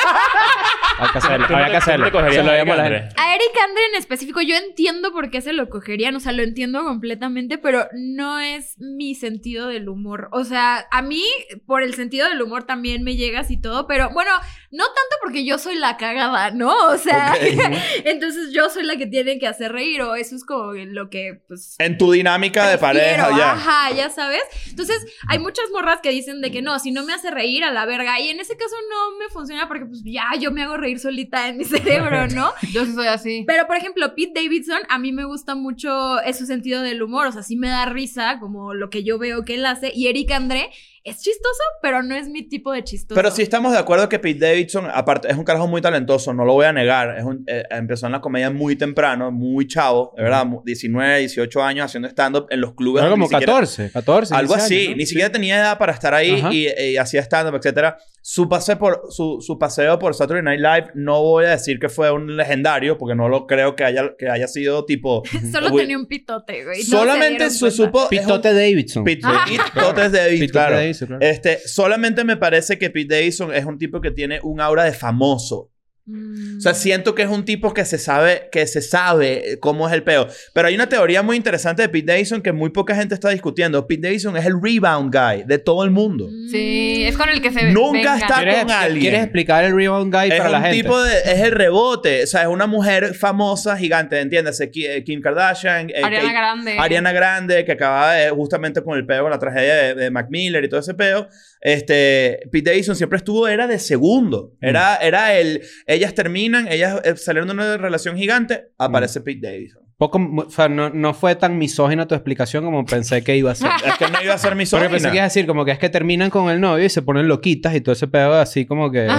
Speaker 4: Hay que
Speaker 6: ¿Tú no
Speaker 4: hacerlo.
Speaker 6: te-
Speaker 4: había que
Speaker 6: tú no te
Speaker 4: hacerlo.
Speaker 6: cogerías
Speaker 4: Se lo
Speaker 6: a
Speaker 4: habíamos a la
Speaker 6: Andre?
Speaker 4: gente.
Speaker 3: A Eric Andre en específico, yo entiendo por qué se lo cogerían, o sea, lo entiendo completamente, pero no es mi sentido del humor. O sea, a mí, por el sentido del humor también me llegas y todo, pero bueno, no tanto porque yo soy la cagada, ¿no? O sea, entonces yo soy la que tiene que hacer reír, o eso es como lo que, pues.
Speaker 2: En tu dinámica de
Speaker 3: prefiero,
Speaker 2: pareja ya.
Speaker 1: ah.
Speaker 3: Ajá, ya sabes. Entonces, hay muchas morras que dicen de que no, si no me hace reír a la verga. Y en ese caso no me funciona porque, pues, ya, yo me hago reír solita en mi cerebro, ¿no?
Speaker 1: Yo sí soy así.
Speaker 3: Pero, por ejemplo, Pete Davidson, a mí me gusta mucho eh, su sentido del humor. O sea, sí me da risa, como lo que yo veo que él hace. Y Eric André es chistoso, pero no es mi tipo de chistoso.
Speaker 2: Pero sí estamos de acuerdo que Pete Davidson, aparte, es un carajo muy talentoso, no lo voy a negar. Es un- eh, empezó en la comedia muy temprano, muy chavo, de verdad, mu- 19, 18 años haciendo stand-up en los clubes.
Speaker 4: Era
Speaker 2: donde
Speaker 4: como
Speaker 2: ni siquiera-
Speaker 4: 14, 14.
Speaker 2: Algo
Speaker 4: 15
Speaker 2: así,
Speaker 4: años, ¿no?
Speaker 2: ni siquiera tenía edad para estar ahí
Speaker 4: Ajá.
Speaker 2: y, y hacía stand-up, etc. Su, pase por, su, su paseo por Saturday Night Live, no voy a decir que fue un legendario, porque no lo creo que haya, que haya sido tipo.
Speaker 3: Solo
Speaker 2: Güey,
Speaker 3: tenía un pitote, güey. no se
Speaker 2: solamente
Speaker 3: dieron
Speaker 2: se
Speaker 3: cuenta.
Speaker 2: supo. es un-
Speaker 4: Pitote Davidson.
Speaker 2: Pete
Speaker 1: Ah.
Speaker 2: Pitotes David,
Speaker 4: Pitote
Speaker 2: claro.
Speaker 4: Davidson, claro.
Speaker 2: Este, solamente me parece que Pete Davidson es un tipo que tiene un aura de famoso.
Speaker 3: Mm.
Speaker 2: O sea, siento que es un tipo que se sabe, que se sabe eh, cómo es el peo. Pero hay una teoría muy interesante de Pete Davidson que muy poca gente está discutiendo. Pete Davidson es el rebound guy de todo el mundo.
Speaker 3: Mm.
Speaker 1: Sí, es con el que se ve.
Speaker 2: Nunca
Speaker 1: venga.
Speaker 2: está-
Speaker 4: ¿Quieres,
Speaker 2: con alguien.
Speaker 4: ¿Quieres explicar el Rebound Guy
Speaker 2: Es
Speaker 4: para
Speaker 2: un
Speaker 4: la gente?
Speaker 2: tipo de, es el rebote. O sea, es una mujer famosa, gigante, ¿entiendes? Kim Kardashian, eh,
Speaker 1: Ariana
Speaker 2: Kate-
Speaker 1: Grande.
Speaker 2: Ariana Grande, que acababa de- justamente con el peo, con la tragedia de, de Mac Miller y todo ese peo. Este, Pete Davidson siempre estuvo, era de segundo.
Speaker 4: Mm.
Speaker 2: Era, era el, ellas terminan, ellas eh, salieron de una relación gigante, aparece
Speaker 4: Mm.
Speaker 2: Pete Davidson.
Speaker 4: Poco, o sea, no, no fue tan misógina tu explicación como pensé que iba a ser.
Speaker 2: Es que no iba a ser mi
Speaker 4: Porque pensé que ibas a
Speaker 2: No,
Speaker 4: decir como que es que terminan con el novio y se ponen loquitas y todo ese pedo así como que...
Speaker 2: no,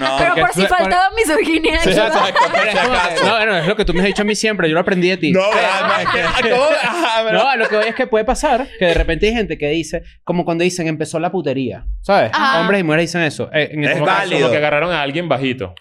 Speaker 2: no.
Speaker 3: Pero
Speaker 4: porque
Speaker 3: por si
Speaker 4: fue-
Speaker 3: faltaba misoginia.
Speaker 4: Sí,
Speaker 3: ¿verdad?
Speaker 4: exacto, pero es como que- no, no, es lo que tú me has dicho a mí siempre, yo lo aprendí de ti.
Speaker 2: No, ah, no, es que- ¿cómo? Ah, pero-
Speaker 4: No, a lo que voy es que puede pasar que de repente hay gente que dice, como cuando dicen empezó la putería, ¿sabes?
Speaker 1: Ajá.
Speaker 4: Hombres y mujeres dicen eso. Eh, en
Speaker 2: Ah. Es
Speaker 4: este
Speaker 6: Como
Speaker 4: caso-
Speaker 6: que-
Speaker 2: válido.
Speaker 6: Como que agarraron a alguien bajito.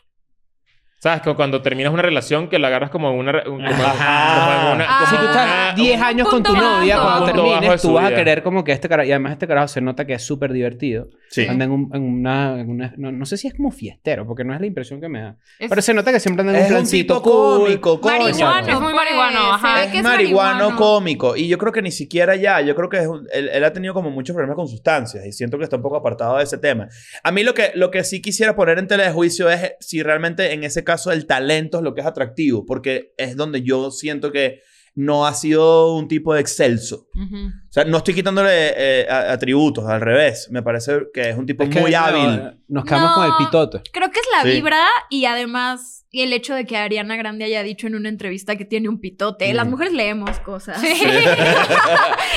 Speaker 6: ¿Sabes? Como cuando terminas una relación que la agarras como en una... re- un- Como, en-
Speaker 2: Ajá.
Speaker 6: como en una...
Speaker 3: Ah,
Speaker 6: como
Speaker 4: Si tú
Speaker 6: en
Speaker 4: estás
Speaker 6: una-
Speaker 4: 10
Speaker 3: un
Speaker 4: años con
Speaker 3: punto
Speaker 4: tu novia,
Speaker 3: bajo.
Speaker 4: cuando
Speaker 3: Un
Speaker 6: punto bajo de
Speaker 4: termines, tú
Speaker 6: su
Speaker 4: vas a
Speaker 6: vida.
Speaker 4: querer como que este carajo... Y además este carajo se nota que es súper divertido.
Speaker 2: Sí.
Speaker 4: Anda en, un- en una... en una- no, no sé si es como fiestero, porque no es la impresión que me da.
Speaker 1: Es-
Speaker 4: Pero se nota que siempre anda en un
Speaker 2: Es un
Speaker 4: plancito
Speaker 2: tipo
Speaker 4: cool.
Speaker 2: cómico, coño.
Speaker 3: Marihuano.
Speaker 1: Es muy marihuano,
Speaker 3: pues,
Speaker 1: ajá.
Speaker 3: se ve
Speaker 2: Es
Speaker 3: que es
Speaker 2: marihuano
Speaker 3: marihuano.
Speaker 2: cómico. Y yo creo que ni siquiera ya. Yo creo que es un- él, él ha tenido como muchos problemas con sustancias. Y siento que está un poco apartado de ese tema. A mí lo que, lo que sí quisiera poner en tela de juicio es si realmente en ese caso el talento es lo que es atractivo. Porque es donde yo siento que no ha sido un tipo de excelso.
Speaker 1: Ujú.
Speaker 2: O sea, no estoy quitándole eh, a- atributos, al revés. Me parece que es un tipo
Speaker 4: Es que,
Speaker 2: muy
Speaker 4: no, eh.
Speaker 2: hábil.
Speaker 4: nos quedamos
Speaker 3: No.
Speaker 4: con el pitote.
Speaker 3: Creo que es la
Speaker 2: Sí.
Speaker 3: vibra y además el hecho de que Ariana Grande haya dicho en una entrevista que tiene un pitote.
Speaker 2: Mm.
Speaker 3: Las mujeres leemos cosas.
Speaker 1: Sí.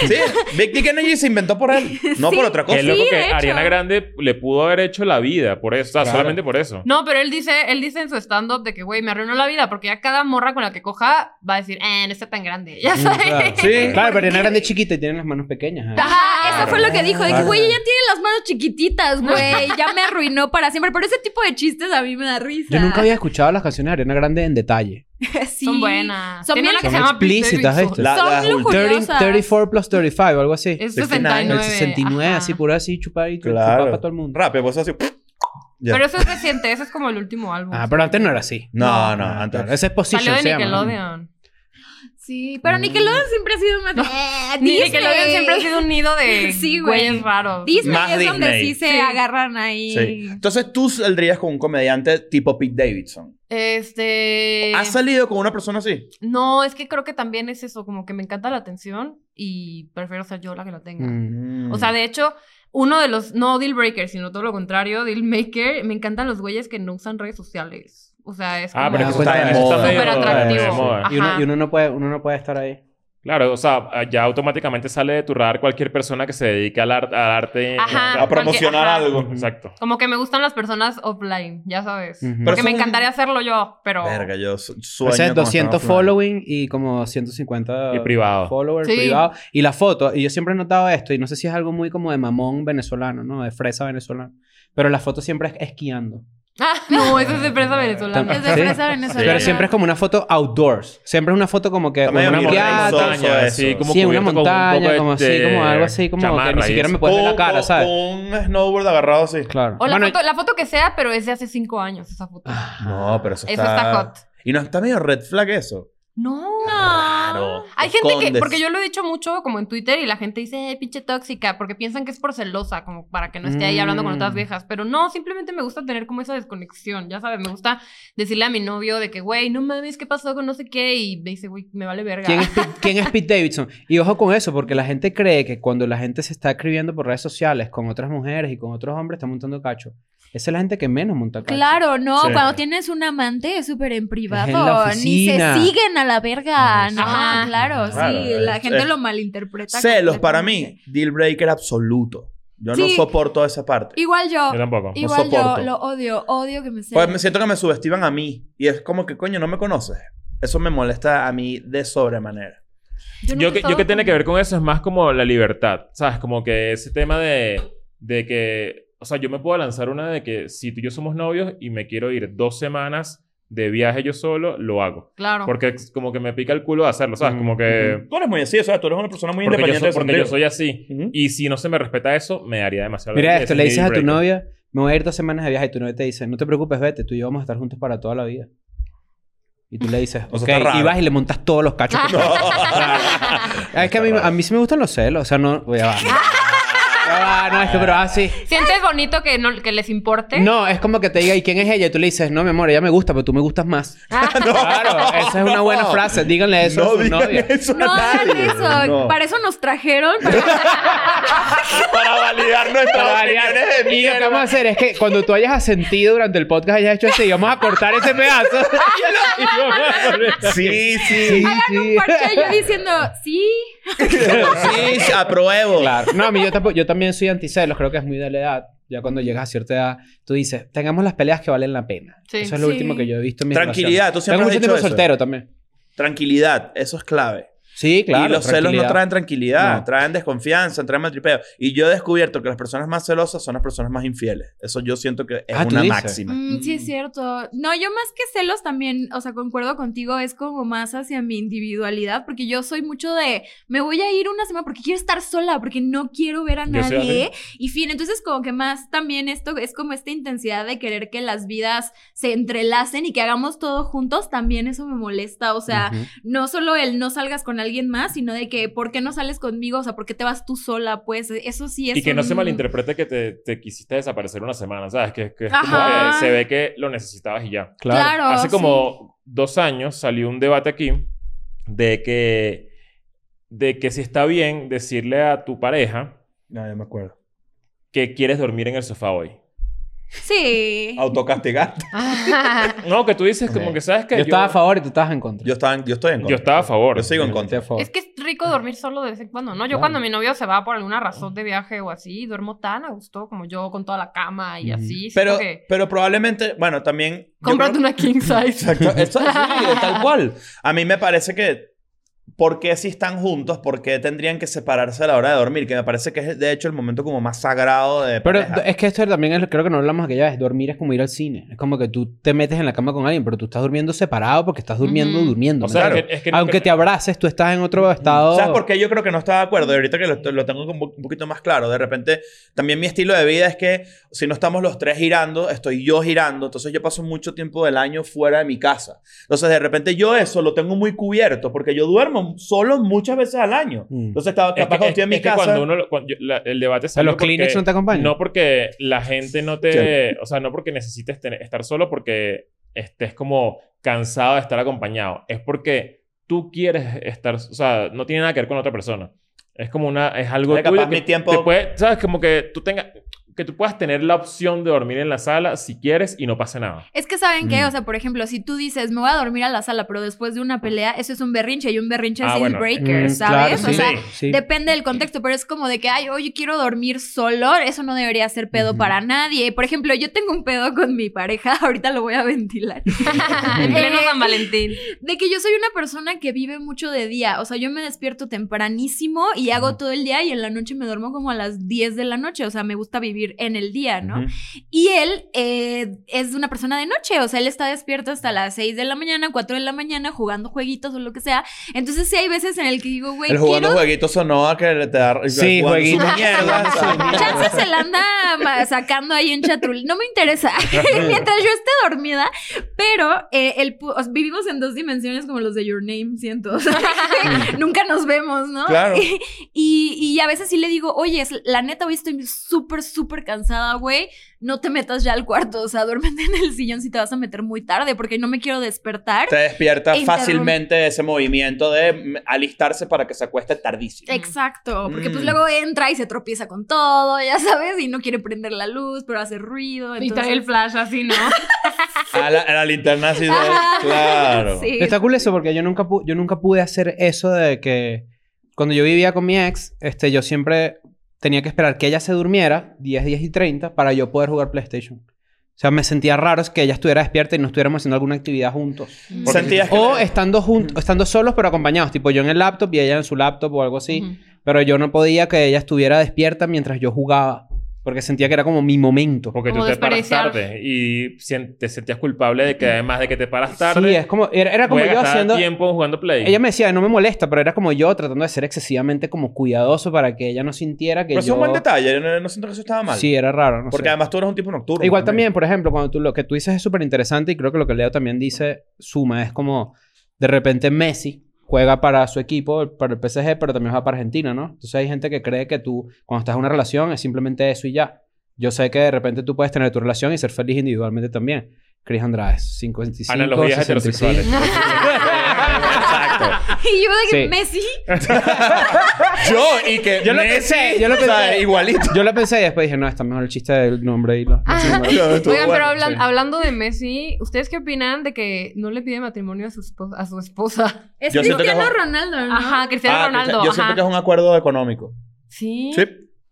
Speaker 2: Sí, Big Dick Energy se inventó por él, no
Speaker 3: Sí.
Speaker 2: por otra cosa.
Speaker 6: Qué loco
Speaker 3: Sí,
Speaker 6: que
Speaker 3: de hecho.
Speaker 6: Ariana Grande le pudo haber hecho la vida por eso. O sea,
Speaker 4: Claro.
Speaker 6: solamente por eso.
Speaker 1: No, pero él dice, él dice en su stand-up de que, güey, me arruinó la vida porque ya cada morra con la que coja va a decir, eh, no está tan grande. Ya
Speaker 4: Mm,
Speaker 1: sabes.
Speaker 4: claro.
Speaker 2: Sí.
Speaker 4: Claro, pero en grande es chiquita y tienen las manos pequeñas. ¿eh?
Speaker 3: Ajá, eso fue lo que dijo, de que,
Speaker 4: Claro.
Speaker 3: güey, ella tiene las manos chiquititas, güey, ya me arruinó para siempre, pero ese tipo de chistes a mí me da risa.
Speaker 4: Yo nunca había escuchado las canciones de Ariana Grande en detalle.
Speaker 3: Sí.
Speaker 1: Son buenas.
Speaker 3: Son
Speaker 1: Tiene
Speaker 3: bien-
Speaker 1: una que
Speaker 4: Son
Speaker 1: se llama Pete
Speaker 4: explícitas
Speaker 1: Davidson.
Speaker 4: estas.
Speaker 2: La-
Speaker 3: Son
Speaker 2: las
Speaker 3: lujuriosas.
Speaker 4: 30, 34 plus 35, algo así.
Speaker 1: Es
Speaker 2: 69.
Speaker 4: El
Speaker 1: 69.
Speaker 4: 69,
Speaker 1: ajá.
Speaker 4: así puro así, chupar y chupar
Speaker 2: Claro.
Speaker 4: para todo el mundo.
Speaker 2: Rápido, pues así. Ya.
Speaker 1: Pero eso es reciente, ese es como el último álbum.
Speaker 4: Ah, pero Ah, antes no era así.
Speaker 2: No, no, antes.
Speaker 4: Ese es Position,
Speaker 1: Salió de
Speaker 4: se llama, ¿no?
Speaker 1: Nickelodeon.
Speaker 3: Sí, pero
Speaker 2: Mm.
Speaker 3: Nickelodeon siempre ha sido más.
Speaker 1: No,
Speaker 3: Eh,
Speaker 1: Ni
Speaker 3: Disney.
Speaker 1: Nickelodeon siempre ha sido un nido de
Speaker 3: Sí, güey.
Speaker 1: güeyes raros.
Speaker 3: Disney
Speaker 2: Más
Speaker 3: es donde
Speaker 2: Disney.
Speaker 3: sí se
Speaker 1: Sí.
Speaker 3: agarran ahí.
Speaker 2: Sí. Entonces tú saldrías con un comediante tipo Pete Davidson.
Speaker 1: Este.
Speaker 2: ¿Has salido con una persona así?
Speaker 1: No, es que creo que también es eso, como que me encanta la atención y prefiero ser yo la que la tenga.
Speaker 4: Mm.
Speaker 1: O sea, de hecho, uno de los, no deal breaker, sino todo lo contrario, deal maker, me encantan los güeyes que no usan redes sociales. O sea, es como...
Speaker 6: Ah, pero
Speaker 4: Ah,
Speaker 6: es que
Speaker 2: cuenta,
Speaker 6: está,
Speaker 2: eso está
Speaker 6: medio-
Speaker 1: súper atractivo.
Speaker 6: de moda.
Speaker 1: Ajá.
Speaker 4: Y, uno, y uno no puede, uno no puede estar ahí.
Speaker 6: Claro, o sea, ya automáticamente sale de tu radar cualquier persona que se dedique al, ar- al arte.
Speaker 1: Ajá.
Speaker 2: a promocionar
Speaker 1: ajá.
Speaker 2: algo.
Speaker 6: Exacto.
Speaker 1: Como que me gustan las personas offline, ya sabes.
Speaker 4: Ujú.
Speaker 2: Pero
Speaker 1: Porque me
Speaker 2: son-
Speaker 1: encantaría hacerlo yo, pero...
Speaker 2: Verga, yo su-
Speaker 4: O
Speaker 2: sueño.
Speaker 4: sea,
Speaker 2: con estar
Speaker 4: 200
Speaker 2: offline.
Speaker 4: following y como 150
Speaker 6: Y privado.
Speaker 4: followers
Speaker 1: Sí.
Speaker 4: privado. Y la foto, y yo siempre he notado esto, y no sé si es algo muy como de mamón venezolano, ¿no? De fresa venezolano. Pero la foto siempre es esquiando.
Speaker 1: Ah, no, eso es de prensa venezolana.
Speaker 3: Es de
Speaker 4: Sí.
Speaker 3: fresa venezolana.
Speaker 4: Pero siempre es como una foto outdoors. Siempre es una foto como que
Speaker 2: Está medio
Speaker 4: una
Speaker 2: Como
Speaker 4: montaña,
Speaker 2: montañoso,
Speaker 4: tal.
Speaker 2: eso,
Speaker 6: así
Speaker 2: eso.
Speaker 6: como
Speaker 4: Sí, en una
Speaker 6: cubierto con un
Speaker 4: montaña,
Speaker 6: poco de,
Speaker 4: como así,
Speaker 6: este,
Speaker 4: como algo así, como que ni
Speaker 6: chamarra y
Speaker 4: siquiera
Speaker 6: eso.
Speaker 4: me puedes ver la
Speaker 2: Con-
Speaker 4: cara,
Speaker 2: con-
Speaker 4: ¿sabes?
Speaker 2: Con un snowboard agarrado así.
Speaker 4: Claro.
Speaker 1: O la,
Speaker 4: Bueno,
Speaker 1: foto, la foto que sea, pero es de hace cinco años esa foto.
Speaker 2: No, pero eso
Speaker 1: Eso
Speaker 2: está...
Speaker 1: está hot.
Speaker 2: Y no está medio red flag eso.
Speaker 1: No.
Speaker 2: Raro.
Speaker 1: Hay gente que,
Speaker 2: Escondes.
Speaker 1: porque yo lo he dicho mucho como en Twitter y la gente dice, eh, pinche tóxica, porque piensan que es por celosa, como para que no esté ahí hablando con
Speaker 4: Mm.
Speaker 1: otras viejas. Pero no, simplemente me gusta tener como esa desconexión, ya sabes, me gusta decirle a mi novio de que, güey, no mames, ¿qué pasó con no sé qué? Y me dice, güey, me vale verga.
Speaker 4: ¿Quién es, Pete, quién es Pete Davidson? Y ojo con eso, porque la gente cree que cuando la gente se está escribiendo por redes sociales con otras mujeres y con otros hombres, está montando cacho. Esa es la gente que menos monta cacho.
Speaker 3: Claro, no,
Speaker 2: Sí.
Speaker 3: cuando tienes un amante es súper en privado,
Speaker 4: en la
Speaker 3: ni se
Speaker 4: oficina.
Speaker 3: siguen a la verga, no,
Speaker 1: Ajá.
Speaker 3: claro,
Speaker 2: Ah, Claro,
Speaker 3: sí, la
Speaker 2: es-
Speaker 3: gente
Speaker 2: es-
Speaker 3: lo malinterpreta.
Speaker 2: Celos para mí,
Speaker 3: completamente.
Speaker 2: deal breaker absoluto. Yo no
Speaker 3: Sí.
Speaker 2: soporto esa parte.
Speaker 3: Igual yo,
Speaker 6: Yo tampoco.
Speaker 3: igual yo
Speaker 2: soporto.
Speaker 3: lo odio, odio que me
Speaker 2: Pues
Speaker 3: celen.
Speaker 2: me siento que me subestiman a mí. Y es como que, coño, no me conoces. Eso me molesta a mí de sobremanera.
Speaker 1: nunca
Speaker 6: Yo, que,
Speaker 1: he
Speaker 6: yo que
Speaker 1: estado
Speaker 6: tiene
Speaker 1: con-
Speaker 6: que ver con eso es más como la libertad, ¿sabes? Como que ese tema de, de que, o sea, yo me puedo lanzar una de que si tú y yo somos novios y me quiero ir dos semanas de viaje yo solo, lo hago.
Speaker 2: Ah.
Speaker 1: Claro.
Speaker 6: Porque es como que me pica el culo de hacerlo, ¿sabes? Como
Speaker 4: Mm,
Speaker 6: que...
Speaker 2: Tú eres muy así, o sea, tú eres una persona muy
Speaker 6: Porque yo,
Speaker 2: independiente
Speaker 6: soy,
Speaker 2: de
Speaker 6: porque yo
Speaker 2: sentido.
Speaker 6: soy así.
Speaker 2: Ujú.
Speaker 6: Y si no se me respeta eso, me daría demasiado...
Speaker 4: Mira
Speaker 6: vergüenza.
Speaker 4: esto, le
Speaker 6: Ese es
Speaker 4: dices
Speaker 6: mi
Speaker 4: a tu
Speaker 6: breaker.
Speaker 4: novia, me voy a ir dos semanas de viaje y tu novia te dice, no te preocupes, vete, tú y yo vamos a estar juntos para toda la vida. Y tú le dices,
Speaker 2: O
Speaker 4: ok,
Speaker 2: sea, está raro.
Speaker 4: y vas y le montas todos los cachos. que- Ah, es que a mí,
Speaker 2: Está raro.
Speaker 4: a mí sí me gustan los celos, o sea, no... Voy a no, es que, pero ah, así...
Speaker 1: ¿Sientes bonito que, no, que les importe?
Speaker 4: No, es como que te diga, ¿y quién es ella? Y tú le dices, no, mi amor, ella me gusta, pero tú me gustas más.
Speaker 3: Ah.
Speaker 4: Claro, esa es una buena frase. Díganle eso
Speaker 2: No
Speaker 4: a su
Speaker 2: digan
Speaker 4: novia.
Speaker 2: eso a
Speaker 3: No hagan
Speaker 2: nadie.
Speaker 3: eso,
Speaker 2: No.
Speaker 3: para eso nos trajeron, para-
Speaker 2: Para validar nuestras
Speaker 4: Para variar.
Speaker 2: opiniones de
Speaker 4: Y lo que
Speaker 2: mierda.
Speaker 4: vamos a hacer es que cuando tú hayas asentido durante el podcast, hayas hecho así, vamos a cortar ese pedazo.
Speaker 2: Sí, sí.
Speaker 4: Sí, sí.
Speaker 3: parche yo diciendo, sí,
Speaker 2: Sí, sí, apruebo.
Speaker 4: Claro. No, a mí yo, tampoco- yo también soy anticelos, creo que es muy de la edad. Ya cuando llegas a cierta edad, tú dices, tengamos las peleas que valen la pena.
Speaker 1: Sí.
Speaker 4: eso es lo
Speaker 3: Sí.
Speaker 4: último que yo he visto en mi
Speaker 2: Tranquilidad, tú siempre
Speaker 4: Tengo
Speaker 2: has
Speaker 4: mucho
Speaker 2: dicho
Speaker 4: tiempo
Speaker 2: eso.
Speaker 4: soltero también.
Speaker 2: Tranquilidad, eso es clave.
Speaker 4: Sí, claro.
Speaker 2: y los celos no
Speaker 4: tranquilidad.
Speaker 2: traen tranquilidad,
Speaker 4: No.
Speaker 2: traen desconfianza, traen maltripeo. Y yo he descubierto que las personas más celosas son las personas más infieles. Eso yo siento que es
Speaker 4: Ah, ¿tú
Speaker 2: una
Speaker 4: dices?
Speaker 2: máxima.
Speaker 3: Mm, sí es cierto. No, yo más que celos también, o sea, concuerdo contigo, es como más hacia mi individualidad, porque yo soy mucho de, me voy a ir una semana porque quiero estar sola, porque no quiero ver a
Speaker 6: Yo soy
Speaker 3: nadie. Y fin, entonces como que más también esto es como esta intensidad de querer que las vidas se entrelacen y que hagamos todo juntos, también eso me molesta, o sea,
Speaker 4: Ujú.
Speaker 3: no solo el no salgas con alguien más, sino de que, ¿por qué no sales conmigo? O sea, ¿por qué te vas tú sola? Pues eso sí es...
Speaker 6: Y que no se
Speaker 3: un-
Speaker 6: malinterprete que te, te quisiste desaparecer una semana, ¿sabes? Que, que es como
Speaker 3: Ajá.
Speaker 6: que se ve que lo necesitabas y ya.
Speaker 4: Claro.
Speaker 3: Claro,
Speaker 6: Hace
Speaker 3: sí.
Speaker 6: como dos años salió un debate aquí de que, de que si está bien decirle a tu pareja
Speaker 2: No, yo me acuerdo.
Speaker 6: que quieres dormir en el sofá hoy.
Speaker 3: Sí.
Speaker 2: Autocastigarte.
Speaker 6: No, que tú dices como
Speaker 4: Ok.
Speaker 6: que sabes que
Speaker 4: Yo estaba a favor y tú estabas en contra.
Speaker 2: Yo estaba, en- yo estoy en contra.
Speaker 6: Yo estaba a favor.
Speaker 2: Yo sigo en
Speaker 4: Yo estoy
Speaker 2: contra.
Speaker 4: a favor.
Speaker 1: Es que es rico dormir solo de vez en cuando, ¿no? Yo
Speaker 4: Claro.
Speaker 1: cuando mi novio se va por alguna razón de viaje o así, duermo tan a gusto como yo con toda la cama y
Speaker 4: Ujú.
Speaker 1: así.
Speaker 2: Pero,
Speaker 1: Pero que
Speaker 2: pero probablemente, bueno, también. yo
Speaker 1: cómprate
Speaker 2: creo-
Speaker 1: una king size.
Speaker 2: Exacto, eso- sí, tal cual. A mí me parece que ¿Por qué si están juntos? ¿Por qué tendrían que separarse a la hora de dormir? Que me parece que es, de hecho, el momento como más sagrado de
Speaker 4: Pero
Speaker 2: pareja.
Speaker 4: es que esto también es, creo que no hablamos aquella vez. Dormir es como ir al cine. Es como que tú te metes en la cama con alguien, pero tú estás durmiendo separado porque estás durmiendo,
Speaker 1: Ujú.
Speaker 4: durmiendo.
Speaker 6: O
Speaker 4: ¿me
Speaker 6: sea,
Speaker 4: entiendes?
Speaker 6: es que- es que no
Speaker 4: Aunque
Speaker 6: creo-
Speaker 4: te abraces, tú estás en otro estado.
Speaker 2: ¿Sabes por qué yo creo que no estaba de acuerdo? Y ahorita que lo, lo tengo como un poquito más claro. De repente, también mi estilo de vida es que si no estamos los tres girando, estoy yo girando. Entonces yo paso mucho tiempo del año fuera de mi casa. Entonces de repente yo eso lo tengo muy cubierto porque yo duermo solo muchas veces al año.
Speaker 4: Mm.
Speaker 2: Entonces estaba capaz
Speaker 6: Es que,
Speaker 2: cuando
Speaker 6: es-
Speaker 2: estoy en mi
Speaker 6: es que
Speaker 2: casa.
Speaker 6: cuando uno... lo- cuando yo- la- el debate
Speaker 4: sea,
Speaker 6: salió
Speaker 4: los Kleenex
Speaker 6: porque-
Speaker 4: no te acompañan.
Speaker 6: No porque la gente no te... O sea, no porque necesites tener- estar solo porque estés como cansado de estar acompañado. Es porque tú quieres estar... O sea, no tiene nada que ver con otra persona. Es como una... Es algo
Speaker 2: Oye, capaz
Speaker 6: tuyo que
Speaker 2: mi tiempo-
Speaker 6: te puede- ¿Sabes? Como que tú tengas... Que tú puedas tener la opción de dormir en la sala si quieres y no pase nada.
Speaker 3: Es que saben que,
Speaker 4: Mm.
Speaker 3: o sea, por ejemplo, si tú dices, me voy a dormir a la sala, pero después de una pelea, eso es un berrinche y un berrinche
Speaker 6: Ah,
Speaker 3: es
Speaker 6: bueno.
Speaker 3: deal breaker,
Speaker 4: Mm,
Speaker 3: ¿sabes?
Speaker 4: claro,
Speaker 3: o
Speaker 4: sí.
Speaker 3: sea,
Speaker 4: Sí.
Speaker 3: depende del contexto, pero es como de que, ay, oye, quiero dormir solo, eso no debería ser pedo
Speaker 4: Ujú.
Speaker 3: para nadie. Por ejemplo, yo tengo un pedo con mi pareja, ahorita lo voy a ventilar.
Speaker 1: En pleno San Valentín.
Speaker 3: De que yo soy una persona que vive mucho de día. O sea, yo me despierto tempranísimo y hago todo el día y en la noche me duermo como a las 10 de la noche. O sea, me gusta vivir en el día, ¿no?
Speaker 2: Ujú.
Speaker 3: Y él eh, es una persona de noche. O sea, él está despierto hasta las 6 de la mañana, 4 de la mañana, jugando jueguitos o lo que sea. Entonces, sí hay veces en el que digo,
Speaker 1: Pues
Speaker 3: güey,
Speaker 2: El jugando
Speaker 3: quiero.
Speaker 2: jueguitos sonó a que le te da...
Speaker 4: Sí,
Speaker 2: jugando
Speaker 4: jueguitos.
Speaker 2: su mierda, ¿sabes?
Speaker 3: Chance se la anda ma- sacando ahí en chatrul. No me interesa. Mientras yo esté dormida. Pero eh, el pu- o sea, vivimos en dos dimensiones como los de Your Name, siento. O sea, nunca nos vemos, ¿no?
Speaker 2: Mm. Claro.
Speaker 3: Y, y a veces sí le digo, oye, es- la neta, hoy estoy súper, súper cansada, güey. No te metas ya al cuarto. O sea, duérmete en el sillón si te vas a meter muy tarde porque no me quiero despertar.
Speaker 2: Te despierta
Speaker 3: Interrum-
Speaker 2: fácilmente ese movimiento de mm, alistarse para que se acueste tardísimo.
Speaker 3: Exacto, porque pues
Speaker 2: Mm.
Speaker 3: luego entra y se tropieza con todo, ya sabes, y no quiere prender la luz, pero hace ruido.
Speaker 1: Y
Speaker 3: Entonces...
Speaker 1: trae el flash así, ¿no?
Speaker 2: A la, a la linterna así de...
Speaker 3: Ajá.
Speaker 2: Claro.
Speaker 3: Sí.
Speaker 4: Está cool eso porque yo nunca, pu- yo nunca pude hacer eso de que cuando yo vivía con mi ex, este, yo siempre tenía que esperar que ella se durmiera 10, 10 y 30 para yo poder jugar PlayStation. O sea, me sentía raro es que ella estuviera despierta y no estuviéramos haciendo alguna actividad juntos.
Speaker 2: Porque Sentías que...
Speaker 4: O estando, juntos, estando solos pero acompañados, tipo yo en el laptop y ella en su laptop o algo así. Pero yo no podía que ella estuviera despierta mientras yo jugaba. Porque sentía que era como mi momento.
Speaker 6: Porque tú
Speaker 1: Como
Speaker 6: te paras
Speaker 1: desperdiciar.
Speaker 6: tarde y sien- te sentías culpable de que además de que te paras tarde...
Speaker 4: Sí, es como, era, era como
Speaker 6: voy a
Speaker 4: yo
Speaker 6: gastar
Speaker 4: haciendo...
Speaker 6: tiempo jugando Play.
Speaker 4: Ella me decía, no me molesta, pero era como yo tratando de ser excesivamente como cuidadoso para que ella no sintiera que
Speaker 2: Pero eso
Speaker 4: yo...
Speaker 2: es un buen detalle. No, no siento que eso estaba mal.
Speaker 4: Sí, era raro, no
Speaker 2: Porque
Speaker 4: sé.
Speaker 2: además tú eres un tipo nocturno.
Speaker 4: Igual también, por ejemplo, cuando tú lo que tú dices es súper interesante y creo que lo que Leo también dice suma, es como de repente Messi juega para su equipo, para el PSG, pero también juega para Argentina, ¿no? Entonces hay gente que cree que tú, cuando estás en una relación, es simplemente eso y ya. Yo sé que de repente tú puedes tener tu relación y ser feliz individualmente también. Chris Andrade, 55,
Speaker 6: Analogías
Speaker 4: 65.
Speaker 6: heterosexuales.
Speaker 2: Exacto.
Speaker 3: Y yo de que
Speaker 4: Sí.
Speaker 3: Messi,
Speaker 2: Yo y que...
Speaker 4: Yo lo
Speaker 2: Messi,
Speaker 4: pensé, yo lo
Speaker 2: o sea,
Speaker 4: pensé.
Speaker 2: igualito.
Speaker 4: Yo la pensé y después dije, no, está mejor el chiste del nombre y lo...
Speaker 2: Estuvo
Speaker 1: Ah. Oigan, pero
Speaker 2: bueno,
Speaker 1: hablan-
Speaker 2: sí.
Speaker 1: hablando de Messi, ¿ustedes qué opinan de que no le pide matrimonio a su, espo- a su esposa?
Speaker 3: es
Speaker 2: Yo siento que
Speaker 3: Cristiano
Speaker 2: es-
Speaker 3: Ronaldo, ¿no?
Speaker 1: Ajá, Cristiano
Speaker 2: Ah,
Speaker 1: Ronaldo.
Speaker 2: Yo
Speaker 1: ajá.
Speaker 2: siento que es un acuerdo económico.
Speaker 1: ¿Sí?
Speaker 2: Sí.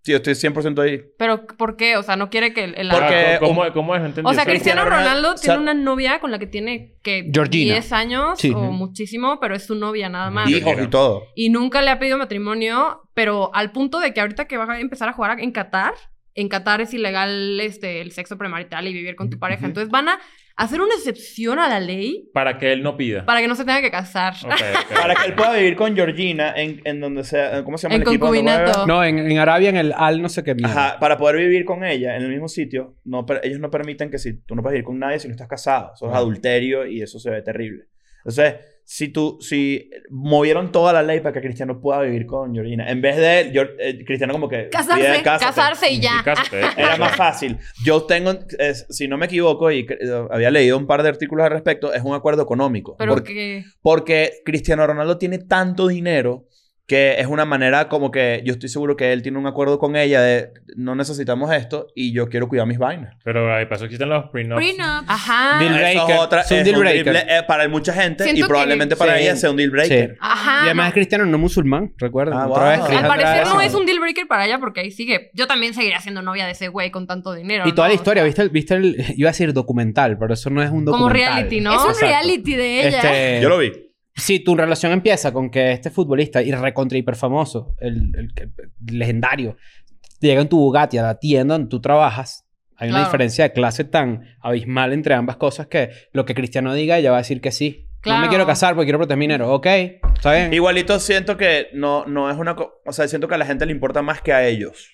Speaker 2: Sí, yo estoy 100% ahí.
Speaker 1: Pero ¿por qué? O sea, no quiere que el... el-
Speaker 2: Porque-
Speaker 6: Ah, ¿Cómo, cómo, cómo es? No entendí
Speaker 1: O sea,
Speaker 6: eso.
Speaker 1: Cristiano
Speaker 2: Cristiano
Speaker 1: Ronaldo
Speaker 2: Ronaldo-
Speaker 1: tiene
Speaker 2: o sea-
Speaker 1: una novia con la que tiene que
Speaker 4: Georgina.
Speaker 1: 10 años
Speaker 4: Sí.
Speaker 1: o muchísimo, pero es su novia nada más.
Speaker 6: Yo
Speaker 2: Hijos
Speaker 6: quiero.
Speaker 2: y todo.
Speaker 1: Y nunca le ha pedido matrimonio, pero al punto de que ahorita que va a empezar a jugar en Qatar, en Qatar es ilegal este, el sexo premarital y vivir con tu pareja. Entonces van a hacer una excepción a la ley
Speaker 6: Para que él no pida.
Speaker 1: para que no se tenga que casar.
Speaker 6: Ok, ok,
Speaker 2: Para
Speaker 6: ok.
Speaker 2: que él pueda vivir con Georgina en, en donde sea... ¿Cómo se llama
Speaker 1: En
Speaker 2: el equipo? donde
Speaker 1: concubinato.
Speaker 2: juega?
Speaker 4: No, en, en Arabia, en el Al, no sé qué. mierda.
Speaker 2: Ajá, para poder vivir con ella en el mismo sitio, no, per- ellos no permiten que si tú no puedes vivir con nadie si no estás casado. Eso es adulterio y eso se ve terrible. Entonces, si tú, si movieron toda la ley para que Cristiano pueda vivir con Georgina, en vez de Gior- eh, Cristiano como que...
Speaker 3: Casarse,
Speaker 2: pide cásate.
Speaker 1: Casarse y ya.
Speaker 6: Y cásate, eh.
Speaker 2: Era más fácil. Yo tengo, eh, si no me equivoco, y cre- eh, había leído un par de artículos al respecto, es un acuerdo económico.
Speaker 1: Pero
Speaker 2: Porque-
Speaker 1: que...
Speaker 2: porque Cristiano Ronaldo tiene tanto dinero que es una manera como que yo estoy seguro que él tiene un acuerdo con ella de no necesitamos esto y yo quiero cuidar mis vainas.
Speaker 6: Pero ahí pasó existen los prenups.
Speaker 3: Prenup.
Speaker 1: Ajá.
Speaker 4: Deal
Speaker 2: Eso
Speaker 4: breaker. Es un deal breaker.
Speaker 2: ble- eh, para mucha gente
Speaker 1: Siento
Speaker 2: y probablemente
Speaker 4: que-
Speaker 2: para
Speaker 4: Sí.
Speaker 2: ella sea un deal breaker.
Speaker 1: Ajá.
Speaker 4: y además es cristiano, no musulmán, recuerda.
Speaker 2: Ah,
Speaker 4: otra
Speaker 2: wow.
Speaker 4: vez, Chris
Speaker 1: Ah, Al parecer
Speaker 4: Andrade,
Speaker 1: no
Speaker 4: sí.
Speaker 1: es un deal breaker para ella porque ahí sigue. Yo también seguiría siendo novia de ese güey con tanto dinero.
Speaker 4: Y toda
Speaker 1: ¿no?
Speaker 4: la historia, ¿viste? el- ¿viste el, iba a decir documental, pero eso no es un
Speaker 1: Como
Speaker 4: documental.
Speaker 1: reality, ¿no?
Speaker 3: Es un
Speaker 4: Exacto.
Speaker 3: reality de ella.
Speaker 4: Este,
Speaker 2: Yo lo vi.
Speaker 4: si tu relación empieza con que este futbolista y recontra hiper famoso, el, el que- el legendario, llega en tu Bugatti a la tienda donde tú trabajas, hay una
Speaker 1: Claro.
Speaker 4: diferencia de clase tan abismal entre ambas cosas que lo que Cristiano diga, ella va a decir que sí. No me
Speaker 1: Claro.
Speaker 4: quiero casar porque quiero proteger mi dinero. Ok, está bien.
Speaker 2: Igualito siento que no, no es una... co- O sea, siento que a la gente le importa más que a ellos.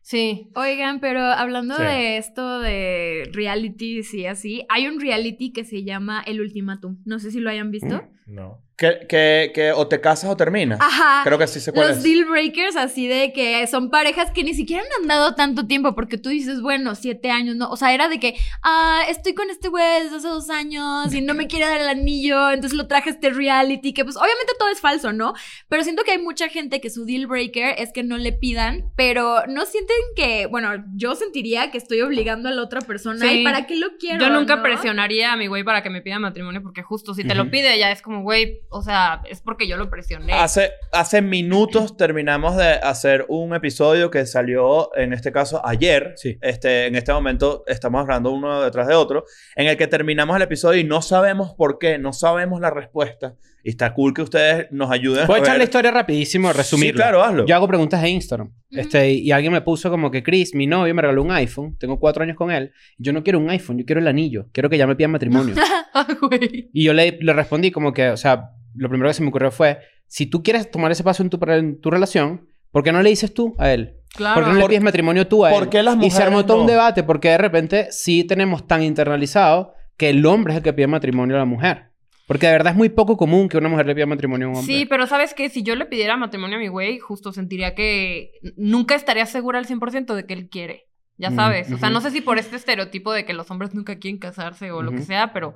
Speaker 1: Sí.
Speaker 3: Oigan, pero hablando
Speaker 6: Sí.
Speaker 3: de esto de realities y así, hay un reality que se llama El Ultimátum. No sé si lo hayan visto.
Speaker 6: Mm. No.
Speaker 2: Que, que, que o te casas o terminas.
Speaker 3: Ajá.
Speaker 2: Creo que sí sé cuál
Speaker 3: Los
Speaker 2: es.
Speaker 3: deal breakers, así de que son parejas que ni siquiera han andado tanto tiempo, porque tú dices, bueno, siete años, ¿no? O sea, era de que, ah, estoy con este güey desde hace dos años y no me quiere dar el anillo, entonces lo traje a este reality, que pues obviamente todo es falso, ¿no? Pero siento que hay mucha gente que su deal breaker es que no le pidan, pero no sienten que, bueno, yo sentiría que estoy obligando a la otra persona
Speaker 1: Sí.
Speaker 3: y para qué lo quiero.
Speaker 1: Yo nunca
Speaker 3: ¿no?
Speaker 1: presionaría a mi güey para que me pida matrimonio porque justo si te lo
Speaker 4: Ujú. Ah.
Speaker 1: pide ya es como, güey, o sea, es porque yo lo
Speaker 6: Eh,
Speaker 1: presioné.
Speaker 2: Hace, hace minutos terminamos de hacer un episodio que salió, en este caso, ayer.
Speaker 4: Sí.
Speaker 2: Este, en este momento estamos hablando uno detrás de otro, en el que terminamos el episodio y no sabemos por qué, no sabemos la respuesta. Y está cool que ustedes nos ayuden.
Speaker 4: Voy a echar
Speaker 2: ver.
Speaker 4: la historia rapidísimo, resumirla.
Speaker 2: Sí, claro, hazlo.
Speaker 4: Yo hago preguntas de Instagram. este, y, y alguien me puso como que Chris, mi novio, me regaló un iPhone. Tengo cuatro años con él. Yo no quiero un iPhone, yo quiero el anillo. Quiero que ya me pidan matrimonio.
Speaker 1: Ah, güey.
Speaker 4: y yo le, le respondí como que, o sea, lo primero que se me ocurrió fue, si tú quieres tomar ese paso en tu, pre- en tu relación, ¿por qué no le dices tú a él? ¿Por
Speaker 1: Claro.
Speaker 4: qué no le
Speaker 2: Por-
Speaker 4: pides matrimonio tú a él?
Speaker 2: ¿Por qué las
Speaker 4: y se armó
Speaker 2: mujeres
Speaker 4: todo un
Speaker 2: no?
Speaker 4: debate porque de repente sí tenemos tan internalizado que el hombre es el que pide matrimonio a la mujer. Porque de verdad es muy poco común que una mujer le pida matrimonio a un hombre.
Speaker 1: Sí, pero sabes que si yo le pidiera matrimonio a mi güey, justo sentiría que n- nunca estaría segura al 100% de que él quiere. Ya
Speaker 4: Mm,
Speaker 1: sabes. O sea,
Speaker 4: ujú.
Speaker 1: no sé si por este estereotipo de que los hombres nunca quieren casarse o lo que
Speaker 4: Ujú.
Speaker 1: sea, pero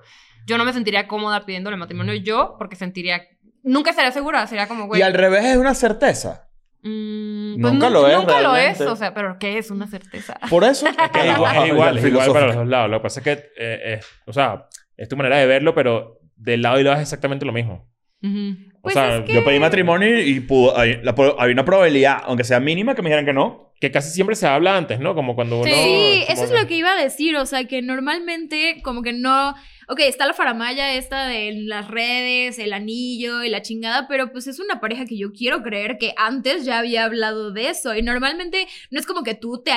Speaker 1: yo no me sentiría cómoda pidiéndole matrimonio yo porque sentiría. Nunca estaría segura. Sería como, güey.
Speaker 2: Y al revés es una certeza.
Speaker 1: mm,
Speaker 2: Nunca
Speaker 1: nun-
Speaker 2: lo es,
Speaker 1: Nunca lo es.
Speaker 2: realmente.
Speaker 1: O sea, pero ¿qué es una certeza?
Speaker 2: Por eso. es
Speaker 6: Es igual, es igual, es igual para los
Speaker 2: filosófico.
Speaker 6: dos lados. Lo que pasa es que, eh, es- o sea, es tu manera de verlo, pero del lado y lado es exactamente lo mismo.
Speaker 1: Ujú.
Speaker 6: O
Speaker 3: Pues
Speaker 6: sea,
Speaker 3: es que-
Speaker 2: Yo pedí matrimonio y pudo, hay, la pro- hay una probabilidad, aunque sea mínima, que me dijeran que no.
Speaker 6: que casi siempre se habla antes, ¿no? Como cuando uno...
Speaker 3: Sí, eso es
Speaker 6: como
Speaker 3: lo que iba a decir, o sea, que normalmente como que no, ok, está la faramaya esta de las redes, el anillo y la chingada, pero pues es una pareja que yo quiero creer que antes ya había hablado de eso y normalmente no es como que tú te,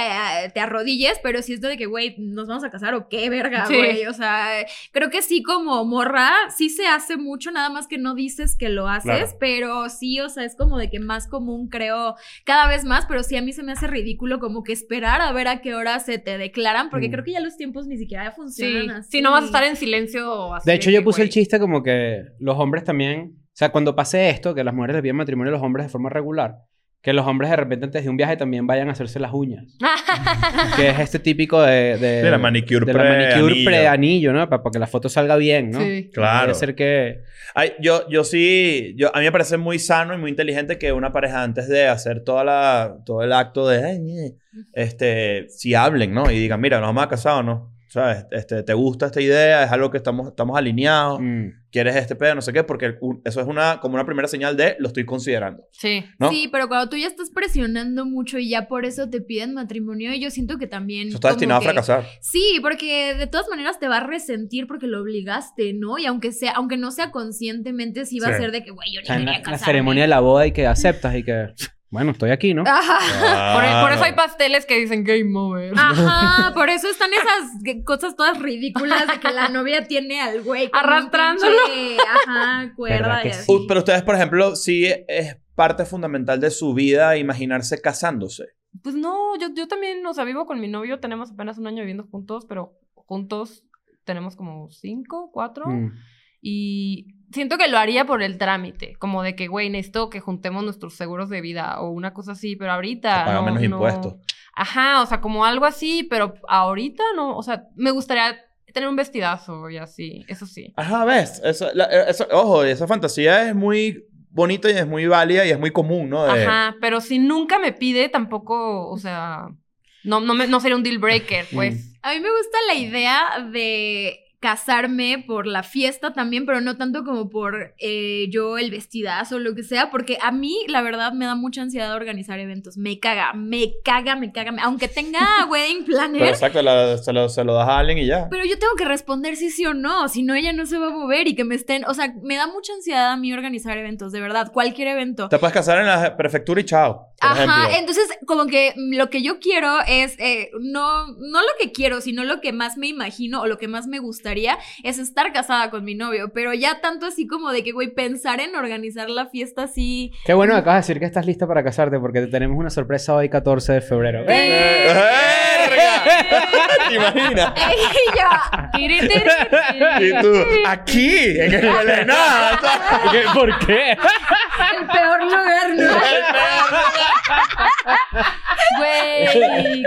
Speaker 3: te arrodilles, pero sí es de que, güey, nos vamos a casar o qué verga,
Speaker 1: Sí.
Speaker 3: güey, o sea, creo que sí como morra, sí se hace mucho, nada más que no dices que lo haces,
Speaker 6: Claro.
Speaker 3: pero sí, o sea, es como de que más común creo cada vez más, pero sí a mí se me hace ridículo como que esperar a ver a qué hora se te declaran, porque
Speaker 4: Mm.
Speaker 3: creo que ya los tiempos ni siquiera funcionan
Speaker 1: Sí.
Speaker 3: así.
Speaker 1: Si no vas a estar en silencio. Así
Speaker 4: De hecho,
Speaker 1: que,
Speaker 4: yo puse el
Speaker 1: güey,
Speaker 4: chiste como que los hombres también. O sea, cuando pase esto, que las mujeres le piden matrimonio a los hombres de forma regular, que los hombres de repente antes de un viaje también vayan a hacerse las uñas. que es este típico de. De,
Speaker 2: De la manicure
Speaker 4: de la manicure
Speaker 2: pre-anillo.
Speaker 4: pre-anillo, ¿no? Para, que la foto salga bien, ¿no?
Speaker 1: Sí.
Speaker 2: Claro.
Speaker 4: Puede ser que.
Speaker 2: Ay, yo, yo sí, yo, a mí me parece muy sano y muy inteligente que una pareja antes de hacer toda la, todo el acto de, "Ay, ñe", este, si hablen, ¿no? Y digan, mira, nos vamos a casar o no. ¿Sabes? Este, ¿Te gusta esta idea? ¿Es algo que estamos, estamos alineados?
Speaker 4: mm,
Speaker 2: ¿Quieres este pedo? No sé qué, porque el- un- eso es una, como una primera señal de lo estoy considerando.
Speaker 1: Sí.
Speaker 2: ¿no?
Speaker 3: Sí, pero cuando tú ya estás presionando mucho y ya por eso te piden matrimonio, yo siento que también...
Speaker 2: Eso está
Speaker 3: como
Speaker 2: destinado
Speaker 3: que-
Speaker 2: a fracasar.
Speaker 3: Sí, porque de todas maneras te va a resentir porque lo obligaste, ¿no? Y aunque sea, aunque no sea conscientemente, sí va a
Speaker 6: Sí.
Speaker 3: ser de que, güey, yo
Speaker 4: o
Speaker 3: ni
Speaker 4: sea, en
Speaker 3: quería
Speaker 4: la, la
Speaker 3: casarme.
Speaker 4: ceremonia de la boda y que aceptas y que. Bueno, estoy aquí, ¿no?
Speaker 1: Ah.
Speaker 3: Ajá.
Speaker 1: Por, e,
Speaker 2: Claro.
Speaker 1: por eso
Speaker 4: Ah.
Speaker 1: hay pasteles que dicen game over.
Speaker 3: Ajá, por eso están esas que- cosas todas ridículas de que la novia tiene al güey con un
Speaker 1: Arrastrándolo.
Speaker 3: pinche, Ajá, cuerda
Speaker 4: ¿Verdad
Speaker 3: y
Speaker 4: que
Speaker 3: así.
Speaker 2: U- Pero ustedes, por ejemplo, sí es parte fundamental de su vida imaginarse casándose.
Speaker 1: Pues no, yo, yo también, o sea, vivo con mi novio, tenemos apenas un año viviendo juntos, pero juntos tenemos como cinco, cuatro.
Speaker 4: Mm.
Speaker 1: Y siento que lo haría por el trámite, como de que, güey, necesito que juntemos nuestros seguros de vida o una cosa así, pero ahorita.
Speaker 2: Se pagan
Speaker 1: Ah, no,
Speaker 2: menos
Speaker 1: no.
Speaker 2: impuestos.
Speaker 1: Ajá, o sea, como algo así, pero ahorita no, o sea, me gustaría tener un vestidazo y así, eso sí.
Speaker 2: Ajá, ves. Eso, la- eh, eso- ojo, esa fantasía es muy bonita y es muy válida y es muy común, ¿no? De-
Speaker 1: Ajá, pero si nunca me pide, tampoco, o sea, no, no, me- no sería un deal breaker, pues.
Speaker 3: A mí me gusta la idea de casarme por la fiesta también, pero no tanto como por eh, yo el vestidazo o lo que sea, porque a mí la verdad me da mucha ansiedad organizar eventos. Me caga, me caga, me caga. me- Aunque tenga wedding
Speaker 2: Pero
Speaker 3: planner,
Speaker 2: exacto, la- se, lo, se lo das a alguien y ya.
Speaker 3: pero yo tengo que responder si sí o no, si no ella no se va a mover y que me estén, o sea, me da mucha ansiedad a mí organizar eventos, de verdad, cualquier evento.
Speaker 2: Te puedes casar en la prefectura y chao. Por
Speaker 3: Ajá,
Speaker 2: ejemplo.
Speaker 3: entonces como que mm, lo que yo quiero es, eh, no, no lo que quiero, sino lo que más me imagino o lo que más me gustaría es estar casada con mi novio, pero ya tanto así como de que, güey, pensar en organizar la fiesta así.
Speaker 4: Qué bueno que acabas de decir que estás lista para casarte porque te tenemos una sorpresa hoy 14 de febrero.
Speaker 2: ¡Verga! ¿Te imaginas?
Speaker 3: Y yo,
Speaker 2: Y tú, aquí, en el Belén.
Speaker 4: ¿Por qué? ¿Por qué?
Speaker 1: Ah.
Speaker 3: el peor lugar, ¿no?
Speaker 1: Güey,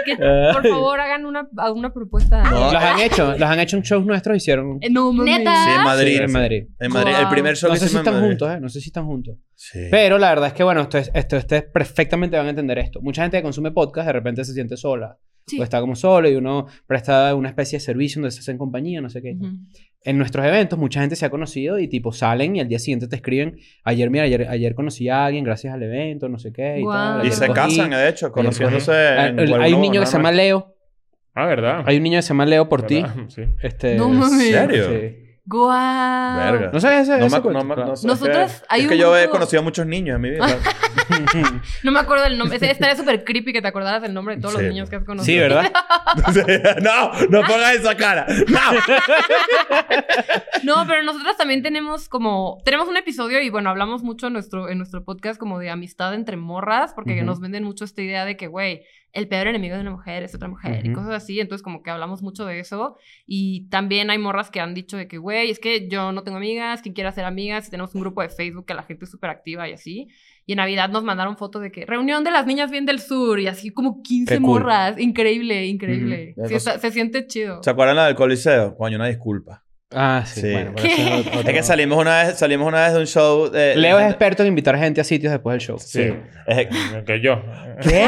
Speaker 1: que por favor hagan una, a una propuesta.
Speaker 2: No.
Speaker 4: Los han hecho, los han hecho en shows nuestros, hicieron
Speaker 1: Eh, no mames.
Speaker 3: Neta.
Speaker 2: Sí, en Madrid.
Speaker 4: Sí, en Madrid.
Speaker 2: En Madrid. El
Speaker 1: Wow.
Speaker 2: primer show
Speaker 4: No
Speaker 2: que
Speaker 4: sé si
Speaker 2: hicimos en
Speaker 4: están
Speaker 2: Madrid.
Speaker 4: juntos, ¿eh? No sé si están juntos.
Speaker 2: Sí.
Speaker 4: Pero la verdad es que, bueno, ustedes, esto- ustedes perfectamente van a entender esto. Mucha gente que consume podcast de repente se siente sola.
Speaker 3: Sí.
Speaker 4: O está como solo y uno presta una especie de servicio donde se hacen compañía, no sé qué.
Speaker 1: Ujú.
Speaker 4: En nuestros eventos mucha gente se ha conocido y tipo salen y al día siguiente te escriben, ayer, mira, ayer, ayer conocí a alguien gracias al evento, no sé qué. Y,
Speaker 1: Guau.
Speaker 4: tal,
Speaker 2: y
Speaker 4: ayer
Speaker 2: se
Speaker 4: cogí".
Speaker 2: casan, de hecho, conociéndose. en
Speaker 4: Hay- Hay un
Speaker 2: Guaynabo,
Speaker 4: niño que se llama
Speaker 2: nada
Speaker 4: Leo.
Speaker 6: Ah, ¿verdad?
Speaker 4: Hay un niño que se llama Leo por ti.
Speaker 6: ¿Verdad? Sí.
Speaker 4: Este,
Speaker 1: No
Speaker 2: más.
Speaker 1: mames.
Speaker 2: ¿En serio?
Speaker 4: Sí.
Speaker 1: Guau.
Speaker 2: Verga.
Speaker 4: ¿No sabes ese,
Speaker 2: No
Speaker 4: ese
Speaker 2: me-
Speaker 4: cuento?
Speaker 2: no me- no sé,
Speaker 1: Nosotras,
Speaker 2: es que-
Speaker 1: hay
Speaker 2: es
Speaker 1: un
Speaker 2: que yo he
Speaker 1: grupo-
Speaker 2: conocido a muchos niños en mi vida.
Speaker 1: No me acuerdo el nombre. Ese- Estaría súper creepy que te acordaras del nombre de todos
Speaker 2: Sí.
Speaker 1: los niños que has conocido.
Speaker 4: sí, ¿verdad?
Speaker 2: no, no pongas esa cara. No.
Speaker 1: No, pero nosotras también tenemos como... Tenemos un episodio y, bueno, hablamos mucho en nuestro, en nuestro podcast como de amistad entre morras. Porque
Speaker 4: Ujú.
Speaker 1: nos venden mucho esta idea de que, güey, el peor enemigo de una mujer es otra mujer y
Speaker 4: Ujú.
Speaker 1: cosas así. Entonces, como que hablamos mucho de eso. Y también hay morras que han dicho de que, güey, es que yo no tengo amigas, quien quiera ser amigas. Y tenemos un grupo de Facebook que la gente es súper activa y así. Y en Navidad nos mandaron fotos de que reunión de las niñas bien del sur y así como 15
Speaker 4: Qué cool.
Speaker 1: morras. Increíble, increíble.
Speaker 2: Ujú.
Speaker 1: Sí, está- se siente chido.
Speaker 2: ¿Se acuerdan la del Coliseo? Coño, una disculpa.
Speaker 4: Ah, sí.
Speaker 2: Sí.
Speaker 4: Bueno, pero ese es otro-
Speaker 2: Es que salimos una vez, salimos una vez de un show. de-
Speaker 4: Leo es
Speaker 2: de-
Speaker 4: experto en invitar gente a sitios después del show.
Speaker 2: Sí. Es-
Speaker 6: Que yo.
Speaker 2: ¿Qué?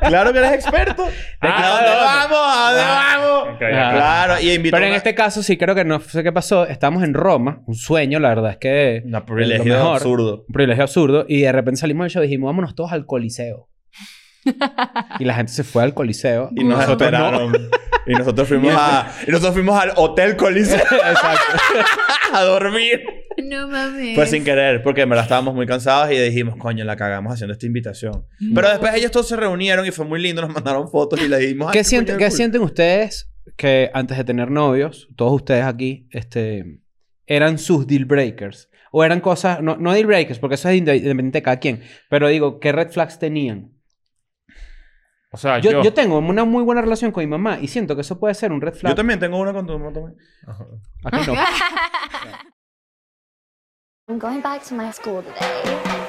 Speaker 2: claro que eres experto. ¿A dónde vamos? ¿A dónde vamos?
Speaker 6: Ok,
Speaker 4: Ah.
Speaker 6: ok.
Speaker 2: Claro, y invitó
Speaker 4: Pero en
Speaker 2: una-
Speaker 4: este caso sí creo que no sé qué pasó. Estamos en Roma, un sueño, la verdad es que
Speaker 2: Una
Speaker 4: lo
Speaker 2: privilegio
Speaker 4: mejor.
Speaker 2: absurdo.
Speaker 4: un privilegio absurdo. Y de repente salimos del show y dijimos, vámonos todos al Coliseo. y la gente se fue al Coliseo.
Speaker 2: Y nos
Speaker 4: Nosotros no.
Speaker 2: esperaron. Y nosotros fuimos a, y nosotros fuimos al Hotel Coliseo. a dormir.
Speaker 3: No mames.
Speaker 2: Fue sin querer, porque Pues en verdad estábamos muy cansados y dijimos, coño, la cagamos haciendo esta invitación. Pero después ellos todos se reunieron y fue muy lindo, nos mandaron fotos y le dijimos...
Speaker 4: ¿Qué,
Speaker 2: "Ay,
Speaker 4: sienten,
Speaker 2: coño,
Speaker 4: ¿qué
Speaker 2: cool".
Speaker 4: sienten ustedes que antes de tener novios, todos ustedes aquí, este, eran sus deal breakers? O eran cosas, no, no deal breakers, porque eso es inde- independiente de cada quien. Pero digo, ¿qué red flags tenían?
Speaker 6: O
Speaker 2: Ah,
Speaker 6: sea,
Speaker 4: Yo,
Speaker 6: yo.
Speaker 4: yo tengo una muy buena relación con mi mamá y siento que eso puede ser un red flag.
Speaker 2: Yo también tengo una con tu mamá también.
Speaker 6: Ajá.
Speaker 4: Aquí no.
Speaker 5: I'm going back to my school today.